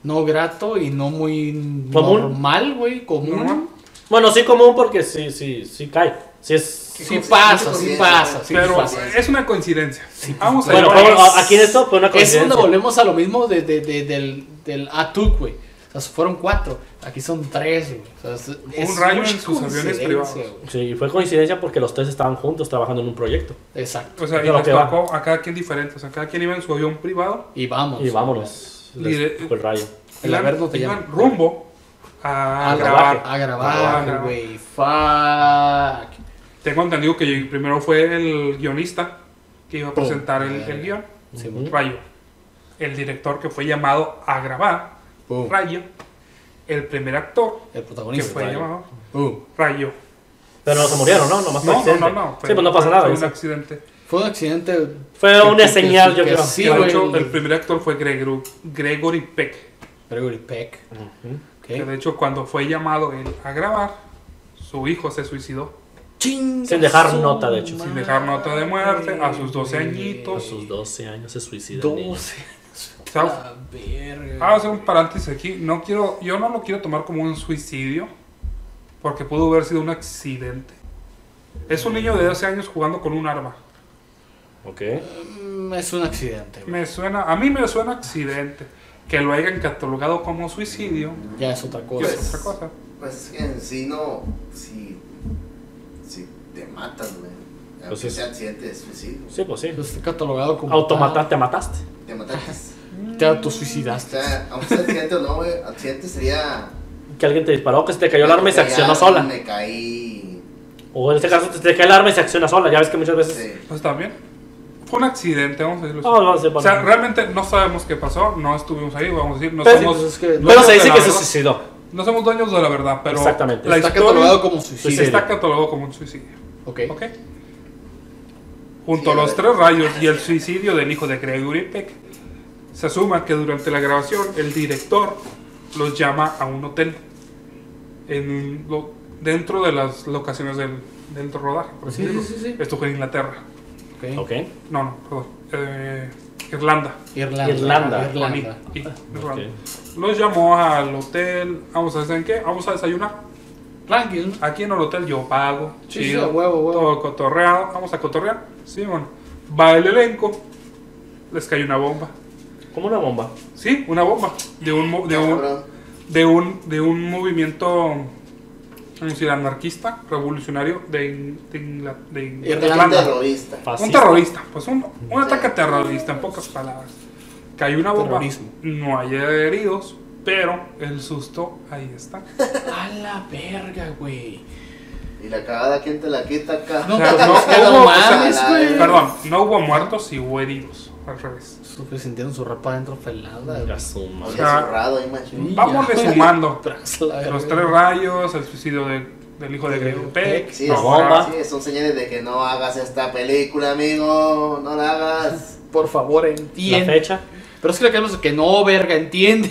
Speaker 1: No grato y no muy
Speaker 3: Común.
Speaker 1: normal, güey. Común.
Speaker 2: No.
Speaker 3: bueno, sí común porque sí, sí, sí cae. Sí es...
Speaker 1: Sí pasa, sí
Speaker 4: Coincidencia,
Speaker 1: pasa,
Speaker 4: güey.
Speaker 1: sí pues,
Speaker 2: pero
Speaker 1: pasa.
Speaker 2: es una coincidencia. Vamos a
Speaker 3: Bueno,
Speaker 2: llevar-
Speaker 3: vamos a- aquí en esto fue una
Speaker 1: Es donde
Speaker 3: coincidencia.
Speaker 1: volvemos a lo mismo de, de- de- del, del Atuk, güey. O sea, fueron cuatro. Aquí son tres, güey. O sea, es, es
Speaker 2: rayo
Speaker 1: mucha
Speaker 2: en sus aviones
Speaker 1: coincidencia,
Speaker 2: privados.
Speaker 1: güey.
Speaker 3: Sí, fue coincidencia porque los tres estaban juntos trabajando en un proyecto.
Speaker 1: Exacto.
Speaker 2: O sea, y
Speaker 3: Claro
Speaker 2: les
Speaker 3: que va.
Speaker 2: tocó a cada quien diferente. O sea, cada quien iba en su avión privado.
Speaker 1: Y vamos.
Speaker 3: Y vámonos.
Speaker 2: Y
Speaker 3: Les
Speaker 2: de- eh,
Speaker 3: tocó el rayo.
Speaker 1: El
Speaker 2: iban-
Speaker 1: Alberto te
Speaker 2: iban
Speaker 1: llama.
Speaker 2: rumbo a,
Speaker 1: A
Speaker 2: grabar.
Speaker 1: grabar, a
Speaker 2: A
Speaker 1: grabar,
Speaker 2: grabar.
Speaker 1: güey. Fuck.
Speaker 2: Tengo entendido que primero fue el guionista que iba a presentar el, el guión.
Speaker 1: Sí,
Speaker 3: Ujú.
Speaker 2: Rayo. El director que fue llamado a grabar.
Speaker 1: Boom.
Speaker 2: Rayo. El primer actor
Speaker 1: El
Speaker 2: que
Speaker 1: protagonista.
Speaker 2: fue
Speaker 1: güey.
Speaker 2: llamado
Speaker 1: Boom.
Speaker 2: Rayo.
Speaker 3: Pero no se murieron, ¿no? Nomás fue
Speaker 2: No, no,
Speaker 3: accidente.
Speaker 2: no, no.
Speaker 3: Sí, pues no pasa
Speaker 2: fue-
Speaker 3: nada.
Speaker 2: Fue un
Speaker 3: dice.
Speaker 2: accidente.
Speaker 1: Fue un accidente.
Speaker 3: Fue
Speaker 1: que-
Speaker 3: una
Speaker 1: que-
Speaker 3: señal,
Speaker 1: que-
Speaker 3: yo
Speaker 1: que
Speaker 3: creo.
Speaker 1: Sí,
Speaker 2: Que de
Speaker 1: güey.
Speaker 2: hecho, el primer actor fue Gregor- Gregory Peck.
Speaker 1: Gregory Peck.
Speaker 3: Ujú.
Speaker 1: ok.
Speaker 2: Que de hecho, cuando fue llamado él a grabar, su hijo se suicidó.
Speaker 1: Chinga
Speaker 3: Sin dejar
Speaker 1: su
Speaker 3: nota, de hecho.
Speaker 1: madre,
Speaker 2: Sin dejar nota de muerte, a sus 12 añitos.
Speaker 3: A sus 12 años se suicida. el niño.
Speaker 1: 12.
Speaker 2: O sea,
Speaker 1: La verga.
Speaker 2: Vamos a Ah, hacer un paréntesis aquí. No quiero, yo no lo quiero tomar como un suicidio, porque pudo haber sido un accidente. Es un niño de 12 años jugando con un arma.
Speaker 3: Ok.
Speaker 1: Mm, Es un accidente, güey.
Speaker 2: Me suena, a mí me suena accidente. Que lo hayan catalogado como suicidio
Speaker 1: Ya es otra cosa.
Speaker 2: es otra cosa.
Speaker 4: Pues es que en sí no. Si. Si te matan, güey. Aunque
Speaker 3: Pues es-
Speaker 4: sea accidente, es suicidio.
Speaker 3: Sí, pues sí.
Speaker 1: Pues está catalogado como.
Speaker 3: Automata, te mataste.
Speaker 4: Te mataste.
Speaker 3: Ah.
Speaker 1: Te
Speaker 4: O
Speaker 1: autosuicidaste.
Speaker 4: sea, aunque sea accidente o no, güey. Accidente sería.
Speaker 3: Que alguien te disparó, que se te cayó el arma y se
Speaker 4: Ya
Speaker 3: accionó sola.
Speaker 4: Me caí.
Speaker 3: O en este caso, te te cae el arma y se acciona sola. Ya ves que muchas veces.
Speaker 4: Sí.
Speaker 2: Pues también. Fue un accidente, vamos a decirlo
Speaker 3: No,
Speaker 2: así.
Speaker 3: no, sí,
Speaker 2: O sea,
Speaker 3: bueno.
Speaker 2: realmente no sabemos qué pasó, no estuvimos ahí, vamos a decir, no
Speaker 3: Pero-
Speaker 2: somos,
Speaker 1: pues es que-
Speaker 2: dueños
Speaker 3: Pero se
Speaker 2: de
Speaker 3: dice
Speaker 2: la
Speaker 3: que se
Speaker 2: verdad.
Speaker 3: suicidó.
Speaker 2: No somos dueños de la verdad, pero
Speaker 3: Exactamente.
Speaker 2: la
Speaker 1: está
Speaker 2: historia
Speaker 1: catalogado como
Speaker 2: se
Speaker 1: suicidio.
Speaker 3: suicidio.
Speaker 2: está catalogado como un suicidio.
Speaker 1: Ok.
Speaker 2: ¿Ok? Junto a
Speaker 4: Sí,
Speaker 2: los
Speaker 4: a ver.
Speaker 2: tres rayos y el suicidio del hijo de Gregory Peck, se asuma que durante la grabación el director los llama a un hotel en lo- dentro de las locaciones del, del rodaje. Por así
Speaker 1: Sí,
Speaker 2: decirlo.
Speaker 1: sí, sí, sí.
Speaker 2: Esto fue en Inglaterra.
Speaker 1: Ok.
Speaker 3: Ok.
Speaker 2: No, no, perdón. Eh, Irlanda.
Speaker 1: Irlanda.
Speaker 3: Irlanda.
Speaker 1: Irlanda. Ah,
Speaker 2: Y- y- Irlanda. Los llamó al hotel. Vamos a hacer qué? Vamos a desayunar.
Speaker 1: Tranquil. ¿no?
Speaker 2: Aquí en el hotel yo pago.
Speaker 1: Sí, sí, a huevo, huevo.
Speaker 2: Todo cotorreado. Vamos a cotorrear. Sí, bueno. Va el elenco. Les cae una bomba.
Speaker 3: Como una bomba.
Speaker 2: Sí, una bomba. De un, mo- de un,
Speaker 4: Cabrón.
Speaker 2: de un, de un movimiento. Vamos a decir, anarquista, revolucionario de, In- de, Ingla- de
Speaker 4: Un
Speaker 1: Irlanda.
Speaker 2: Irlanda.
Speaker 4: terrorista.
Speaker 2: Un
Speaker 3: Fascista.
Speaker 2: terrorista, pues un, un ataque terrorista, en pocas palabras. Cayó una bomba,
Speaker 1: Terrorismo.
Speaker 2: no hay heridos, pero el susto ahí está.
Speaker 1: A la verga, güey.
Speaker 4: Y la cagada, ¿quién te la quita acá?
Speaker 1: No,
Speaker 2: sea,
Speaker 1: pues
Speaker 2: no,
Speaker 1: es que
Speaker 2: no
Speaker 1: no
Speaker 2: hubo-
Speaker 1: mames,
Speaker 4: o sea,
Speaker 1: güey.
Speaker 2: Perdón, no hubo muertos y hubo heridos, al revés.
Speaker 1: Su- que Sintieron su ropa adentro pelada. güey.
Speaker 3: Ya su
Speaker 4: Había
Speaker 3: madre.
Speaker 2: sea,
Speaker 4: zurrado ahí, macho.
Speaker 1: Sí.
Speaker 2: Vamos
Speaker 1: Ya.
Speaker 2: resumando.
Speaker 1: Tras la verga.
Speaker 2: Los tres rayos, el suicidio de- del hijo de Gregory Peck.
Speaker 4: Sí,
Speaker 2: la
Speaker 4: es-
Speaker 3: bomba.
Speaker 4: sí, son señales de que no hagas esta película, amigo. No la hagas.
Speaker 1: Por favor,
Speaker 3: La
Speaker 1: entiende.
Speaker 3: fecha.
Speaker 1: Pero es que le queremos que no, verga, entiende.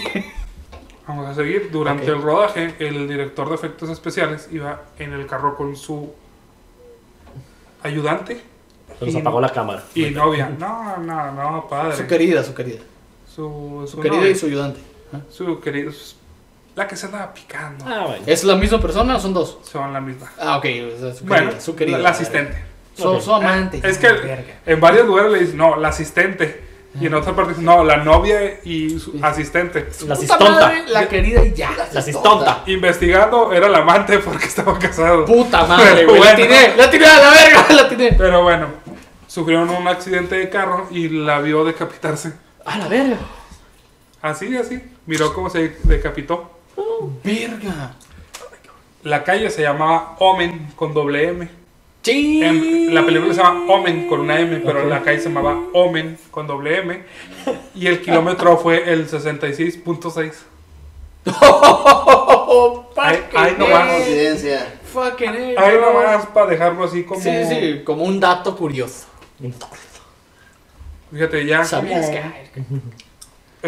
Speaker 2: Vamos a seguir. Durante
Speaker 1: Ok.
Speaker 2: el rodaje, el director de efectos especiales iba en el carro con su ayudante
Speaker 3: Se nos apagó la cámara.
Speaker 2: y novia. No, no, no,
Speaker 1: Su
Speaker 2: padre.
Speaker 1: querida, su querida.
Speaker 2: Su,
Speaker 1: Su
Speaker 2: su
Speaker 1: querida
Speaker 2: novia.
Speaker 1: y su ayudante. ¿Ah?
Speaker 2: Su querido. La que se andaba picando.
Speaker 3: Ah, bueno.
Speaker 2: Eh,
Speaker 1: ¿Es la misma persona o son dos?
Speaker 2: Son la misma.
Speaker 1: Ah, ok. o sea, su querida,
Speaker 2: Bueno,
Speaker 1: su querida.
Speaker 2: la, la asistente.
Speaker 1: So,
Speaker 3: Ok.
Speaker 1: so amante.
Speaker 2: Es que
Speaker 1: Verga.
Speaker 2: en varios lugares le dicen, no, la asistente. Y en otra parte dicen, no, la novia y su asistente.
Speaker 3: La
Speaker 1: Puta
Speaker 3: cistonta.
Speaker 1: madre, la querida y ya.
Speaker 3: La cistonta.
Speaker 2: Investigando, era la amante [LAUGHS] porque estaba casado.
Speaker 1: Puta madre,
Speaker 2: Pero
Speaker 1: güey. La
Speaker 2: bueno.
Speaker 1: tiré, la tiré a la verga, [LAUGHS] la tiré.
Speaker 2: Pero bueno, sufrieron un accidente de carro y la vio decapitarse.
Speaker 3: A la verga.
Speaker 2: Así, así. Miró cómo se decapitó.
Speaker 1: Verga.
Speaker 2: La calle se llamaba Omen con doble M.
Speaker 1: Sí.
Speaker 2: En- la película se llama Omen con una M, pero la calle
Speaker 1: [LAUGHS]
Speaker 2: se llamaba Omen con doble M. Y el kilómetro fue el 66.6.
Speaker 1: Oh,
Speaker 2: Ahí-
Speaker 1: fucking
Speaker 2: ahí
Speaker 4: No
Speaker 2: No
Speaker 4: más
Speaker 2: más.
Speaker 1: A.
Speaker 4: coincidencia. [LAUGHS]
Speaker 1: Fucking A,
Speaker 2: Ahí
Speaker 1: bro.
Speaker 2: nomás para dejarlo así como.
Speaker 1: Sí, sí, como un dato curioso.
Speaker 2: Fíjate, ya.
Speaker 1: ¿Sabías
Speaker 2: como-
Speaker 1: que hay?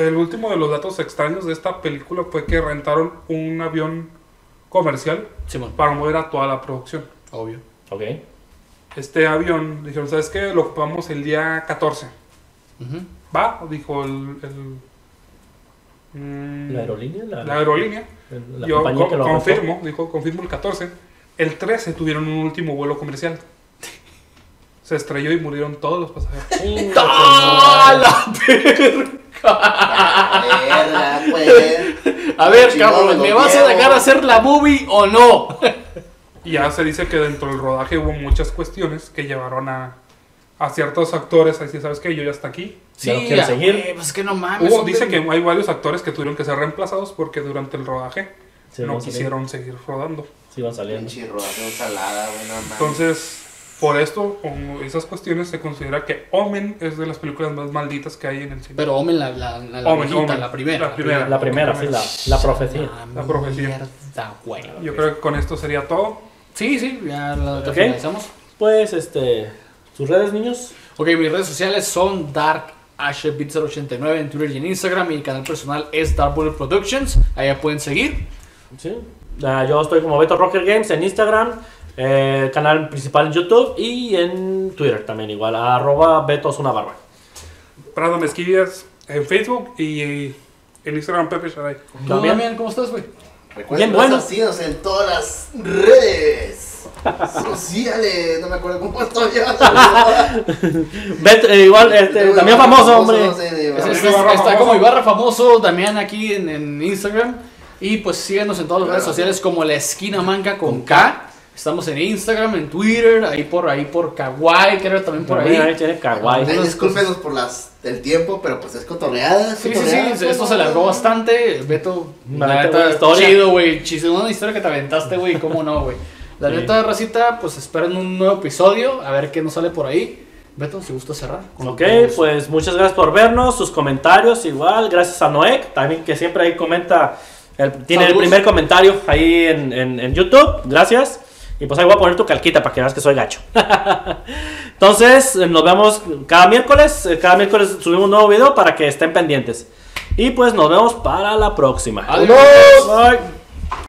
Speaker 2: El último de los datos extraños de esta película fue que rentaron un avión comercial
Speaker 1: Simón,
Speaker 2: para mover a toda la producción.
Speaker 1: obvio.
Speaker 3: Ok.
Speaker 2: Este avión, dijeron, ¿sabes qué? Lo ocupamos el día 14.
Speaker 1: Ujú.
Speaker 2: ¿Va? Dijo el. el- mm,
Speaker 3: La aerolínea, la,
Speaker 2: la aerolínea.
Speaker 3: la- la
Speaker 2: Yo
Speaker 3: compañía
Speaker 2: co-
Speaker 3: que lo
Speaker 2: confirmo, dijo, confirmo el 14. El 13 tuvieron un último vuelo comercial. Se estrelló y murieron todos los pasajeros.
Speaker 1: ¡Ah, la verga!
Speaker 4: Verga, pues.
Speaker 1: A ver,
Speaker 4: Chingado,
Speaker 1: cabrón,
Speaker 4: lo
Speaker 1: ¿me vas a
Speaker 4: quiero.
Speaker 1: dejar hacer la movie o
Speaker 2: [LAUGHS]
Speaker 1: no?
Speaker 2: Y ya se dice que dentro del rodaje hubo muchas cuestiones que llevaron a, a ciertos actores a decir, ¿sabes qué? Yo ya hasta aquí.
Speaker 3: Ya no
Speaker 1: Sí,
Speaker 3: quiero
Speaker 1: ah,
Speaker 3: seguir.
Speaker 1: güey, Pues que no mames.
Speaker 2: Hubo,
Speaker 1: hombre.
Speaker 2: dice que hay varios actores que tuvieron que ser reemplazados porque durante el rodaje
Speaker 3: Sí,
Speaker 2: no
Speaker 3: vamos a ver.
Speaker 2: quisieron seguir rodando.
Speaker 3: Sí, van saliendo.
Speaker 4: Pinche rodación salada, güey, no mames.
Speaker 2: Entonces, por esto, o esas cuestiones, se considera que Omen es de las películas más malditas que hay en el cine.
Speaker 1: Pero Omen, la, la, la, la,
Speaker 2: Omen,
Speaker 1: viejita,
Speaker 2: Omen.
Speaker 1: la primera.
Speaker 2: La primera.
Speaker 3: La primera, sí, la, la profecía.
Speaker 1: Ah,
Speaker 2: La profecía.
Speaker 1: Mierda, güey.
Speaker 2: Yo creo que con esto sería todo.
Speaker 1: Sí, sí, ya la la
Speaker 3: Ok.
Speaker 1: finalizamos.
Speaker 3: Pues, este. Sus redes, niños.
Speaker 1: Ok, mis redes sociales son Dark 089 en Twitter y en Instagram. Mi canal personal es Dark Bullet Productions. Allá pueden seguir.
Speaker 3: Sí. Ah, yo estoy como Beto Rocker Games en Instagram, eh, canal principal en YouTube y en Twitter también igual, arroba Beto es una barba.
Speaker 2: Prado Mesquillas en Facebook y en Instagram Pepe Sharay.
Speaker 1: ¿Tú,
Speaker 3: También.
Speaker 1: Damián, ¿cómo estás, güey?
Speaker 4: Recuerden
Speaker 3: Bien, bueno.
Speaker 4: asesinos en todas las redes sociales. No me acuerdo cómo estoy
Speaker 1: [LAUGHS]
Speaker 4: yo.
Speaker 3: Beto, eh, igual, este, también famoso, hombre.
Speaker 4: No sé, eh, de-
Speaker 1: Es- es-
Speaker 2: Damián Ibarra
Speaker 1: está
Speaker 2: famoso.
Speaker 1: como Ibarra famoso, Damián aquí en, en Instagram. Y pues síganos en todas las redes
Speaker 4: Claro.
Speaker 1: sociales como La Esquina Manca con K. Estamos en Instagram, en Twitter, ahí por ahí por Kawaii, creo también por
Speaker 3: También
Speaker 1: ahí.
Speaker 3: ahí tiene kawaii.
Speaker 4: Ay, discúlpenos por las del tiempo, pero pues es cotorreada. es
Speaker 1: pues, Sí, sí,
Speaker 4: cotorreada,
Speaker 1: sí, esto
Speaker 4: ¿no?
Speaker 1: se largó bastante. Beto,
Speaker 3: Una
Speaker 1: la
Speaker 3: neta
Speaker 1: neta,
Speaker 3: buena historia.
Speaker 1: chido, güey. Chido, una historia que te aventaste, güey, cómo no, güey. La
Speaker 3: Sí.
Speaker 1: neta, Racita, pues esperen un nuevo episodio, a ver qué nos sale por ahí. Beto, si gusta cerrar. con
Speaker 3: Ok,
Speaker 1: todo gusto.
Speaker 3: pues muchas gracias por vernos, sus comentarios igual, gracias a Noek, también que siempre ahí comenta, el- tiene el
Speaker 1: Saludos.
Speaker 3: primer comentario ahí en, en- en YouTube, gracias. Y pues ahí voy a poner tu calquita para que veas que soy gacho. [LAUGHS] Entonces, eh, nos vemos cada miércoles, eh, cada miércoles subimos un nuevo video para que estén pendientes. Y pues nos vemos para la próxima.
Speaker 1: Adiós.
Speaker 3: Bye.